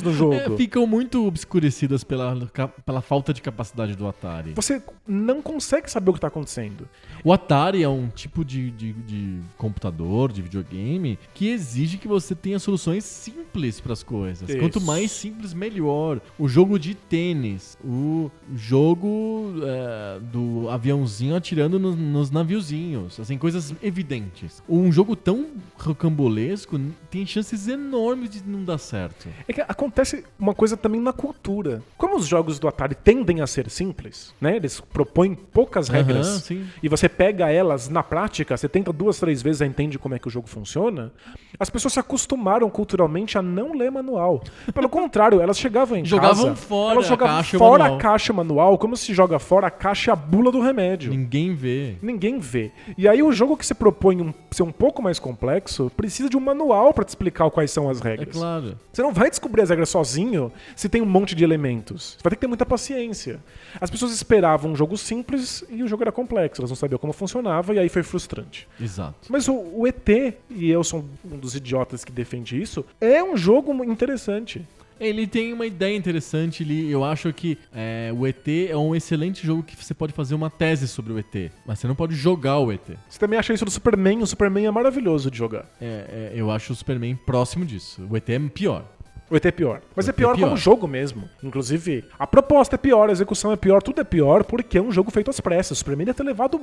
Speaker 2: do jogo.
Speaker 1: É, ficam muito obscurecidas pela, ca- pela falta de capacidade do Atari.
Speaker 2: Você não consegue saber o que tá acontecendo.
Speaker 1: O Atari é um tipo de, de, de computador, de videogame, que exige que você tenha soluções simples para as coisas.
Speaker 2: Isso.
Speaker 1: Quanto mais simples, melhor. O jogo de tênis, o jogo é, do aviãozinho atirando no- nos naviozinhos, assim, coisas evidentes. Um jogo tão rocambolesco tem chances enormes de não dar certo.
Speaker 2: É que acontece uma coisa também na cultura. Como os jogos do Atari tendem a ser simples, né? Eles propõem poucas regras.
Speaker 1: Aham, sim.
Speaker 2: E você pega elas na prática, você tenta duas, três vezes, aí entende como é que o jogo funciona. As pessoas se acostumaram culturalmente a não ler manual. Pelo contrário, elas chegavam em
Speaker 1: Jogavam
Speaker 2: casa,
Speaker 1: fora
Speaker 2: elas
Speaker 1: a
Speaker 2: jogavam
Speaker 1: caixa e o
Speaker 2: fora
Speaker 1: manual.
Speaker 2: a caixa e o manual, como se joga fora a caixa e a bula do remédio.
Speaker 1: Ninguém vê.
Speaker 2: Ninguém vê. E aí o jogo que se propõe um, ser um pouco mais complexo precisa de um manual pra te explicar quais são as
Speaker 1: É
Speaker 2: regras.
Speaker 1: claro.
Speaker 2: Você não vai descobrir as regras sozinho se tem um monte de elementos. Você vai ter que ter muita paciência. As pessoas esperavam um jogo simples e o jogo era complexo. Elas não sabiam como funcionava e aí foi frustrante.
Speaker 1: Exato.
Speaker 2: Mas o, o ET, e eu sou um dos idiotas que defende isso, é um jogo interessante.
Speaker 1: Ele tem uma ideia interessante ali. Eu acho que é, o ET é um excelente jogo que você pode fazer uma tese sobre o ET, mas você não pode jogar o ET.
Speaker 2: Você também acha isso do Superman? O Superman é maravilhoso de jogar.
Speaker 1: É, é, eu acho o Superman próximo disso. O ET é pior.
Speaker 2: 8 é pior. Mas é
Speaker 1: Oito é
Speaker 2: pior como
Speaker 1: pior.
Speaker 2: jogo mesmo. Inclusive, a proposta é pior, a execução é pior, tudo é pior, porque é um jogo feito às pressas. O Superman deve ter levado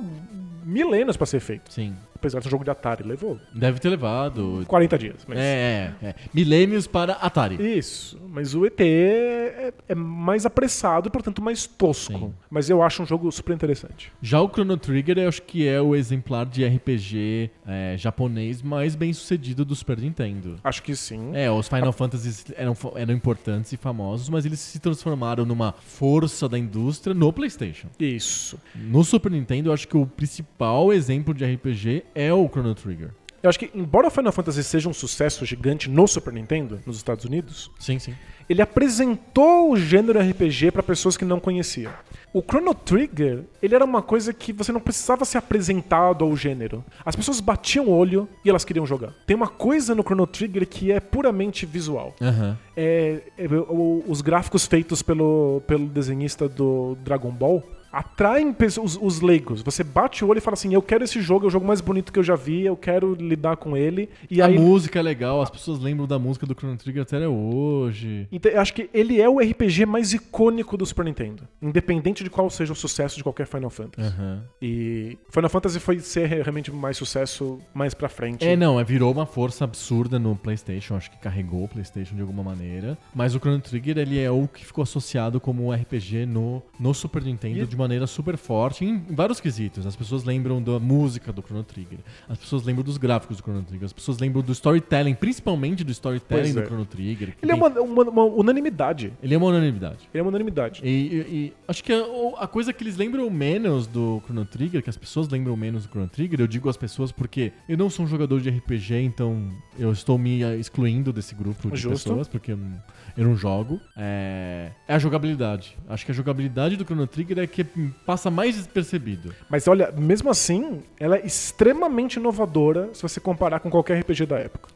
Speaker 2: milênios pra ser feito.
Speaker 1: Sim.
Speaker 2: Apesar de ser um jogo de Atari, levou
Speaker 1: Deve ter levado.
Speaker 2: 40 dias. Mas...
Speaker 1: É, é, é. Milênios para Atari.
Speaker 2: Isso, mas o ET é, é mais apressado e, portanto, mais tosco.
Speaker 1: Sim.
Speaker 2: Mas eu acho um jogo super interessante.
Speaker 1: Já o Chrono Trigger, eu acho que é o exemplar de RPG é, japonês mais bem sucedido do Super Nintendo.
Speaker 2: Acho que sim.
Speaker 1: É, os Final Fantasies eram, fa- eram importantes e famosos, mas eles se transformaram numa força da indústria no PlayStation.
Speaker 2: Isso.
Speaker 1: No Super Nintendo, eu acho que o principal exemplo de RPG é o Chrono Trigger.
Speaker 2: Eu acho que, embora o Final Fantasy seja um sucesso gigante no Super Nintendo, nos Estados Unidos,
Speaker 1: Sim, sim.
Speaker 2: ele apresentou o gênero RPG pra pessoas que não conheciam. O Chrono Trigger, ele era uma coisa que você não precisava ser apresentado ao gênero. As pessoas batiam o olho e elas queriam jogar. Tem uma coisa no Chrono Trigger que é puramente visual.
Speaker 1: Aham.
Speaker 2: é, é, o- os gráficos feitos pelo, pelo desenhista do Dragon Ball atraem pesso- os, os leigos. Você bate o olho e fala assim: Eu quero esse jogo, é o jogo mais bonito que eu já vi, eu quero lidar com ele. E
Speaker 1: A
Speaker 2: aí.
Speaker 1: música é legal, as pessoas lembram da música do Chrono Trigger até hoje.
Speaker 2: Então, eu acho que ele é o RPG mais icônico do Super Nintendo, independente de qual seja o sucesso de qualquer Final Fantasy.
Speaker 1: Aham.
Speaker 2: E Final Fantasy foi ser realmente mais sucesso mais pra frente.
Speaker 1: É, não, é, virou uma força absurda no PlayStation, acho que carregou o PlayStation de alguma maneira. Mas o Chrono Trigger, ele é o que ficou associado como um RPG no, no Super Nintendo de
Speaker 2: E-
Speaker 1: maneira super forte, em vários quesitos. As pessoas lembram da música do Chrono Trigger, as pessoas lembram dos gráficos do Chrono Trigger, as pessoas lembram do storytelling, principalmente do storytelling
Speaker 2: Pois
Speaker 1: do
Speaker 2: é.
Speaker 1: Chrono Trigger. que
Speaker 2: Ele é
Speaker 1: tem-
Speaker 2: uma, uma- uma unanimidade.
Speaker 1: ele é uma unanimidade.
Speaker 2: Ele é uma unanimidade.
Speaker 1: E, e- e acho que a, o- a coisa que eles lembram menos do Chrono Trigger, que as pessoas lembram menos do Chrono Trigger, eu digo às pessoas porque eu não sou um jogador de RPG, então eu estou me ah, excluindo desse grupo de
Speaker 2: Justo.
Speaker 1: pessoas, porque eu não, eu não jogo. É, é a jogabilidade. Acho que a jogabilidade do Chrono Trigger é que passa mais despercebido.
Speaker 2: Mas olha, mesmo assim, ela é extremamente inovadora se você comparar com qualquer RPG da época.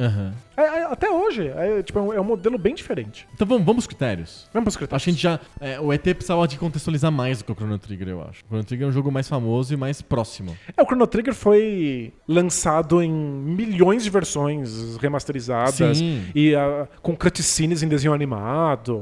Speaker 2: É, é, até hoje, é, tipo, é um, é um modelo bem diferente.
Speaker 1: Então vamos, vamos aos critérios.
Speaker 2: Vamos para os critérios.
Speaker 1: Acho que a gente já. é, o ET precisava de contextualizar mais do que o Chrono Trigger, eu acho. O Chrono Trigger é um jogo mais famoso e mais próximo.
Speaker 2: É, o Chrono Trigger foi lançado em milhões de versões remasterizadas
Speaker 1: Sim.
Speaker 2: e ah, com cutscenes em desenho animado.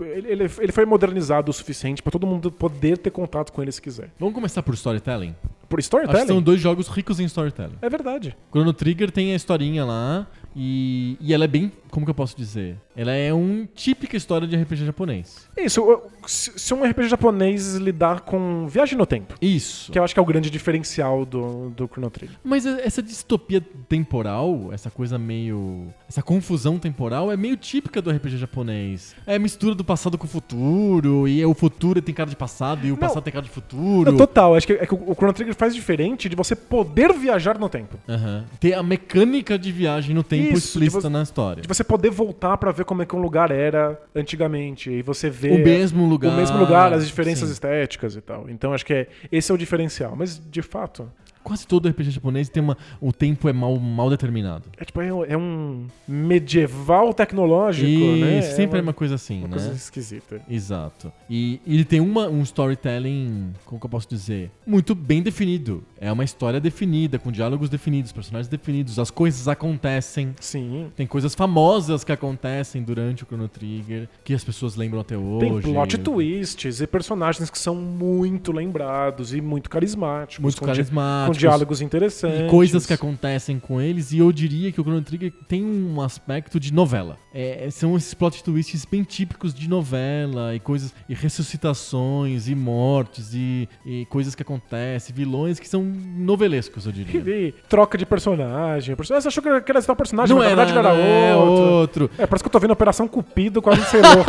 Speaker 2: Ele, ele- ele foi modernizado o suficiente para todo mundo poder ter contato com ele se quiser.
Speaker 1: Vamos começar por storytelling?
Speaker 2: Por
Speaker 1: Acho que são
Speaker 2: storytelling?
Speaker 1: dois jogos ricos em storytelling.
Speaker 2: É verdade.
Speaker 1: Chrono Trigger tem a historinha lá e, e ela é bem. Como que eu posso dizer? Ela é um típica história de RPG japonês.
Speaker 2: É Isso, eu- se se um RPG japonês lidar com viagem no tempo,
Speaker 1: Isso.
Speaker 2: que eu acho que é o grande diferencial do, do Chrono Trigger.
Speaker 1: Mas e- essa distopia temporal, essa coisa meio. essa confusão temporal é meio típica do RPG japonês. É mistura do passado com o futuro, e é o futuro tem cara de passado, e o
Speaker 2: Não.
Speaker 1: passado tem cara de futuro.
Speaker 2: Não, total, acho que, é que o o Chrono Trigger faz diferente de você poder viajar no tempo.
Speaker 1: Aham. Tem a mecânica de viagem no tempo
Speaker 2: Isso, tipo-
Speaker 1: explícita
Speaker 2: de vo-
Speaker 1: na história.
Speaker 2: De você poder voltar pra ver como é que um lugar era antigamente. E você vê
Speaker 1: O mesmo lugar.
Speaker 2: o mesmo lugar, as diferenças
Speaker 1: Sim.
Speaker 2: estéticas e tal. Então acho que é, esse é o diferencial. Mas, de fato,
Speaker 1: Quase todo RPG japonês tem uma. o tempo é mal, mal determinado.
Speaker 2: é tipo, é, um- é um medieval tecnológico, né?
Speaker 1: Isso, sempre é uma, coisa assim,
Speaker 2: uma
Speaker 1: né?
Speaker 2: coisa esquisita.
Speaker 1: Exato. E e ele tem uma, um storytelling, como que eu posso dizer? Muito bem definido. É uma história definida, com diálogos definidos, personagens definidos, as coisas acontecem.
Speaker 2: Sim.
Speaker 1: Tem coisas famosas que acontecem durante o Chrono Trigger, que as pessoas lembram até
Speaker 2: Tem
Speaker 1: hoje.
Speaker 2: plot twists e personagens que são muito lembrados e muito carismáticos.
Speaker 1: Muito
Speaker 2: com di-
Speaker 1: carismáticos.
Speaker 2: Com diálogos
Speaker 1: E
Speaker 2: interessantes.
Speaker 1: coisas que acontecem com eles, e eu diria que o Chrono Trigger tem um aspecto de novela. É, são esses plot twists bem típicos de novela, e coisas, e ressuscitações, e mortes, e, e coisas que acontecem, vilões que são novelescos, eu diria.
Speaker 2: E troca de personagem. Person- Ah, Você achou que era esse tal personagem,
Speaker 1: Não
Speaker 2: mas
Speaker 1: era,
Speaker 2: na verdade era
Speaker 1: é
Speaker 2: outro.
Speaker 1: outro.
Speaker 2: É, parece que eu tô vendo Operação Cupido com a Lindsay Lohan.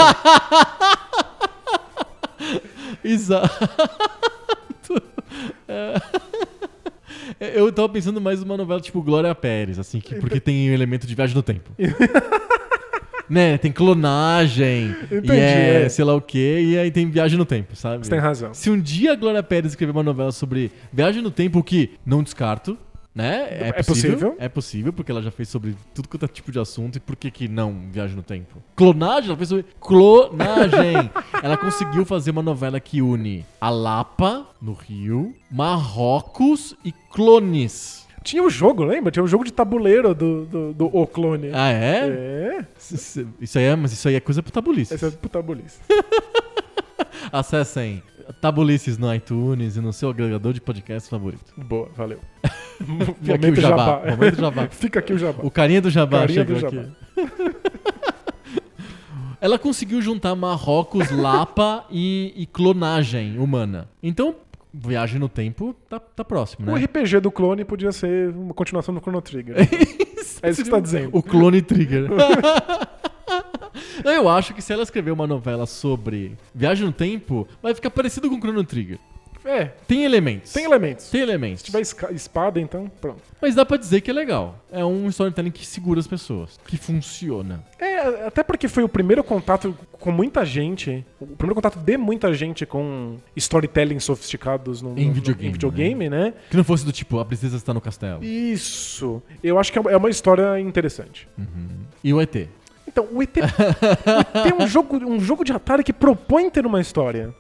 Speaker 1: Exato. É. Eu tava pensando mais numa novela tipo Glória Pérez, assim, que, porque tem elemento de viagem no tempo. né? Tem clonagem,
Speaker 2: Entendi,
Speaker 1: e é,
Speaker 2: é.
Speaker 1: sei lá o quê, e aí tem viagem no tempo, sabe?
Speaker 2: Você tá tem razão.
Speaker 1: Se um dia a Glória Pérez escrever uma novela sobre viagem no tempo, o que não descarto, né?
Speaker 2: É possível.
Speaker 1: É possível, porque ela já fez sobre tudo quanto é tipo de assunto. E por que que não viagem no tempo? Clonagem? Ela fez sobre clonagem. ela conseguiu fazer uma novela que une a Lapa, no Rio, Marrocos e clones.
Speaker 2: Tinha o jogo, lembra? Tinha o jogo de tabuleiro do, do, do O Clone.
Speaker 1: Ah, é?
Speaker 2: É?
Speaker 1: Isso- Isso aí é, mas isso aí é coisa pro tabulices.
Speaker 2: Essa é puta bulice.
Speaker 1: Acessem tabulices no iTunes e no seu agregador de podcast favorito.
Speaker 2: Boa, valeu.
Speaker 1: Fica aqui o jabá. Momento jabá.
Speaker 2: Fica aqui o jabá.
Speaker 1: O carinha do Jabá
Speaker 2: Carinha do
Speaker 1: chegou
Speaker 2: Jabá.
Speaker 1: aqui. Ela conseguiu juntar Marrocos, Lapa e, e clonagem humana. Então, viagem no tempo tá, tá próximo, né?
Speaker 2: O RPG do clone podia ser uma continuação do Chrono Trigger. é isso que você tá dizendo.
Speaker 1: O clone Trigger. Não, Eu acho que se ela escrever uma novela sobre viagem no tempo, vai ficar parecido com Chrono Trigger.
Speaker 2: É,
Speaker 1: Tem elementos.
Speaker 2: tem elementos. Se
Speaker 1: Tem elementos.
Speaker 2: tiver esca- espada, então, pronto.
Speaker 1: Mas dá pra dizer que é legal. É um storytelling que segura as pessoas, que funciona.
Speaker 2: É, até porque foi o primeiro contato com muita gente, o primeiro contato de muita gente com storytelling sofisticados no,
Speaker 1: Em
Speaker 2: no-
Speaker 1: videogame,
Speaker 2: em videogame né?
Speaker 1: Que não fosse do tipo, a princesa está no castelo.
Speaker 2: Isso. Eu acho que é uma história interessante.
Speaker 1: E o ET.
Speaker 2: Então, o ET, o ET é um jogo, um jogo de Atari que propõe ter uma história.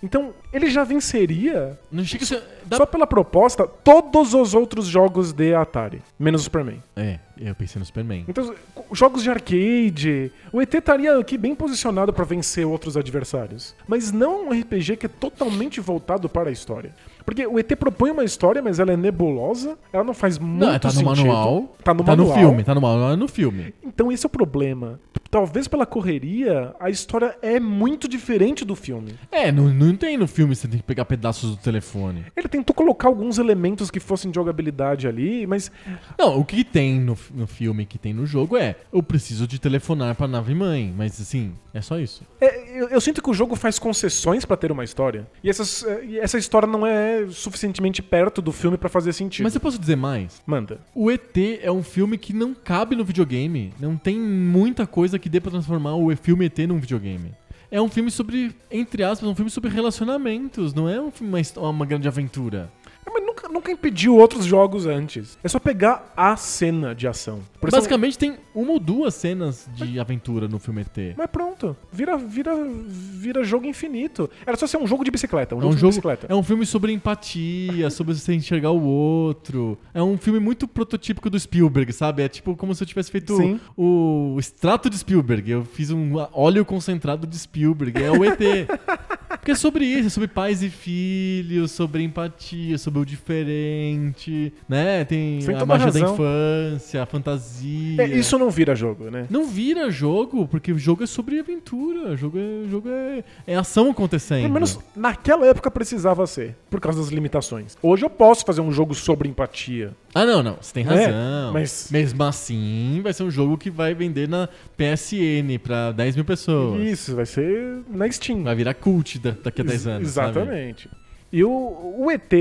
Speaker 2: Então, ele já venceria,
Speaker 1: Não chega a ser. dá-
Speaker 2: só pela proposta, todos os outros jogos de Atari, menos o Superman.
Speaker 1: É, eu pensei no Superman.
Speaker 2: Então, jogos de arcade. O ET estaria aqui bem posicionado pra vencer outros adversários. Mas não um RPG que é totalmente voltado para a história. Porque o ET propõe uma história, mas ela é nebulosa, ela não faz muito
Speaker 1: Não, é, tá no
Speaker 2: sentido.
Speaker 1: manual.
Speaker 2: Tá no
Speaker 1: Tá
Speaker 2: manual.
Speaker 1: no filme, tá no manual, é no filme.
Speaker 2: Então esse é o problema. Talvez pela correria, a história é muito diferente do filme.
Speaker 1: É, não, não tem no filme você tem que pegar pedaços do telefone.
Speaker 2: Ele tentou colocar alguns elementos que fossem de jogabilidade ali, mas
Speaker 1: Não, o que tem no, no filme que tem no jogo é eu preciso de telefonar pra nave mãe, mas assim, é só isso.
Speaker 2: É, eu, eu sinto que o jogo faz concessões pra ter uma história. E, essas- é, e essa história não é suficientemente perto do filme pra fazer sentido.
Speaker 1: Mas eu posso dizer mais?
Speaker 2: Manda.
Speaker 1: O ET é um filme que não cabe no videogame. Não tem muita coisa que dê pra transformar o filme ET num videogame. É um filme sobre, entre aspas, um filme sobre relacionamentos, não é um filme uma, histó- uma grande aventura.
Speaker 2: É, Mas nunca, nunca impediu outros jogos antes. É só pegar a cena de ação. Por isso- é um
Speaker 1: Basicamente tem uma ou duas cenas de aventura no filme ET.
Speaker 2: Mas pronto. Vira, vira, vira jogo infinito. Era só ser um jogo de bicicleta. Um
Speaker 1: É
Speaker 2: jogo
Speaker 1: um,
Speaker 2: de
Speaker 1: jogo,
Speaker 2: bicicleta.
Speaker 1: é um filme sobre empatia, sobre você enxergar o outro. É um filme muito prototípico do Spielberg, sabe? É tipo como se eu tivesse feito
Speaker 2: Sim.
Speaker 1: o extrato de Spielberg. Eu fiz um óleo concentrado de Spielberg. É o ET. Porque é sobre isso, é sobre pais e filhos, sobre empatia, sobre o diferente, né? Tem
Speaker 2: Sem
Speaker 1: a
Speaker 2: toda
Speaker 1: magia da
Speaker 2: razão.
Speaker 1: infância, a fantasia.
Speaker 2: É, isso não vira jogo, né?
Speaker 1: Não vira jogo, porque o jogo é sobre aventura, o jogo é, jogo é, é ação acontecendo.
Speaker 2: Pelo menos naquela época precisava ser, por causa das limitações. Hoje eu posso fazer um jogo sobre empatia.
Speaker 1: Ah, não, não. Você tem
Speaker 2: Né?
Speaker 1: razão.
Speaker 2: Mas-
Speaker 1: Mesmo assim, vai ser um jogo que vai vender na PSN pra 10 mil pessoas.
Speaker 2: Isso, vai ser na Steam.
Speaker 1: Vai virar cult da- daqui a 10
Speaker 2: Ex-
Speaker 1: anos. sabe?
Speaker 2: Exatamente. E o, o ET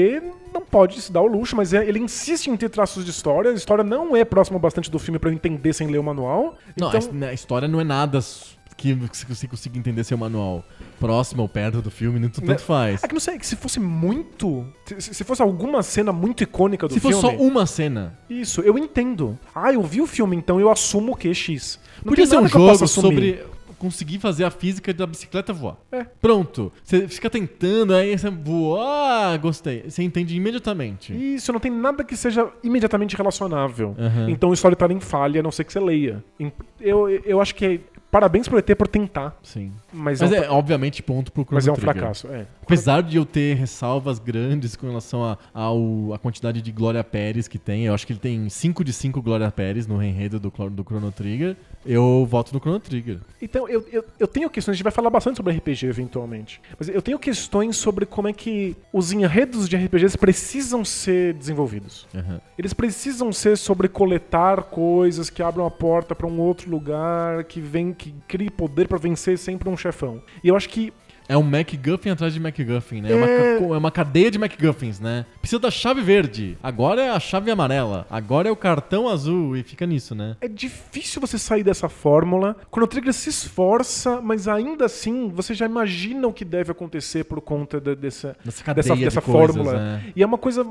Speaker 2: não pode se dar o luxo, mas é- ele insiste em ter traços de história. A história não é próxima o bastante do filme pra eu entender sem ler o manual.
Speaker 1: Não,
Speaker 2: então,
Speaker 1: a his- a história não é nada s- que você consiga entender seu manual próximo ou perto do filme, não- tanto
Speaker 2: Né?
Speaker 1: faz.
Speaker 2: é que não sei, que se fosse muito. Se, se fosse alguma cena muito icônica do
Speaker 1: Se for
Speaker 2: filme.
Speaker 1: só um- uma cena.
Speaker 2: Isso, eu entendo. Ah, eu vi o filme, então eu assumo que é X. Não
Speaker 1: podia
Speaker 2: tem
Speaker 1: ser um
Speaker 2: nada que eu possa
Speaker 1: jogo
Speaker 2: assumir.
Speaker 1: sobre conseguir fazer a física da bicicleta voar.
Speaker 2: É.
Speaker 1: Pronto. Você fica tentando, aí você voa, ah, gostei. Você entende imediatamente.
Speaker 2: Isso, não tem nada que seja imediatamente relacionável.
Speaker 1: Aham.
Speaker 2: Então o storytelling falha, a não ser que você leia. Em- Eu, eu acho que é- parabéns pro ET por tentar.
Speaker 1: Sim.
Speaker 2: Mas,
Speaker 1: Mas
Speaker 2: é, um,
Speaker 1: é,
Speaker 2: fra-
Speaker 1: obviamente, ponto pro Chrono
Speaker 2: mas é um
Speaker 1: Trigger.
Speaker 2: fracasso. É.
Speaker 1: Apesar de eu ter ressalvas grandes com relação à a, ao- à quantidade de Glória Pérez que tem, eu acho que ele tem 5 de 5 Glória Pérez no enredo do, Clo- do Chrono Trigger, eu voto no Chrono Trigger.
Speaker 2: Então, eu, eu, eu tenho questões, a gente vai falar bastante sobre RPG eventualmente, mas eu tenho questões sobre como é que os enredos de RPGs precisam ser desenvolvidos.
Speaker 1: Aham.
Speaker 2: Eles precisam ser sobre coletar coisas que abram a porta pra um outro lugar, que vem, que crie poder pra vencer sempre um chefão. E eu acho que
Speaker 1: É um MacGuffin atrás de MacGuffin, né? É... uma
Speaker 2: É.
Speaker 1: ca- é uma cadeia de MacGuffins, né? Precisa da chave verde, agora é a chave amarela, agora é o cartão azul e fica nisso, né?
Speaker 2: é difícil você sair dessa fórmula. Quando o Trigger se esforça, mas ainda assim você já imagina o que deve acontecer por conta de- dessa,
Speaker 1: Dessa cadeia
Speaker 2: dessa,
Speaker 1: de
Speaker 2: dessa
Speaker 1: coisas,
Speaker 2: fórmula.
Speaker 1: né?
Speaker 2: E é uma coisa.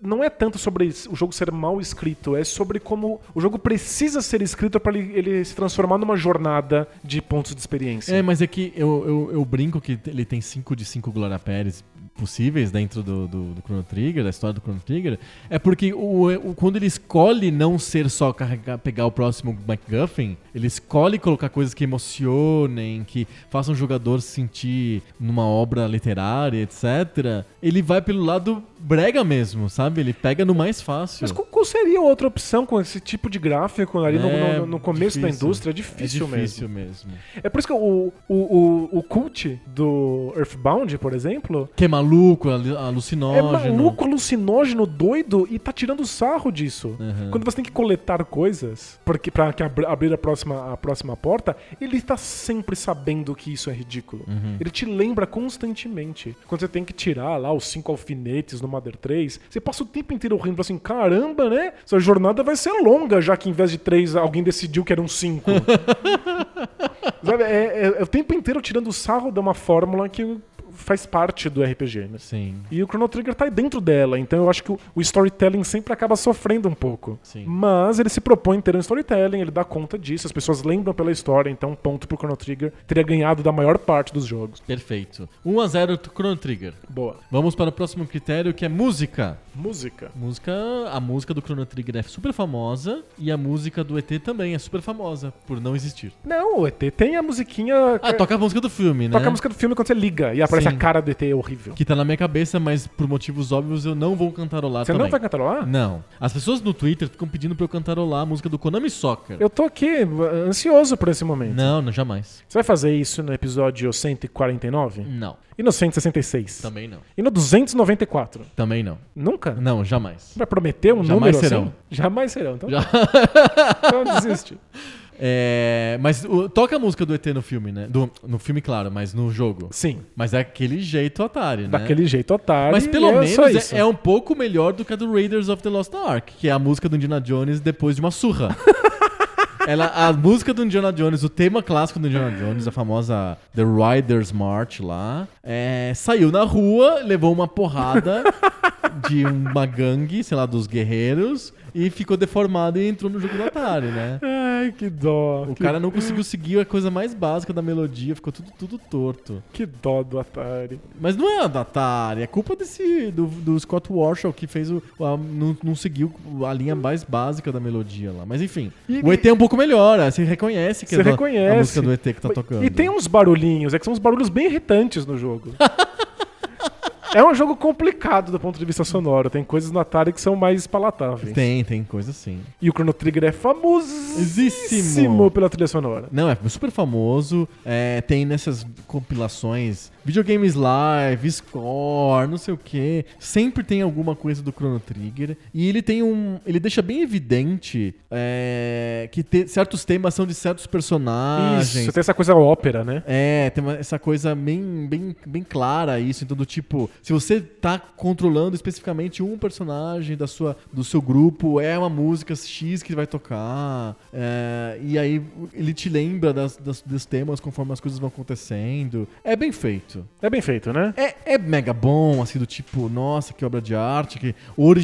Speaker 2: Não é tanto sobre o jogo ser mal escrito, é sobre como o jogo precisa ser escrito para ele, ele se transformar numa jornada de pontos de experiência.
Speaker 1: É, mas é que eu, eu, eu brinco que ele tem 5 de 5 Glória Pérez possíveis dentro do, do, do Chrono Trigger, da história do Chrono Trigger, é porque o, o- quando ele escolhe não ser só carregar- pegar o próximo MacGuffin, ele escolhe colocar coisas que emocionem, que façam o jogador se sentir numa obra literária, etc. Ele vai pelo lado brega mesmo, sabe? Ele pega no mais fácil.
Speaker 2: Mas qual, qual seria outra opção com esse tipo de gráfico ali no-
Speaker 1: É
Speaker 2: no, no começo da
Speaker 1: difícil.
Speaker 2: indústria? É
Speaker 1: é
Speaker 2: difícil,
Speaker 1: difícil
Speaker 2: mesmo.
Speaker 1: mesmo.
Speaker 2: É por isso que o, o, o, o cult do Earthbound, por exemplo,
Speaker 1: Que é maluco, alu-
Speaker 2: é
Speaker 1: alucinógeno.
Speaker 2: maluco, alucinógeno, doido e tá tirando sarro disso.
Speaker 1: Uhum.
Speaker 2: Quando você tem que coletar coisas porque, pra que abra- abrir a próxima, a próxima porta, ele tá sempre sabendo que isso é ridículo. Ele te lembra constantemente. Quando você tem que tirar lá os cinco alfinetes no Mother 3, você passa o tempo inteiro rindo, fala assim, caramba, né? Sua jornada vai ser longa, já que em vez de três, alguém decidiu que eram cinco. Sabe, é, é- é o tempo inteiro tirando sarro de uma fórmula que faz parte do RPG, né?
Speaker 1: Sim.
Speaker 2: E o Chrono Trigger tá aí dentro dela, então eu acho que o, o storytelling sempre acaba sofrendo um pouco.
Speaker 1: Sim.
Speaker 2: Mas ele se propõe ter um storytelling, ele dá conta disso, as pessoas lembram pela história, então um ponto pro Chrono Trigger teria ganhado da maior parte dos jogos.
Speaker 1: Perfeito. 1x0 Chrono Trigger.
Speaker 2: Boa.
Speaker 1: Vamos para o próximo critério que é música.
Speaker 2: Música.
Speaker 1: Música, a música do Chrono Trigger é super famosa e a música do ET também é super famosa por não existir.
Speaker 2: Não, o ET tem a musiquinha.
Speaker 1: Ah, toca a música do filme, né?
Speaker 2: É. toca a música do filme quando você liga e aparece
Speaker 1: Sim.
Speaker 2: a cara do ET, é horrível.
Speaker 1: que tá na minha cabeça, mas por motivos óbvios eu não vou cantarolar
Speaker 2: Você
Speaker 1: também.
Speaker 2: não vai cantarolar?
Speaker 1: Não. As pessoas no Twitter ficam pedindo pra eu cantarolar a música do Konami Soccer.
Speaker 2: Eu tô aqui uh, ansioso por esse momento.
Speaker 1: Não, não, jamais.
Speaker 2: Você vai fazer isso no episódio 149?
Speaker 1: Não.
Speaker 2: E no 166?
Speaker 1: Hum. Também não.
Speaker 2: E no 294?
Speaker 1: Também não.
Speaker 2: Nunca?
Speaker 1: Não, jamais.
Speaker 2: Vai prometer um
Speaker 1: Jamais
Speaker 2: número
Speaker 1: serão.
Speaker 2: assim? Jamais serão. Então,
Speaker 1: Já-
Speaker 2: então desiste.
Speaker 1: É, mas o- toca a música do ET no filme, né? Do- no filme, claro, mas no jogo.
Speaker 2: Sim.
Speaker 1: Mas é aquele jeito Atari, né?
Speaker 2: Daquele jeito otário.
Speaker 1: Mas pelo
Speaker 2: e é só
Speaker 1: menos
Speaker 2: isso.
Speaker 1: é, é um pouco melhor do que a do Raiders of the Lost Ark, que é a música do Indiana Jones depois de uma surra. Ela, a música do Indiana Jones, o tema clássico do Indiana Jones, a famosa The Riders March lá, é, saiu na rua, levou uma porrada de uma gangue, sei lá, dos guerreiros, e ficou deformado e entrou no jogo do Atari, né?
Speaker 2: Ai, que dó.
Speaker 1: O
Speaker 2: que,
Speaker 1: cara não conseguiu seguir a coisa mais básica da melodia, ficou tudo, tudo torto.
Speaker 2: que dó do Atari.
Speaker 1: Mas não é a da Atari, é culpa desse do, do Scott Warshaw que fez o. a- não, não seguiu a linha mais básica da melodia lá. Mas enfim,
Speaker 2: E-
Speaker 1: o ET é um pouco melhor, é, você reconhece que
Speaker 2: Você
Speaker 1: é da-
Speaker 2: reconhece.
Speaker 1: a música do ET que tá tocando.
Speaker 2: E tem uns barulhinhos, é que são uns barulhos bem irritantes no jogo. é um jogo complicado do ponto de vista sonoro. Tem coisas no Atari que são mais palatáveis.
Speaker 1: Tem, tem coisa assim.
Speaker 2: E o Chrono Trigger é famosíssimo pela trilha sonora.
Speaker 1: Não, é super famoso. é, tem nessas compilações videogames live, score, não sei o quê. Sempre tem alguma coisa do Chrono Trigger. E ele tem um. Ele deixa bem evidente é, que te- certos temas são de certos personagens.
Speaker 2: Isso, tem essa coisa ópera, né?
Speaker 1: É, tem uma- essa coisa bem, bem, bem clara isso, então do tipo, se você tá controlando especificamente um personagem da sua, do seu grupo, é uma música X que vai tocar, é, e aí ele te lembra das, das- dos temas conforme as coisas vão acontecendo. É bem feito.
Speaker 2: É bem feito, né?
Speaker 1: É, é mega bom, assim, do tipo, nossa, que obra de arte, que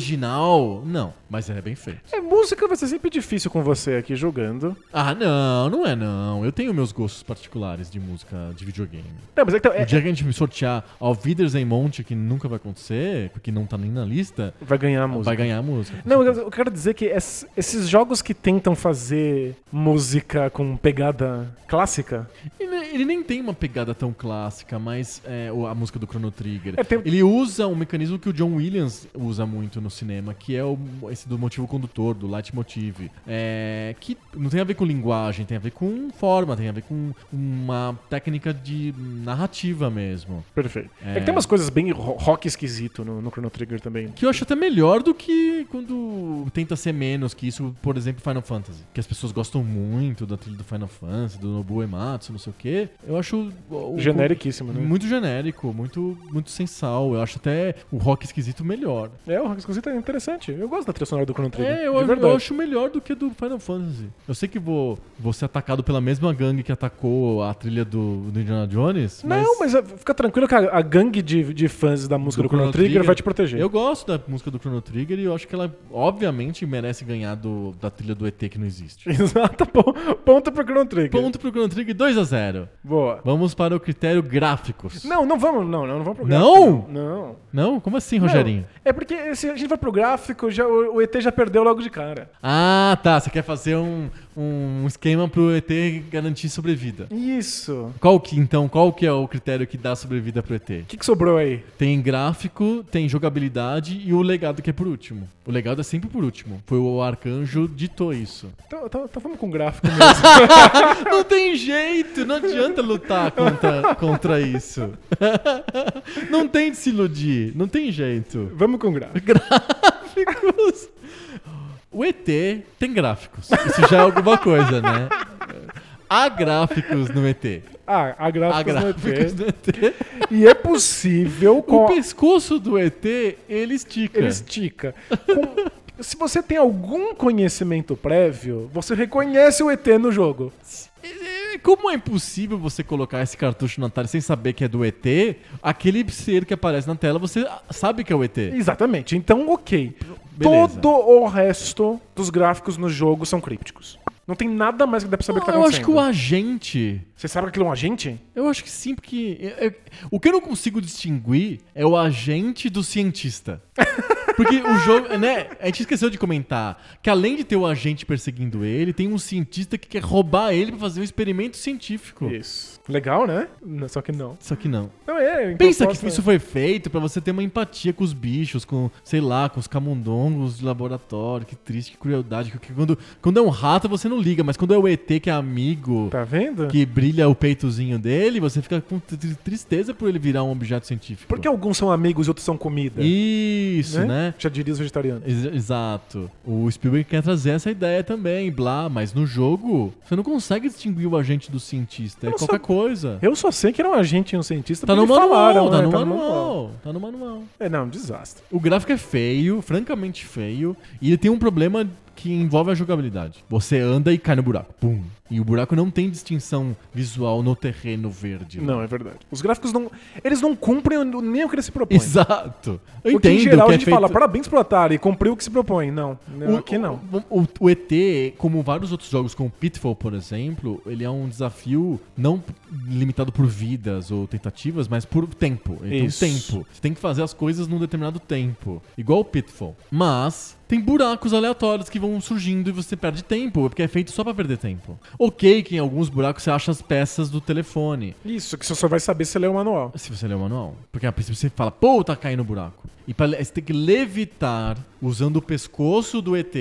Speaker 1: original. Não, mas é bem feito.
Speaker 2: É, música vai ser sempre difícil com você aqui jogando.
Speaker 1: Ah, não, não é não. Eu tenho meus gostos particulares de música de videogame.
Speaker 2: Não, mas então, é,
Speaker 1: O dia que a gente sortear ao Viders em Monte, que nunca vai acontecer, porque não tá nem na lista,
Speaker 2: é, vai ganhar a música.
Speaker 1: vai ganhar a música.
Speaker 2: Não, eu eu quero dizer que es- esses jogos que tentam fazer música com pegada clássica,
Speaker 1: Ele, ele nem tem uma pegada tão clássica, mas é, o- a música do Chrono Trigger.
Speaker 2: É, tem-
Speaker 1: Ele usa um mecanismo que o John Williams usa muito no cinema, que é o, esse do motivo condutor, do leitmotiv. É, que não tem a ver com linguagem, tem a ver com forma, tem a ver com uma técnica de narrativa mesmo.
Speaker 2: perfeito. É,
Speaker 1: É.
Speaker 2: que tem umas coisas bem ro- rock esquisito no, no Chrono Trigger também.
Speaker 1: Que eu acho até melhor do que quando tenta ser menos que isso, por exemplo, Final Fantasy. Que as pessoas gostam muito da trilha do Final Fantasy, do Nobuo Ematsu, não sei o quê. Eu acho... o- o-
Speaker 2: Generiquíssimo, né?
Speaker 1: Muito genérico, muito, muito sensal. Eu acho até o rock esquisito melhor.
Speaker 2: É, o rock esquisito é interessante. Eu gosto da trilha sonora do Chrono Trigger.
Speaker 1: É, eu,
Speaker 2: de
Speaker 1: acho-
Speaker 2: verdade.
Speaker 1: eu acho melhor do que do Final Fantasy. Eu sei que vou, vou ser atacado pela mesma gangue que atacou a trilha do, do Indiana Jones.
Speaker 2: Não, mas é, fica tranquilo que a, a gangue de, de fãs da música do, Chrono, Trigger, vai te proteger.
Speaker 1: Eu gosto da música do Chrono Trigger e eu acho que ela, obviamente, merece ganhar do, da trilha do ET que não existe.
Speaker 2: Exato, pon- ponto pro Chrono Trigger.
Speaker 1: Ponto pro Chrono Trigger 2 a 0
Speaker 2: Boa.
Speaker 1: Vamos para o critério gráfico. gráficos.
Speaker 2: Não, não vamos, não, não, não vamos pro
Speaker 1: Não?
Speaker 2: gráfico. Não.
Speaker 1: Não? Como assim, Rogerinho?
Speaker 2: Não. É porque se a gente for pro gráfico, já, o, o ET já perdeu logo de cara.
Speaker 1: Ah, tá. Você quer fazer um, um esquema pro ET garantir sobrevida.
Speaker 2: Isso.
Speaker 1: Qual que, então, qual que é o critério que dá sobrevida pro ET?
Speaker 2: O que, que sobrou aí?
Speaker 1: Tem gráfico, tem jogabilidade e o legado que é por último. O legado é sempre por último. Foi o arcanjo ditou isso.
Speaker 2: Então, então- então vamos com gráfico mesmo.
Speaker 1: Não tem jeito, não adianta lutar contra, contra isso. Não tem de se iludir, não tem jeito.
Speaker 2: vamos com gráfico.
Speaker 1: Gráficos. O ET tem gráficos. Isso já é alguma coisa, né? Há gráficos no ET.
Speaker 2: Ah, a
Speaker 1: Há
Speaker 2: gráfico no
Speaker 1: gráficos
Speaker 2: ET.
Speaker 1: no ET.
Speaker 2: E é possível com...
Speaker 1: O pescoço do ET, ele estica.
Speaker 2: Ele estica. Com- Se você tem algum conhecimento prévio, você reconhece o ET no jogo.
Speaker 1: É, Como é impossível você colocar esse cartucho na tela sem saber que é do ET, aquele ser que aparece na tela, você sabe que é o ET.
Speaker 2: Exatamente. Então, ok.
Speaker 1: Beleza.
Speaker 2: Todo o resto dos gráficos no jogo são crípticos. Não tem nada mais que dá pra saber o que tá
Speaker 1: eu acho
Speaker 2: acontecendo.
Speaker 1: que o agente.
Speaker 2: Você sabe que aquilo é um agente?
Speaker 1: Eu acho que sim, porque. eu- eu- o que eu não consigo distinguir é o agente do cientista. Porque o jogo, né? A gente esqueceu de comentar que além de ter o agente perseguindo ele, tem um cientista que quer roubar ele pra fazer um experimento científico.
Speaker 2: Isso. Legal, né? Não, Só que não.
Speaker 1: Só que não.
Speaker 2: Não é. em
Speaker 1: Pensa que
Speaker 2: proposta-
Speaker 1: isso foi feito pra você ter uma empatia com os bichos, com, sei lá, com os camundongos de laboratório. Que triste, que crueldade. Que, que quando, quando é um rato, você não liga, mas quando é o ET que é amigo,
Speaker 2: Tá vendo?
Speaker 1: que brilha o peitozinho dele, você fica com tr- tr- tristeza por ele virar um objeto científico.
Speaker 2: Porque é um alguns são amigos e outros são comida.
Speaker 1: Isso, né?
Speaker 2: Já diria os vegetarianos.
Speaker 1: Ex- Exato. O Spielberg quer trazer essa ideia também, blá, mas no jogo você não consegue distinguir o agente do cientista, é
Speaker 2: Eu não
Speaker 1: qualquer
Speaker 2: sou-
Speaker 1: coisa.
Speaker 2: Eu só sei que era um agente e um cientista
Speaker 1: Tá no,
Speaker 2: porque
Speaker 1: manual,
Speaker 2: falaram,
Speaker 1: tá,
Speaker 2: né?
Speaker 1: no manual, tá no manual.
Speaker 2: É, não, um desastre.
Speaker 1: O gráfico é feio, francamente feio, e ele tem um problema que envolve a jogabilidade. Você anda e cai no buraco, pum. E o buraco não tem distinção visual no terreno verde. né?
Speaker 2: Não, é verdade. Os gráficos não. Eles não cumprem o- nem o que eles se propõem.
Speaker 1: Exato. Eu
Speaker 2: Porque
Speaker 1: entendo
Speaker 2: em geral
Speaker 1: que
Speaker 2: a
Speaker 1: é
Speaker 2: gente
Speaker 1: feito...
Speaker 2: fala, parabéns pro Atari, cumpriu o que se propõe. Não, não
Speaker 1: O-
Speaker 2: aqui não.
Speaker 1: O, o- o ET, como vários outros jogos, como Pitfall, por exemplo, ele é um desafio não p- limitado por vidas ou tentativas, mas por tempo. Então,
Speaker 2: Isso.
Speaker 1: tempo. Você tem que fazer as coisas num determinado tempo. Igual o Pitfall. Mas tem buracos aleatórios que vão surgindo e você perde tempo, porque é feito só pra perder tempo. Ok que em alguns buracos você acha as peças do telefone.
Speaker 2: Isso, que você só vai saber se ler o manual.
Speaker 1: Se você ler o manual. Porque a princípio você fala, pô, tá caindo no buraco. E pra, le- você tem que levitar usando o pescoço do ET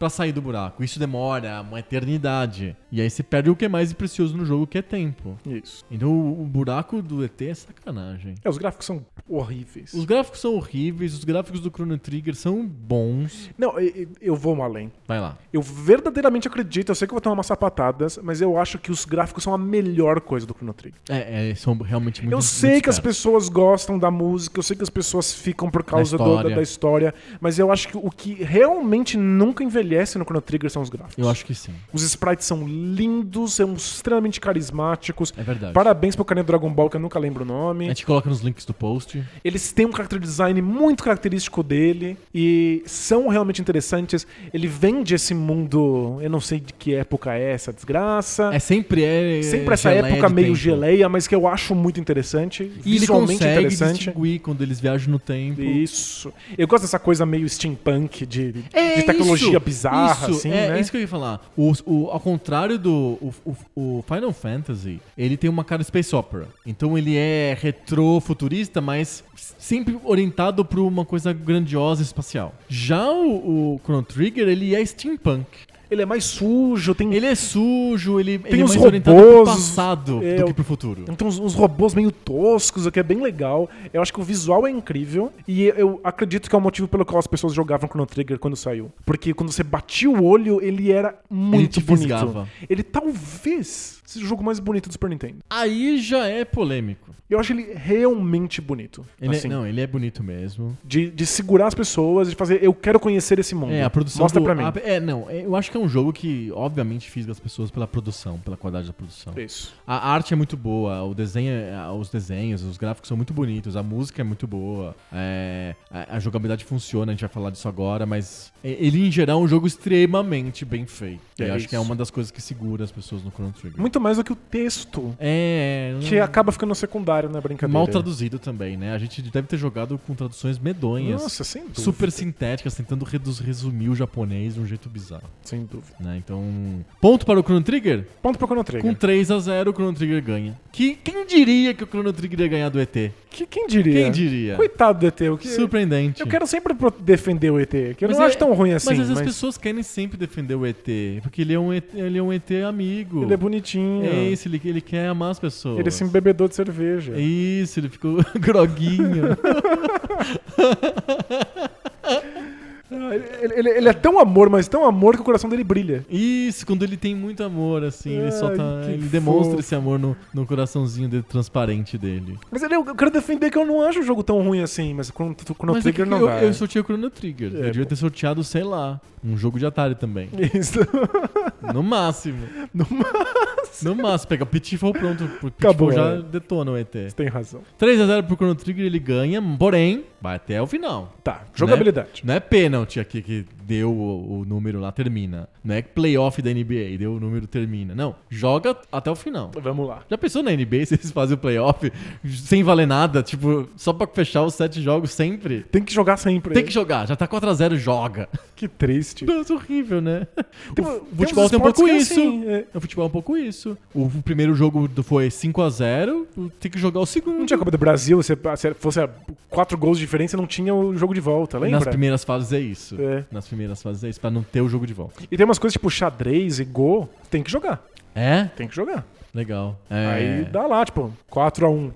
Speaker 1: pra sair do buraco. Isso demora uma eternidade. E aí você perde o que é mais precioso no jogo, que é tempo.
Speaker 2: Isso.
Speaker 1: Então o, o buraco do ET é sacanagem.
Speaker 2: É, os gráficos são horríveis.
Speaker 1: Os gráficos são horríveis, os gráficos do Chrono Trigger são bons.
Speaker 2: Não, e- e- eu, vou um além.
Speaker 1: Vai lá.
Speaker 2: Eu verdadeiramente acredito, eu sei que eu vou tomar umas sapatadas, mas eu acho que os gráficos são a melhor coisa do Chrono Trigger.
Speaker 1: É, é, são realmente muito
Speaker 2: eu sei
Speaker 1: muito
Speaker 2: que as
Speaker 1: espertos.
Speaker 2: pessoas gostam da música, eu sei que as pessoas ficam por causa do- da,
Speaker 1: história.
Speaker 2: da história, mas eu acho que o que realmente nunca envelhece no Chrono Trigger são os gráficos.
Speaker 1: Eu acho que sim.
Speaker 2: Os sprites são lindos, são extremamente carismáticos.
Speaker 1: É verdade. É
Speaker 2: Parabéns pro carinha do Dragon Ball, que eu nunca lembro o
Speaker 1: A
Speaker 2: nome.
Speaker 1: gente coloca nos links do post.
Speaker 2: Eles têm um character design muito característico dele e são realmente interessantes. Ele vende esse mundo, eu não sei de que época é essa desgraça.
Speaker 1: É sempre é.
Speaker 2: Sempre essa
Speaker 1: geleia
Speaker 2: época
Speaker 1: de
Speaker 2: meio
Speaker 1: tempo.
Speaker 2: geleia, mas que eu acho muito interessante.
Speaker 1: E ele
Speaker 2: visualmente
Speaker 1: consegue
Speaker 2: interessante.
Speaker 1: distinguir quando eles viajam no tempo.
Speaker 2: Isso. Eu gosto dessa coisa meio steampunk de, de
Speaker 1: É
Speaker 2: tecnologia
Speaker 1: isso,
Speaker 2: bizarra,
Speaker 1: isso,
Speaker 2: assim,
Speaker 1: é,
Speaker 2: né?
Speaker 1: isso que eu ia falar. O, o- ao contrário do o, o- o Final Fantasy, ele tem uma cara space opera. Então ele é retrofuturista, mas sempre orientado para uma coisa grandiosa espacial. Já o, o Chrono Trigger, ele é steampunk.
Speaker 2: Ele é mais sujo, tem,
Speaker 1: Ele é sujo, ele, ele é
Speaker 2: uns
Speaker 1: mais orientado pro
Speaker 2: robôs,
Speaker 1: passado
Speaker 2: é,
Speaker 1: do
Speaker 2: o-
Speaker 1: que pro futuro.
Speaker 2: Então uns, uns robôs meio toscos, o que é bem legal. Eu acho que o visual é incrível. E eu- eu acredito que é o motivo pelo qual as pessoas jogavam Chrono Trigger quando saiu. Porque quando você batia o olho, ele era muito
Speaker 1: te
Speaker 2: bonito.
Speaker 1: fisgava.
Speaker 2: Ele talvez seja o jogo mais bonito do Super Nintendo.
Speaker 1: Aí já é polêmico.
Speaker 2: Eu acho ele realmente bonito.
Speaker 1: Ele é-
Speaker 2: assim,
Speaker 1: não, ele é bonito mesmo.
Speaker 2: de, de segurar as pessoas, de fazer eu quero conhecer esse mundo.
Speaker 1: É, a produção
Speaker 2: Mostra
Speaker 1: do-
Speaker 2: pra mim.
Speaker 1: a- é, não, é, eu acho que é um um jogo que, obviamente, fisga as pessoas pela produção, pela qualidade da produção.
Speaker 2: Isso.
Speaker 1: A arte é muito boa, o desenho, é- os desenhos, os gráficos são muito bonitos, a música é muito boa, é, a, a jogabilidade funciona, a gente vai falar disso agora, mas e- ele em geral é um jogo extremamente bem feito.
Speaker 2: É
Speaker 1: eu acho
Speaker 2: isso.
Speaker 1: que é uma das coisas que segura as pessoas no Chrono Trigger.
Speaker 2: Muito mais do que o texto,
Speaker 1: É,
Speaker 2: que acaba ficando secundário na brincadeira.
Speaker 1: mal traduzido também, né? A gente deve ter jogado com traduções medonhas.
Speaker 2: Nossa, sem dúvida.
Speaker 1: Super sintéticas, tentando reduz- resumir o japonês de um jeito bizarro,
Speaker 2: Sem dúvida.
Speaker 1: né? Então, ponto para o Chrono Trigger?
Speaker 2: Ponto pro Chrono
Speaker 1: Com
Speaker 2: Trigger.
Speaker 1: 3 a 0 o Chrono Trigger ganha. Que, quem diria que o Chrono Trigger ia ganhar do ET?
Speaker 2: Que, quem diria?
Speaker 1: Quem diria?
Speaker 2: Coitado do ET. Eu, que-
Speaker 1: Surpreendente.
Speaker 2: É. eu quero sempre pro- defender o ET, que eu
Speaker 1: Mas
Speaker 2: não
Speaker 1: é-
Speaker 2: acho tão ruim assim.
Speaker 1: mas
Speaker 2: Mas,
Speaker 1: as pessoas querem sempre defender o ET, porque ele é um ET, ele é um ET amigo.
Speaker 2: ele é bonitinho.
Speaker 1: É isso, ele, ele quer amar as pessoas.
Speaker 2: Ele é se embebedou de cerveja.
Speaker 1: É Isso, ele ficou groguinho.
Speaker 2: Ah, Ele, ele- ele é tão amor, mas tão amor que o coração dele brilha.
Speaker 1: Isso, quando ele tem muito amor, assim, ele só
Speaker 2: Ai,
Speaker 1: tá.
Speaker 2: que
Speaker 1: Ele demonstra
Speaker 2: fofo.
Speaker 1: esse amor no, no coraçãozinho dele, transparente dele.
Speaker 2: Mas ele- eu quero defender que eu não acho o jogo tão ruim assim, mas o Chrono, o Chrono
Speaker 1: Mas é que
Speaker 2: Trigger não
Speaker 1: eu,
Speaker 2: dá.
Speaker 1: eu sorteei o Chrono Trigger.
Speaker 2: É,
Speaker 1: eu devia
Speaker 2: pô.
Speaker 1: ter sorteado, sei lá, um jogo de Atari também.
Speaker 2: Isso.
Speaker 1: No máximo.
Speaker 2: No
Speaker 1: No máximo. Pega Pitfall pronto, porque
Speaker 2: Acabou,
Speaker 1: Pitfall já
Speaker 2: é.
Speaker 1: detona o ET.
Speaker 2: Você tem razão.
Speaker 1: 3x0 pro Chrono Trigger, ele ganha, porém, vai até o final.
Speaker 2: Tá, jogabilidade.
Speaker 1: Não é pênalti aqui que deu o, o número lá, termina. Não é playoff da NBA, deu o número, termina. Não, joga até o final.
Speaker 2: Vamos lá.
Speaker 1: Já pensou na NBA se eles fazem o playoff sem valer nada? Tipo, só pra fechar os sete jogos sempre?
Speaker 2: Tem que jogar sempre.
Speaker 1: Tem que jogar, já tá 4x0, joga.
Speaker 2: Que triste.
Speaker 1: Nossa, horrível, né?
Speaker 2: Tem-
Speaker 1: o
Speaker 2: tem
Speaker 1: futebol
Speaker 2: uns
Speaker 1: tem um
Speaker 2: esportes
Speaker 1: pouco
Speaker 2: que é
Speaker 1: isso.
Speaker 2: assim, é.
Speaker 1: O futebol é um pouco isso. O primeiro jogo do- foi 5x0, tem que jogar o segundo.
Speaker 2: Não tinha Copa do Brasil, se, se fosse a- quatro gols de diferença, não tinha o jogo de volta, lembra?
Speaker 1: Nas primeiras fases é isso.
Speaker 2: É.
Speaker 1: Nas primeiras fases é isso, pra não ter o jogo de volta.
Speaker 2: E tem umas coisas tipo xadrez e gol, tem que jogar.
Speaker 1: É?
Speaker 2: Tem que jogar.
Speaker 1: Legal. É.
Speaker 2: Aí dá lá, tipo, 4x1.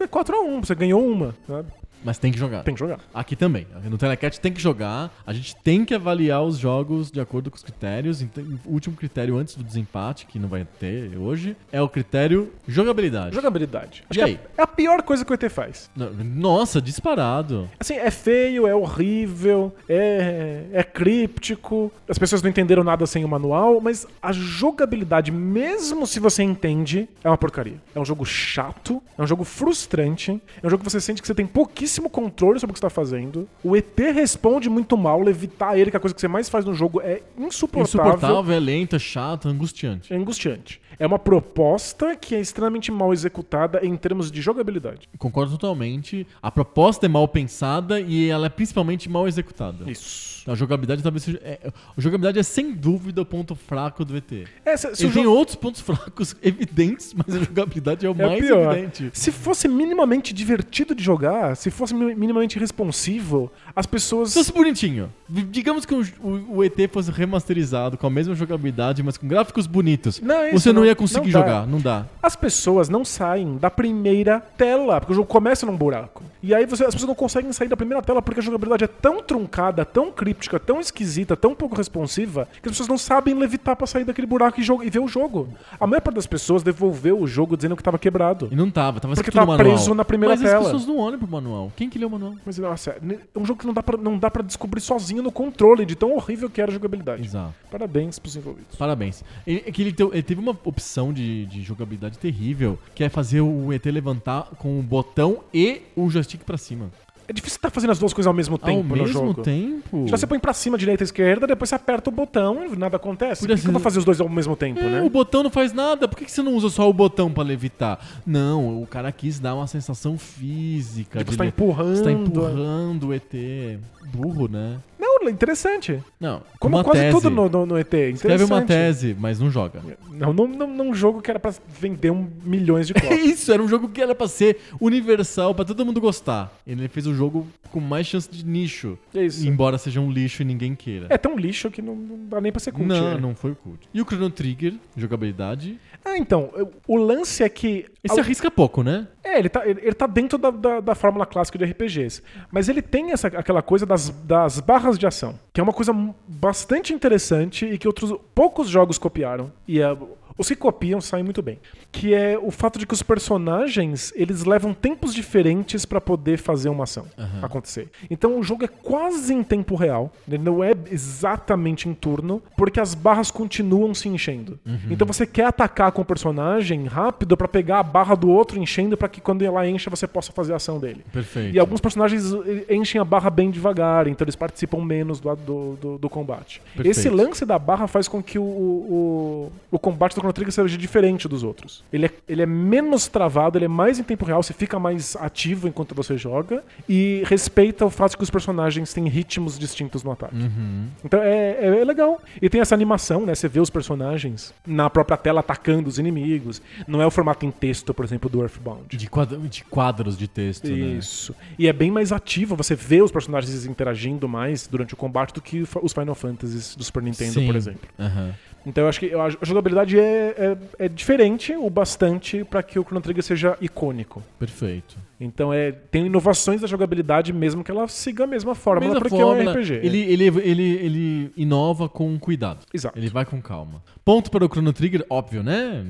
Speaker 2: É 4x1, você ganhou uma, sabe?
Speaker 1: Mas tem que jogar.
Speaker 2: Tem que jogar.
Speaker 1: Aqui também. No Telecat tem que jogar. A gente tem que avaliar os jogos de acordo com os critérios. Então, o último critério antes do desempate, que não vai ter hoje, é o critério jogabilidade.
Speaker 2: Jogabilidade.
Speaker 1: E
Speaker 2: que
Speaker 1: aí?
Speaker 2: É, é a pior coisa que o ET faz.
Speaker 1: No- Nossa, disparado.
Speaker 2: Assim, é feio, é horrível, é, é críptico. As pessoas não entenderam nada sem o manual, mas a jogabilidade, mesmo se você entende, é uma porcaria. É um jogo chato, é um jogo frustrante, é um jogo que você sente que você tem pouquíssimo controle sobre o que você tá fazendo. O ET responde muito mal, levitar ele, que é a coisa que você mais faz no jogo, é insuportável.
Speaker 1: Insuportável, é lento, é chato, é angustiante.
Speaker 2: É angustiante. É uma proposta que é extremamente mal executada em termos de jogabilidade.
Speaker 1: Concordo totalmente. A proposta é mal pensada e ela é principalmente mal executada.
Speaker 2: Isso.
Speaker 1: A jogabilidade talvez seja. É, a jogabilidade é sem dúvida o ponto fraco do ET.
Speaker 2: É, se, se o
Speaker 1: Ele tem
Speaker 2: jogo-
Speaker 1: outros pontos fracos evidentes, mas a jogabilidade é o
Speaker 2: É
Speaker 1: mais
Speaker 2: pior.
Speaker 1: evidente.
Speaker 2: Se fosse minimamente divertido de jogar, se fosse mi- minimamente responsivo, as pessoas.
Speaker 1: Se fosse bonitinho, v- digamos que o, o- o ET fosse remasterizado com a mesma jogabilidade, mas com gráficos bonitos,
Speaker 2: Não, isso
Speaker 1: você não,
Speaker 2: não-
Speaker 1: ia conseguir
Speaker 2: não dá.
Speaker 1: jogar, não dá.
Speaker 2: As pessoas não saem da primeira tela, porque o jogo começa num buraco. E aí você- as pessoas não conseguem sair da primeira tela porque a jogabilidade é tão truncada, tão críptica, tão esquisita, tão pouco responsiva, que as pessoas não sabem levitar pra sair daquele buraco e, jogo- e ver o jogo. A maior parte das pessoas devolveu o jogo dizendo que tava quebrado.
Speaker 1: E não tava, tava
Speaker 2: Porque
Speaker 1: escrito no
Speaker 2: tava
Speaker 1: manual.
Speaker 2: preso na primeira
Speaker 1: mas as
Speaker 2: tela.
Speaker 1: pessoas não olham pro manual. Quem que lê o manual?
Speaker 2: Mas nossa, é um jogo que não dá pra, não dá pra descobrir sozinho no controle de tão horrível que era a jogabilidade.
Speaker 1: Exato.
Speaker 2: Parabéns pros envolvidos.
Speaker 1: Parabéns. Ele, é que ele, teu- ele teve uma opção de, de jogabilidade terrível, que é fazer o ET levantar com o botão e o joystick pra cima.
Speaker 2: É difícil estar fazendo as duas coisas ao mesmo tempo
Speaker 1: Ao
Speaker 2: no
Speaker 1: mesmo
Speaker 2: jogo.
Speaker 1: tempo.
Speaker 2: Se você põe pra cima, direita, esquerda, depois você aperta o botão e nada acontece.
Speaker 1: Podia
Speaker 2: Por que
Speaker 1: ser-
Speaker 2: eu vou fazer os dois ao mesmo tempo,
Speaker 1: É,
Speaker 2: né?
Speaker 1: O botão não faz nada. Por que, que você não usa só o botão pra levitar? Não, o cara quis dar uma sensação física.
Speaker 2: Tipo,
Speaker 1: de
Speaker 2: você tá
Speaker 1: le-
Speaker 2: empurrando.
Speaker 1: Você tá empurrando o ET. Burro, né?
Speaker 2: Não, é interessante.
Speaker 1: Não.
Speaker 2: Como
Speaker 1: uma
Speaker 2: quase
Speaker 1: tese.
Speaker 2: tudo no, no, no ET.
Speaker 1: Escreve
Speaker 2: interessante.
Speaker 1: uma tese, mas não joga.
Speaker 2: Não, não, não, não um jogo que era pra vender um milhões de
Speaker 1: É
Speaker 2: cópias.
Speaker 1: isso, era um jogo que era pra ser universal, pra todo mundo gostar. Ele fez um jogo com mais chance de nicho.
Speaker 2: É isso.
Speaker 1: Embora seja um lixo e ninguém queira.
Speaker 2: é tão lixo que não, não dá nem pra ser cult.
Speaker 1: não,
Speaker 2: né?
Speaker 1: não foi o culto. E o Chrono Trigger, jogabilidade.
Speaker 2: Ah, então, eu- o lance é que...
Speaker 1: Esse arrisca pouco, né?
Speaker 2: É, ele tá, ele, ele tá dentro da, da, da fórmula clássica de RPGs. Mas ele tem essa, aquela coisa das, das barras de ação, que é uma coisa mu- bastante interessante e que outros poucos jogos copiaram. E é, o Os que copiam saem muito bem. Que é o fato de que os personagens, eles levam tempos diferentes pra poder fazer uma ação acontecer. Então o jogo é quase em tempo real, ele não é exatamente em turno, porque as barras continuam se enchendo. Então você quer atacar com o personagem rápido pra pegar a barra do outro enchendo pra que quando ela encha você possa fazer a ação dele.
Speaker 1: Perfeito.
Speaker 2: E alguns personagens eh, enchem a barra bem devagar, então eles participam menos do, do, do- do combate.
Speaker 1: Perfeito.
Speaker 2: Esse lance da barra faz com que o, o, o combate do Chrono Trigger seja diferente dos outros. Ele é, ele é menos travado, ele é mais em tempo real, você fica mais ativo enquanto você joga e respeita o fato que os personagens têm ritmos distintos no ataque.
Speaker 1: Uhum.
Speaker 2: Então é, é- é legal. E tem essa animação, né? Você vê os personagens na própria tela atacando os inimigos. Não é o formato em texto, por exemplo, do Earthbound.
Speaker 1: De, quadro- de quadros de texto, né?
Speaker 2: Isso. E é bem mais ativo, você vê os personagens interagindo mais durante o combate do que fa- os Final Fantasies do Super Nintendo,
Speaker 1: Sim.
Speaker 2: por exemplo.
Speaker 1: Aham.
Speaker 2: Então eu acho que eu acho- a jogabilidade é, é, é diferente o bastante para que o Chrono Trigger seja icônico.
Speaker 1: Perfeito.
Speaker 2: Então é, tem inovações da jogabilidade mesmo que ela siga a mesma fórmula,
Speaker 1: Mesma
Speaker 2: porque é um
Speaker 1: fórmula,
Speaker 2: RPG.
Speaker 1: Ele, ele, ele, ele inova com cuidado.
Speaker 2: Exato.
Speaker 1: Ele vai com calma. Ponto para o Chrono Trigger, óbvio, né?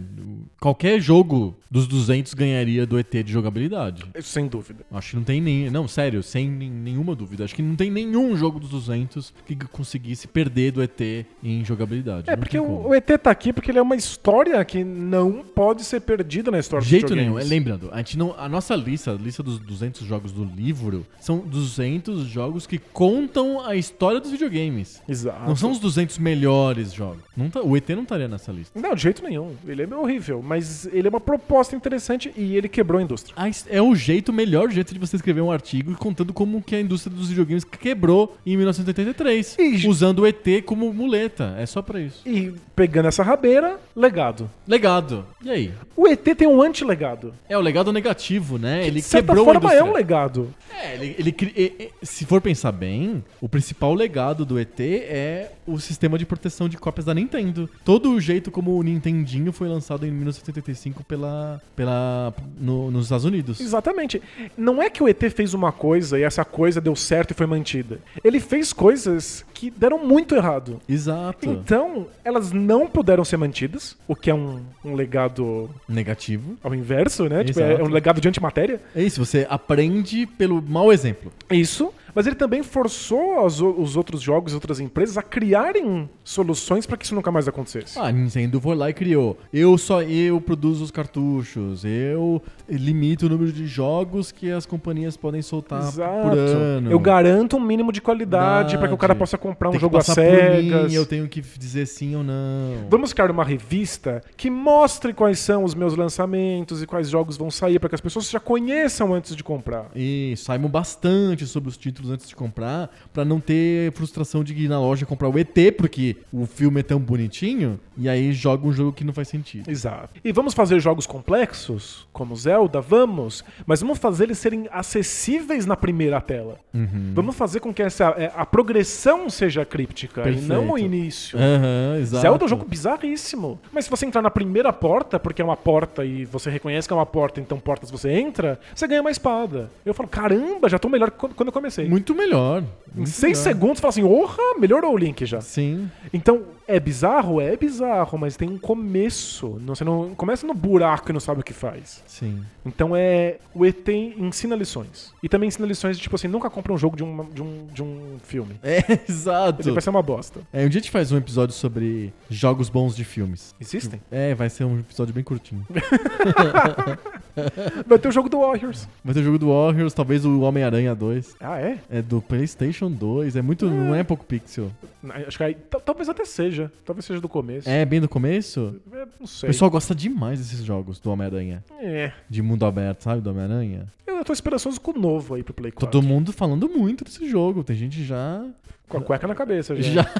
Speaker 1: Qualquer jogo dos 200 ganharia do ET de jogabilidade.
Speaker 2: Sem dúvida.
Speaker 1: Acho que não tem nem. Não, sério, sem nem- nenhuma dúvida. Acho que não tem nenhum jogo dos 200 que conseguisse perder do ET em jogabilidade.
Speaker 2: É,
Speaker 1: Não
Speaker 2: porque
Speaker 1: tem como.
Speaker 2: o, o ET tá aqui porque ele é uma história que não pode ser perdida na história
Speaker 1: De
Speaker 2: dos
Speaker 1: jeito nenhum. É,
Speaker 2: videogames.
Speaker 1: Lembrando, a, gente não, a nossa lista, a lista dos 200 jogos do livro, são 200 jogos que contam a história dos videogames.
Speaker 2: Exato.
Speaker 1: Não são os 200 melhores jogos. Não tá- o ET não estaria nessa lista.
Speaker 2: Não, de jeito nenhum. Ele é horrível, mas ele é uma proposta interessante e ele quebrou a indústria.
Speaker 1: A his- É o jeito, o melhor jeito de você escrever um artigo contando como que a indústria dos videogames quebrou em 1983,
Speaker 2: E-
Speaker 1: usando o ET como muleta. É só pra isso.
Speaker 2: E pegando essa rabeira, legado.
Speaker 1: Legado. E aí?
Speaker 2: O ET tem um antilegado.
Speaker 1: É o legado negativo, né? Ele
Speaker 2: de certa
Speaker 1: quebrou
Speaker 2: forma
Speaker 1: a indústria.
Speaker 2: é um legado.
Speaker 1: É, ele, ele cri- e- e- se for pensar bem, o principal legado do ET é o sistema de proteção de cópias da Nintendo. Todo o jeito como o Nintendinho foi lançado em 1975 pela, pela, no- nos Estados Unidos.
Speaker 2: Exatamente. Não é que o ET fez uma coisa e essa coisa deu certo e foi mantida. Ele fez coisas que deram muito errado.
Speaker 1: Exato.
Speaker 2: Então, elas não puderam ser mantidas, o que é um, um legado
Speaker 1: Negativo.
Speaker 2: ao inverso, né? Tipo, é
Speaker 1: Exato.
Speaker 2: é um legado de antimatéria.
Speaker 1: É isso, você aprende pelo mau exemplo.
Speaker 2: Isso, mas ele também forçou as o- os outros jogos e outras empresas a criarem soluções pra que isso nunca mais acontecesse.
Speaker 1: Ah, a Nintendo foi lá e criou. Eu só eu produzo os cartuchos. Eu limito o número de jogos que as companhias podem soltar tá, por ano.
Speaker 2: Eu garanto um mínimo de qualidade pra que o cara
Speaker 1: Verdade.
Speaker 2: possa comprar um
Speaker 1: Tem que
Speaker 2: jogo a
Speaker 1: passar por mim,
Speaker 2: cegas.
Speaker 1: eu tenho que dizer sim ou não.
Speaker 2: Vamos criar uma revista que mostre quais são os meus lançamentos e quais jogos vão sair pra que as pessoas já conheçam antes de comprar.
Speaker 1: E saibam bastante sobre os títulos antes de comprar, pra não ter frustração de ir na loja comprar o ET, porque o filme é tão bonitinho, e aí joga um jogo que não faz sentido.
Speaker 2: Exato. E vamos fazer jogos complexos, como Zelda? Vamos. Mas vamos fazer eles serem acessíveis na primeira tela.
Speaker 1: Uhum.
Speaker 2: Vamos fazer com que essa, é, a progressão seja críptica e
Speaker 1: Perfeito.
Speaker 2: não o início.
Speaker 1: Aham, exato.
Speaker 2: Zelda é um jogo bizarríssimo. Mas se você entrar na primeira porta, porque é uma porta e você reconhece que é uma porta, então portas você entra, você ganha uma espada. Eu falo, caramba, já tô melhor que quando quando eu comecei.
Speaker 1: Muito melhor.
Speaker 2: em
Speaker 1: Muito
Speaker 2: seis
Speaker 1: melhor.
Speaker 2: segundos, você fala assim, orra, melhorou o Link já.
Speaker 1: Sim.
Speaker 2: Então, é bizarro? É bizarro, mas tem um começo. Não- Você não começa no buraco e não sabe o que faz.
Speaker 1: Sim.
Speaker 2: Então é. O ET ensina lições. E também ensina lições de tipo assim, nunca compra um jogo de, uma- de um, de um filme.
Speaker 1: É,
Speaker 2: Ele
Speaker 1: exato.
Speaker 2: vai ser uma bosta.
Speaker 1: É, um dia a gente faz um episódio sobre jogos bons de filmes.
Speaker 2: Existem?
Speaker 1: É, vai ser um episódio bem curtinho.
Speaker 2: Vai ter o jogo do Warriors.
Speaker 1: Vai ter o jogo do Warriors, talvez o Homem-Aranha 2.
Speaker 2: Ah, é?
Speaker 1: É do PlayStation 2. É muito. Não é pouco pixel.
Speaker 2: Acho que aí, tal- talvez até seja. Talvez seja do começo.
Speaker 1: É bem do começo?
Speaker 2: É, não sei.
Speaker 1: O pessoal gosta demais desses jogos do Homem-Aranha.
Speaker 2: É.
Speaker 1: De mundo aberto, sabe? Do Homem-Aranha.
Speaker 2: Eu tô esperançoso com o novo aí pro Play 4.
Speaker 1: Todo mundo falando muito desse jogo. Tem gente já.
Speaker 2: Com a cueca na cabeça já.
Speaker 1: Já.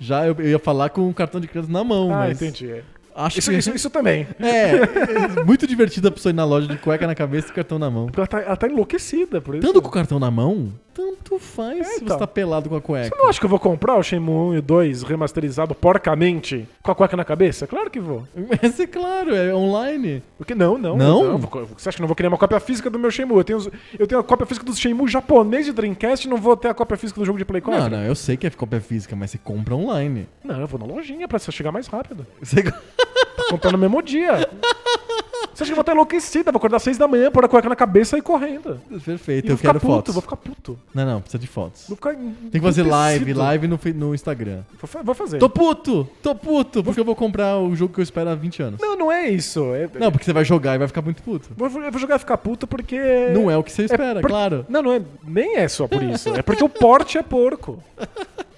Speaker 1: Já eu, eu ia falar com o cartão de crédito na mão,
Speaker 2: Ah,
Speaker 1: mas.
Speaker 2: entendi. é.
Speaker 1: Acho
Speaker 2: Isso,
Speaker 1: que.
Speaker 2: isso, isso também.
Speaker 1: É, é muito divertido a pessoa ir na loja de cueca na cabeça e cartão na mão.
Speaker 2: Porque ela tá, ela tá enlouquecida por isso. né?
Speaker 1: Tanto com o cartão na mão, tanto faz se
Speaker 2: então.
Speaker 1: você tá pelado com a cueca.
Speaker 2: Você não acha que eu vou comprar o Shenmue 1 e o 2 remasterizado porcamente com a cueca na cabeça? Claro que vou.
Speaker 1: Mas é claro, é online.
Speaker 2: Porque não, não.
Speaker 1: Não?
Speaker 2: eu vou- você acha que eu não vou criar uma cópia física do meu Shenmue? Eu tenho, os- eu tenho a cópia física do Shenmue japonês de Dreamcast e não vou ter a cópia física do jogo de Play 4?
Speaker 1: Não, não, eu sei que é cópia física, mas você compra online.
Speaker 2: Não, eu vou na lojinha pra só chegar mais rápido.
Speaker 1: Você...
Speaker 2: Tá comprando no mesmo dia. Você acha que eu vou estar enlouquecida? Vou acordar às seis da manhã, pôr a cueca na cabeça e ir correndo.
Speaker 1: Perfeito,
Speaker 2: E
Speaker 1: eu
Speaker 2: vou ficar
Speaker 1: quero
Speaker 2: puto,
Speaker 1: fotos.
Speaker 2: vou ficar puto.
Speaker 1: Não, não, precisa de fotos.
Speaker 2: Vou ficar
Speaker 1: Tem que fazer live, live no, fe- no Instagram.
Speaker 2: Vou fa- Vou fazer.
Speaker 1: Tô puto, tô puto, porque eu vou comprar o jogo que eu espero há 20 anos.
Speaker 2: Não, não é isso. É-
Speaker 1: Não, porque você vai jogar e vai ficar muito puto.
Speaker 2: Vou- Eu vou jogar ficar puto porque.
Speaker 1: Não é o que você espera,
Speaker 2: por-
Speaker 1: claro.
Speaker 2: Não, não é. Nem é só por isso. É porque o porte é porco.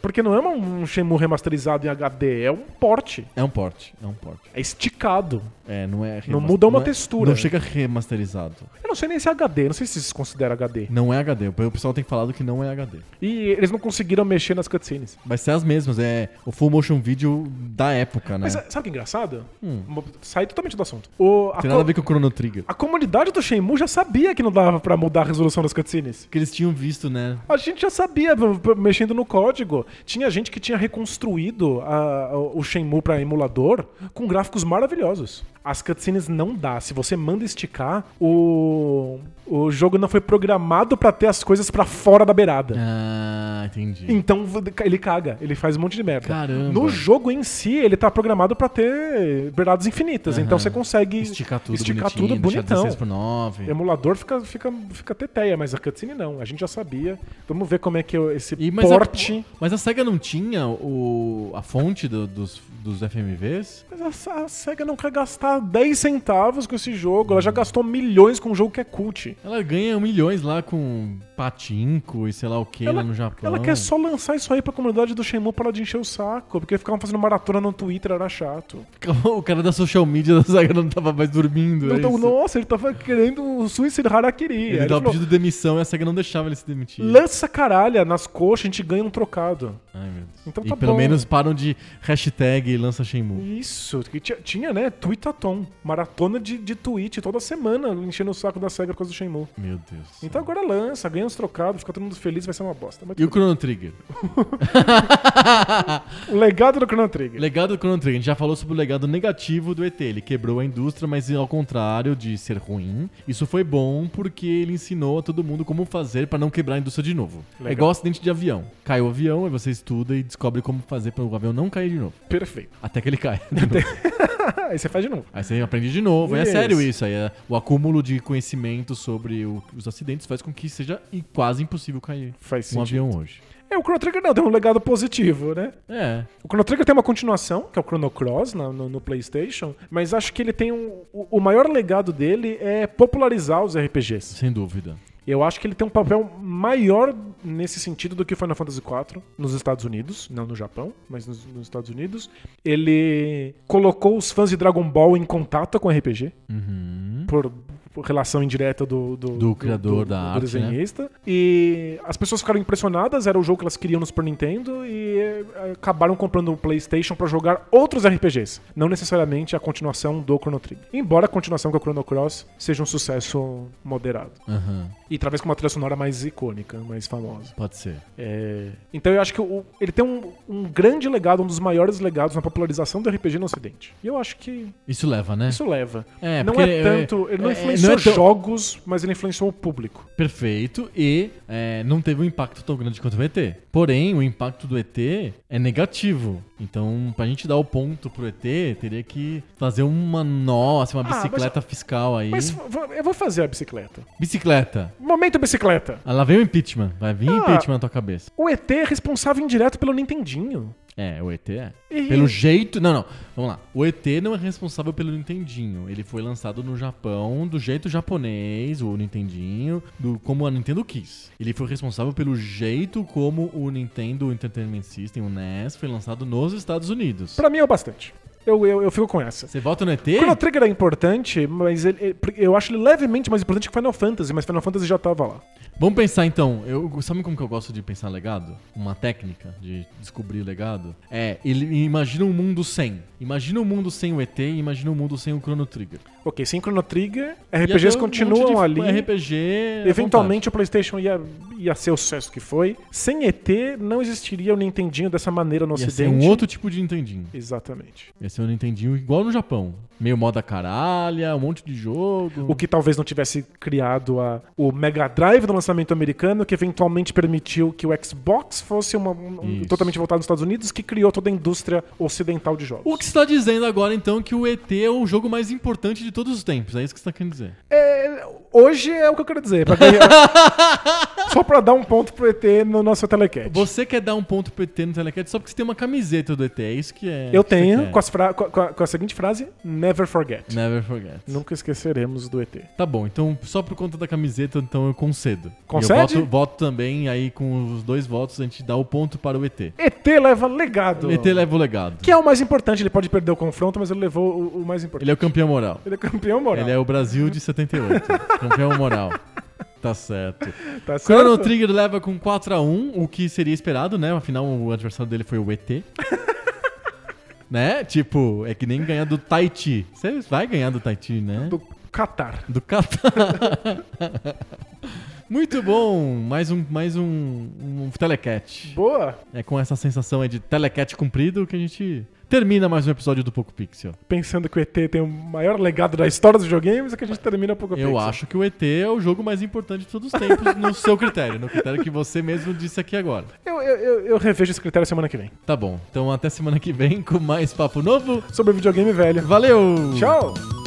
Speaker 2: Porque não é um um Shenmue remasterizado em HD, é um porte.
Speaker 1: É um porte, é um porte.
Speaker 2: É esticado.
Speaker 1: É, não é
Speaker 2: Não
Speaker 1: remas-
Speaker 2: muda uma
Speaker 1: é-
Speaker 2: textura.
Speaker 1: Não chega remasterizado.
Speaker 2: Eu não sei nem se é HD, não sei se isso considera HD.
Speaker 1: Não é HD, o pessoal tem falado que não é HD.
Speaker 2: E eles não conseguiram mexer nas cutscenes.
Speaker 1: Vai ser as mesmas, é o full motion video da época, né?
Speaker 2: Mas sabe o que é engraçado? Mo- Sai totalmente do assunto. O,
Speaker 1: Hum.
Speaker 2: a,
Speaker 1: Tem nada a
Speaker 2: co-
Speaker 1: ver com o Chrono Trigger.
Speaker 2: a comunidade do Shenmue já sabia que não dava pra mudar a resolução das cutscenes.
Speaker 1: Que eles tinham visto, né?
Speaker 2: A gente já sabia, p- p- mexendo no código. Tinha gente que tinha reconstruído a- a- o Shenmue pra emulador com gráficos maravilhosos. As cutscenes não dá. Se você manda esticar, o, o jogo não foi programado pra ter as coisas pra fora da beirada.
Speaker 1: Ah, entendi.
Speaker 2: Então v- ele caga, ele faz um monte de merda.
Speaker 1: Caramba.
Speaker 2: No jogo em si, ele tá programado pra ter beiradas infinitas. Então você consegue
Speaker 1: Esticar tudo
Speaker 2: esticar
Speaker 1: bonitinho,
Speaker 2: tudo
Speaker 1: deixar
Speaker 2: bonitão. É
Speaker 1: 16 por 9.
Speaker 2: O emulador fica, fica, fica teteia, mas a cutscene não. A gente já sabia. Vamos ver como é que eu- esse
Speaker 1: E, mas,
Speaker 2: porte.
Speaker 1: a, mas a SEGA não tinha o, a fonte do- dos, dos FMVs?
Speaker 2: Mas a, a SEGA não quer gastar 10 centavos com esse jogo. Ela já gastou milhões com um jogo que é cult.
Speaker 1: Ela ganha milhões lá com patinco e sei lá o que lá no Japão.
Speaker 2: ela quer só lançar isso aí pra comunidade do Shenmue para ela de encher o saco, porque ficavam fazendo maratona no Twitter, era chato.
Speaker 1: O cara da social media da SEGA não tava mais dormindo. é
Speaker 2: Então,
Speaker 1: isso?
Speaker 2: nossa, ele tava querendo o Suicide Harakiri. Aí
Speaker 1: Ele
Speaker 2: ele
Speaker 1: tava
Speaker 2: falou,
Speaker 1: pedindo demissão e a SEGA não deixava ele se demitir.
Speaker 2: Lança caralha nas coxas, a gente ganha um trocado.
Speaker 1: Ai, meu Deus.
Speaker 2: Então
Speaker 1: e
Speaker 2: tá
Speaker 1: pelo
Speaker 2: bom.
Speaker 1: menos param de hashtag lança Shenmue.
Speaker 2: Isso, que tinha, tinha, né? Tweetatom. Maratona de, de tweet toda semana, enchendo o saco da SEGA por causa do Shenmue.
Speaker 1: Meu Deus.
Speaker 2: Então agora lança, ganha uns trocados, fica todo mundo feliz, vai ser uma bosta. Mas
Speaker 1: E o Chrono Trigger?
Speaker 2: o legado do Chrono Trigger.
Speaker 1: Legado do Chrono Trigger. A gente já falou sobre o legado negativo do ET. Ele quebrou a indústria, mas ao contrário de ser ruim, isso foi bom porque ele ensinou a todo mundo como fazer pra não quebrar a indústria de novo.
Speaker 2: Legal.
Speaker 1: É igual acidente de avião. Caiu o avião, aí você estuda e descobre como fazer para o avião não cair de novo.
Speaker 2: Perfeito. Ah,
Speaker 1: Até que ele cai. de novo.
Speaker 2: Aí você faz de novo.
Speaker 1: Aí você aprende de novo. Aí É
Speaker 2: Isso.
Speaker 1: sério isso. Aí é- o acúmulo de conhecimento sobre o- os acidentes faz com que seja i- quase impossível cair
Speaker 2: Faz
Speaker 1: um
Speaker 2: sentido.
Speaker 1: avião hoje.
Speaker 2: É, o Chrono Trigger não, tem um legado positivo, né?
Speaker 1: É.
Speaker 2: O Chrono Trigger tem uma continuação, que é o Chrono Cross na- no, no PlayStation, mas acho que ele tem um. O, o maior legado dele é popularizar os RPGs.
Speaker 1: Sem dúvida.
Speaker 2: Eu acho que ele tem um papel maior nesse sentido do que o Final Fantasy IV nos Estados Unidos, não no Japão, mas nos, nos Estados Unidos. Ele colocou os fãs de Dragon Ball em contato com o RPG
Speaker 1: Uhum.
Speaker 2: por, por relação indireta do, do,
Speaker 1: criador da arte, né?
Speaker 2: desenhista. E as pessoas ficaram impressionadas, era o jogo que elas queriam no Super Nintendo e eh, acabaram comprando o PlayStation pra jogar outros RPGs, não necessariamente a continuação do Chrono Trigger. Embora a continuação com o Chrono Cross seja um sucesso moderado
Speaker 1: Aham.
Speaker 2: e talvez com uma trilha sonora mais icônica, mais famosa.
Speaker 1: Pode ser.
Speaker 2: É, Então eu acho que o- ele tem um, um grande legado, um dos maiores legados na popularização do RPG no Ocidente. E eu acho que
Speaker 1: Isso leva, né?
Speaker 2: isso leva.
Speaker 1: É,
Speaker 2: não
Speaker 1: porque,
Speaker 2: é tanto. Ele não
Speaker 1: é,
Speaker 2: influenciou
Speaker 1: não é tão-
Speaker 2: jogos, mas ele influenciou o público.
Speaker 1: é Perfeito, e é, não teve um impacto tão grande quanto o ET. Porém, o impacto do ET é negativo. Então, pra gente dar o ponto pro ET, teria que fazer uma nossa, uma
Speaker 2: Ah, mas-
Speaker 1: bicicleta fiscal aí.
Speaker 2: Mas v- eu vou fazer a bicicleta.
Speaker 1: Bicicleta!
Speaker 2: Momento bicicleta.
Speaker 1: Ah, lá vem o impeachment. Vai vir
Speaker 2: Ah.
Speaker 1: impeachment na tua cabeça.
Speaker 2: O ET é responsável indireto pelo Nintendinho.
Speaker 1: É, o ET é.
Speaker 2: E-
Speaker 1: Pelo jeito. Não, não. Vamos lá. O ET não é responsável pelo Nintendinho. Ele foi lançado no Japão do jeito japonês, o Nintendinho, do, como a Nintendo quis. Ele foi responsável pelo jeito como o Nintendo Entertainment System, o NES, foi lançado nos Estados Unidos.
Speaker 2: Pra mim é o bastante. Eu, eu, eu fico com essa.
Speaker 1: Você volta no ET?
Speaker 2: O Chrono Trigger é importante, mas ele- ele- eu acho ele levemente mais importante que Final Fantasy, mas Final Fantasy já tava lá.
Speaker 1: Vamos pensar então. Eu, sabe como que eu gosto de pensar legado? Uma técnica de descobrir legado? É, ele imagina um mundo sem. Imagina um mundo sem o ET e imagina um mundo sem o Chrono Trigger.
Speaker 2: Ok, sem Chrono Trigger,
Speaker 1: Ia ter
Speaker 2: RPGs
Speaker 1: um monte
Speaker 2: continuam
Speaker 1: de
Speaker 2: ali.
Speaker 1: RPG. à
Speaker 2: Eventualmente o PlayStation ia, ia ser o sucesso que foi. Sem ET, não existiria o Nintendinho dessa maneira no
Speaker 1: Ia ser
Speaker 2: Ocidente.
Speaker 1: um outro tipo de Nintendinho.
Speaker 2: Exatamente.
Speaker 1: Ia ser um Nintendinho igual no Japão. Meio moda caralha, um monte de jogo.
Speaker 2: O que talvez não tivesse criado a- o Mega Drive do lançamento americano, que eventualmente permitiu que o Xbox fosse uma- um-
Speaker 1: Isso.
Speaker 2: totalmente voltado nos Estados Unidos, que criou toda a indústria ocidental de jogos.
Speaker 1: O que você está dizendo agora, então, que o ET é o jogo mais importante de todos os tempos. É isso que você está querendo dizer.
Speaker 2: É, hoje é o que eu quero dizer. pra quem- Só pra dar um ponto pro ET no nosso telecast.
Speaker 1: Você quer dar um ponto pro ET no Telecat só porque você tem uma camiseta do ET. É isso que é. Né.
Speaker 2: Eu
Speaker 1: que você
Speaker 2: tenho,
Speaker 1: quer.
Speaker 2: com, as fra- com a- com a, com a seguinte frase, never forget.
Speaker 1: Never forget.
Speaker 2: Nunca esqueceremos do ET.
Speaker 1: Tá bom, então só por conta da camiseta, então eu concedo. E
Speaker 2: Concede?
Speaker 1: Eu voto, voto também, aí com os dois votos a gente dá o ponto para o ET.
Speaker 2: ET leva legado.
Speaker 1: O ET leva o legado.
Speaker 2: Que é o mais importante. Ele pode perder o confronto, mas ele levou o, o mais importante.
Speaker 1: Ele é o campeão moral.
Speaker 2: Ele é campeão moral.
Speaker 1: Ele é o Brasil de 78. campeão moral. Tá certo.
Speaker 2: Tá certo?
Speaker 1: Chrono Trigger leva com 4x1, o que seria esperado, né? Afinal, o adversário dele foi o ET. né? Tipo, é que nem ganhar do Tahiti. Você vai ganhar do Tahiti, né?
Speaker 2: Do Qatar.
Speaker 1: Do Catar. Muito bom. Mais um, mais um, um telecat.
Speaker 2: Boa.
Speaker 1: É com essa sensação aí de telecat cumprido que a gente termina mais um episódio do Poco Pixel.
Speaker 2: Pensando que o ET tem o maior legado da história dos videogames, é que a gente termina pouco
Speaker 1: Eu acho que o ET é o jogo mais importante de todos os tempos no seu critério, no critério que você mesmo disse aqui agora.
Speaker 2: Eu, eu, eu, eu revejo esse critério semana que vem.
Speaker 1: Tá bom. Então até semana que vem com mais papo novo.
Speaker 2: Sobre videogame velho.
Speaker 1: Valeu!
Speaker 2: Tchau.